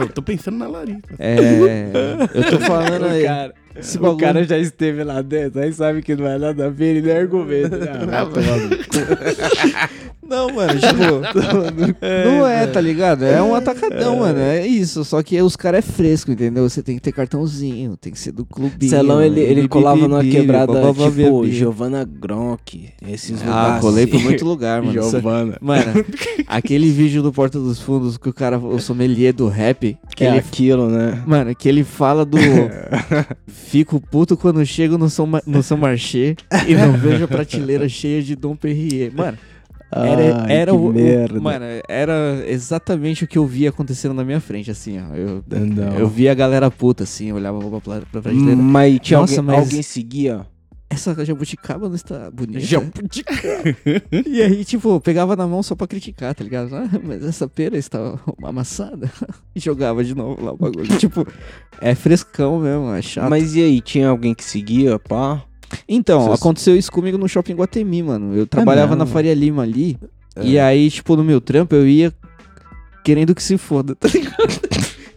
[SPEAKER 6] eu tô pensando na larica.
[SPEAKER 3] É, eu tô falando aí.
[SPEAKER 4] O cara,
[SPEAKER 3] Esse
[SPEAKER 4] o
[SPEAKER 3] bagulho-
[SPEAKER 4] cara já esteve lá dentro, aí sabe que não é nada a ver, ele nem argumenta.
[SPEAKER 3] [LAUGHS]
[SPEAKER 4] Ah, vai tomar no cu.
[SPEAKER 3] Não, mano,
[SPEAKER 4] [LAUGHS]
[SPEAKER 3] tipo, não é, tá ligado? É um atacadão, mano. É isso. Só que os caras é fresco, entendeu? Você tem que ter cartãozinho, tem que ser do clube.
[SPEAKER 4] Celão, ele, ele colava numa quebrada tipo Giovanna Gronk. Esses
[SPEAKER 3] Ah,
[SPEAKER 4] lugares. assim.
[SPEAKER 3] colei por muito lugar, mano. Isso- é [LAUGHS]
[SPEAKER 4] Giovanna. [LAUGHS]
[SPEAKER 3] Mano, aquele vídeo do Porta dos Fundos que o cara, o sommelier do rap.
[SPEAKER 4] Que é aquilo, né?
[SPEAKER 3] Mano, que ele fala
[SPEAKER 4] [LAUGHS]
[SPEAKER 3] do. Fico puto quando chego no São, Ma- no São Marché e não vejo a prateleira cheia de Dom Perrier. Mano. Era,
[SPEAKER 4] Ai,
[SPEAKER 3] era
[SPEAKER 4] que
[SPEAKER 3] o, o-
[SPEAKER 4] merda.
[SPEAKER 3] Mano, era exatamente o que eu via acontecendo na minha frente, assim, ó. Eu,
[SPEAKER 4] Não.
[SPEAKER 3] eu via a galera puta, assim, eu olhava pra, pra, pra prateleira.
[SPEAKER 4] Mas tinha
[SPEAKER 3] Nossa,
[SPEAKER 4] alguém,
[SPEAKER 3] mas
[SPEAKER 4] alguém seguia.
[SPEAKER 3] Essa jabuticaba não está bonita.
[SPEAKER 4] Jabuticaba.
[SPEAKER 3] [LAUGHS] e aí, tipo, eu pegava na mão só pra criticar, tá ligado? Ah, mas essa pera está amassada. [LAUGHS] E jogava de novo lá o bagulho. tipo, é frescão mesmo, é chato.
[SPEAKER 4] Mas e aí, tinha alguém que seguia, pá?
[SPEAKER 3] Então,
[SPEAKER 4] Vocês-
[SPEAKER 3] aconteceu isso comigo no shopping Guatemi, mano. Eu trabalhava na
[SPEAKER 4] mesmo?
[SPEAKER 3] Faria Lima ali.
[SPEAKER 4] É.
[SPEAKER 3] E aí, tipo, no meu trampo, eu ia querendo que se foda, tá ligado?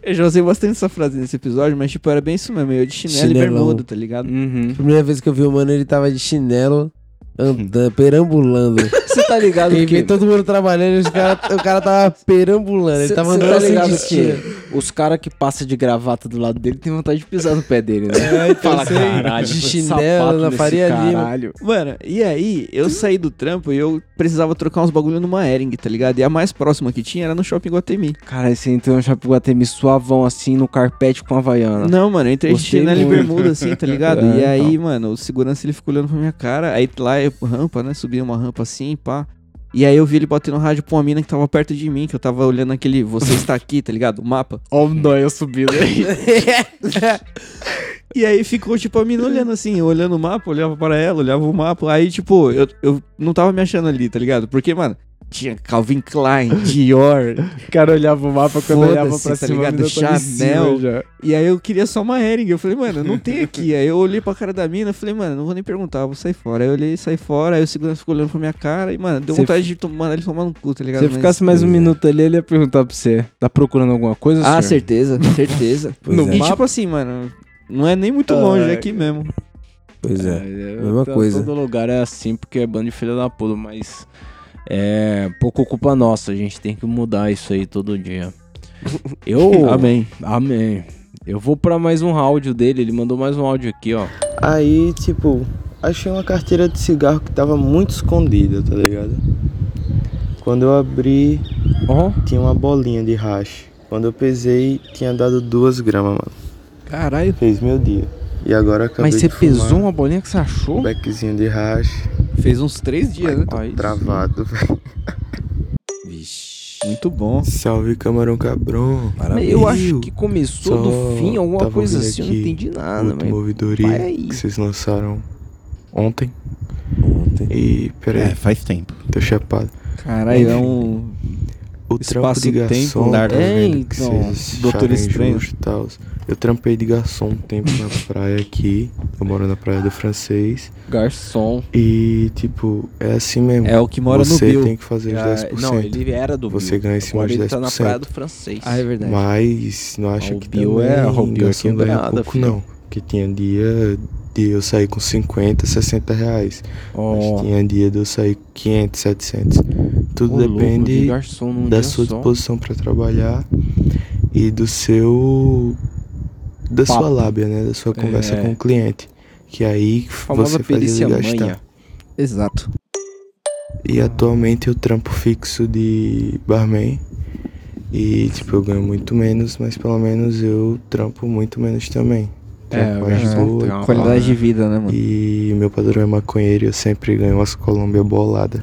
[SPEAKER 3] Eu já usei bastante essa frase nesse episódio, mas, tipo, era bem isso mesmo. Eu de chinelo e
[SPEAKER 2] Chinelão.
[SPEAKER 3] bermuda, tá ligado?
[SPEAKER 4] Uhum.
[SPEAKER 2] Primeira vez que eu vi o mano, ele tava de chinelo. Andando, [LAUGHS] perambulando. Você tá ligado que...
[SPEAKER 4] que-
[SPEAKER 2] todo mundo trabalhando, os cara, o cara tava perambulando. Ele
[SPEAKER 4] Cê-
[SPEAKER 2] tava
[SPEAKER 4] cê
[SPEAKER 2] andando assim sem
[SPEAKER 4] ligado
[SPEAKER 2] destino.
[SPEAKER 4] que os caras que passa de gravata do lado dele tem vontade de pisar no pé dele, né?
[SPEAKER 2] É, então sei. De chinelo na Faria Lima.
[SPEAKER 3] Mano, e aí, eu saí do trampo e eu precisava trocar uns bagulho numa Ering, tá ligado? E a mais próxima que tinha era no shopping Guatemi.
[SPEAKER 4] Cara, você entrou no shopping Guatemi suavão assim no carpete com a Havaiana.
[SPEAKER 3] Não, mano, eu entrei de
[SPEAKER 4] Gostei
[SPEAKER 3] chinelo e
[SPEAKER 4] muito.
[SPEAKER 3] bermuda, assim, tá ligado?
[SPEAKER 4] [LAUGHS] É,
[SPEAKER 3] e aí,
[SPEAKER 4] então.
[SPEAKER 3] mano, o segurança ele ficou olhando pra minha cara. Aí lá é rampa, né? Subia uma rampa assim, pá. E aí eu vi ele batendo rádio pra uma mina que tava perto de mim, que eu tava olhando aquele Você está aqui, tá ligado? O mapa.
[SPEAKER 4] [LAUGHS] Ó o Noia subindo aí. né?
[SPEAKER 3] [LAUGHS] E aí ficou, tipo, a mina olhando assim, eu olhando o mapa, olhava para ela, olhava o mapa. Aí, tipo, eu, eu não tava me achando ali, tá ligado? Porque, mano, tinha Calvin Klein, Dior.
[SPEAKER 4] O cara olhava o mapa quando olhava
[SPEAKER 3] tá
[SPEAKER 4] pra cima, a
[SPEAKER 3] ligado?
[SPEAKER 4] mina tava em
[SPEAKER 3] Chanel.
[SPEAKER 4] cima já.
[SPEAKER 3] E aí eu queria só uma Hering. Eu falei, mano, não tem aqui. aí eu olhei pra cara da mina, falei, mano, não vou nem perguntar, eu vou sair fora. Aí eu olhei, saí fora, aí o segurança ficou olhando pra minha cara e, mano, deu
[SPEAKER 4] Você
[SPEAKER 3] vontade
[SPEAKER 4] fi-
[SPEAKER 3] de tomar ele tomar no cu, tá
[SPEAKER 4] Se
[SPEAKER 3] ligado?
[SPEAKER 4] você
[SPEAKER 3] Mas-
[SPEAKER 4] ficasse mais um minuto ali, ele ia perguntar pra você: tá procurando alguma coisa?
[SPEAKER 3] Ah,
[SPEAKER 4] senhor?
[SPEAKER 3] certeza, certeza.
[SPEAKER 4] [LAUGHS] Pois
[SPEAKER 3] e
[SPEAKER 4] é.
[SPEAKER 3] tipo assim, mano, não é nem muito
[SPEAKER 4] Ah,
[SPEAKER 3] longe, é
[SPEAKER 4] é.
[SPEAKER 3] aqui mesmo.
[SPEAKER 2] Pois é,
[SPEAKER 4] eu-
[SPEAKER 2] mesma
[SPEAKER 4] tá-
[SPEAKER 2] coisa.
[SPEAKER 4] Todo lugar é assim porque é bando de filha da puta, mas é pouco culpa nossa. A gente tem que mudar isso aí todo [LAUGHS] dia. Eu.
[SPEAKER 3] Amém.
[SPEAKER 4] Amém. Eu vou pra mais um áudio dele. Ele mandou mais um áudio aqui, ó.
[SPEAKER 9] Aí, tipo, achei uma carteira de cigarro que tava muito escondida, tá ligado? Quando eu abri, tinha uma bolinha de hash. Quando eu pesei, tinha dado duas gramas, mano.
[SPEAKER 4] Caralho.
[SPEAKER 9] Fez meu dia. E agora eu acabei
[SPEAKER 4] Mas você
[SPEAKER 9] de fumar
[SPEAKER 4] pesou uma bolinha que você achou?
[SPEAKER 9] um beckzinho de racha.
[SPEAKER 4] Fez uns três dias, né?
[SPEAKER 9] Travado, velho.
[SPEAKER 4] Vixe. Muito bom.
[SPEAKER 9] Salve, camarão cabrão.
[SPEAKER 4] Mas eu acho que começou do fim, alguma
[SPEAKER 9] tava
[SPEAKER 4] coisa
[SPEAKER 9] ouvindo
[SPEAKER 4] assim, eu
[SPEAKER 9] aqui
[SPEAKER 4] não entendi nada,
[SPEAKER 9] o
[SPEAKER 4] mas
[SPEAKER 9] Movidoria
[SPEAKER 4] vai aí.
[SPEAKER 9] que vocês lançaram ontem. Ontem. E, peraí.
[SPEAKER 25] É, faz tempo.
[SPEAKER 9] Tô chapado.
[SPEAKER 3] Caralho, é
[SPEAKER 9] Enfim,
[SPEAKER 3] um.
[SPEAKER 9] O trampo de garçom,
[SPEAKER 3] espaço-tempo.
[SPEAKER 9] tá
[SPEAKER 3] É,
[SPEAKER 9] vendo, que
[SPEAKER 3] então.
[SPEAKER 9] vocês
[SPEAKER 3] Doutor
[SPEAKER 9] acharam
[SPEAKER 3] Estranho.
[SPEAKER 9] injusto e tal. Eu trampei de garçom um tempo na praia aqui. Eu moro na praia do francês.
[SPEAKER 4] Garçom.
[SPEAKER 9] E, tipo, é assim mesmo.
[SPEAKER 3] É o que mora no
[SPEAKER 9] Você
[SPEAKER 3] Bill.
[SPEAKER 9] tem que fazer os
[SPEAKER 3] Ah,
[SPEAKER 9] 10%.
[SPEAKER 4] não, ele era do
[SPEAKER 9] Você
[SPEAKER 4] Bill.
[SPEAKER 9] ganha em cima
[SPEAKER 4] Agora
[SPEAKER 9] de 10%.
[SPEAKER 4] ele tá na praia do francês. Ah, é verdade.
[SPEAKER 9] Mas não acha que
[SPEAKER 4] Bill
[SPEAKER 9] também
[SPEAKER 4] é- o Bill
[SPEAKER 9] garçom
[SPEAKER 4] aqui não
[SPEAKER 9] ganha
[SPEAKER 4] ganha nada,
[SPEAKER 9] pouco,
[SPEAKER 4] filho.
[SPEAKER 9] não. Porque tinha dia de eu sair com 50, 60 reais. Mas tinha dia de eu sair com 500, 700. Tudo
[SPEAKER 4] Ô, louco,
[SPEAKER 9] depende
[SPEAKER 4] de garçom num
[SPEAKER 9] da
[SPEAKER 4] dia
[SPEAKER 9] sua
[SPEAKER 4] só.
[SPEAKER 9] disposição pra trabalhar e do seu. da sua
[SPEAKER 4] Papo.
[SPEAKER 9] lábia, né? Da sua conversa
[SPEAKER 4] É.
[SPEAKER 9] com o cliente. Que é aí
[SPEAKER 4] Famosa
[SPEAKER 9] você faz
[SPEAKER 4] perícia
[SPEAKER 9] ele
[SPEAKER 4] manha.
[SPEAKER 9] gastar.
[SPEAKER 3] Exato.
[SPEAKER 9] E atualmente eu trampo fixo de barman. E, tipo, eu ganho muito menos, mas pelo menos eu trampo muito menos também.
[SPEAKER 26] É,
[SPEAKER 9] Trampo
[SPEAKER 26] eu
[SPEAKER 9] mais
[SPEAKER 26] acho
[SPEAKER 9] de
[SPEAKER 26] que
[SPEAKER 9] boa e
[SPEAKER 26] trampa,
[SPEAKER 9] tal.
[SPEAKER 26] Qualidade de vida, né, mano?
[SPEAKER 9] E meu padrão é maconheiro e eu sempre ganho umas Colômbia bolada.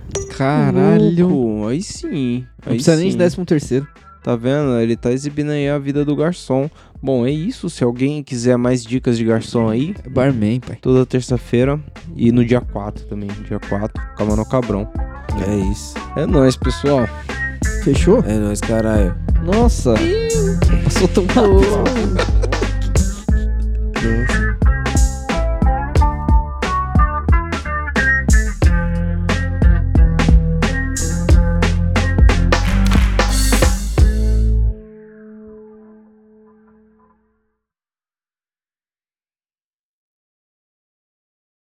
[SPEAKER 4] Caralho. aí sim.
[SPEAKER 9] Não precisa nem de
[SPEAKER 4] décimo terceiro. Tá vendo? Ele tá exibindo aí a vida do garçom. Bom, é isso. Se alguém quiser mais dicas de garçom aí. É barman, pai. Toda terça-feira. E no dia 4 também. Dia 4. Camarão Cabrão.
[SPEAKER 3] É isso.
[SPEAKER 4] É nóis, pessoal.
[SPEAKER 3] Fechou?
[SPEAKER 27] É nóis, caralho.
[SPEAKER 3] Nossa. Passou tão rápido.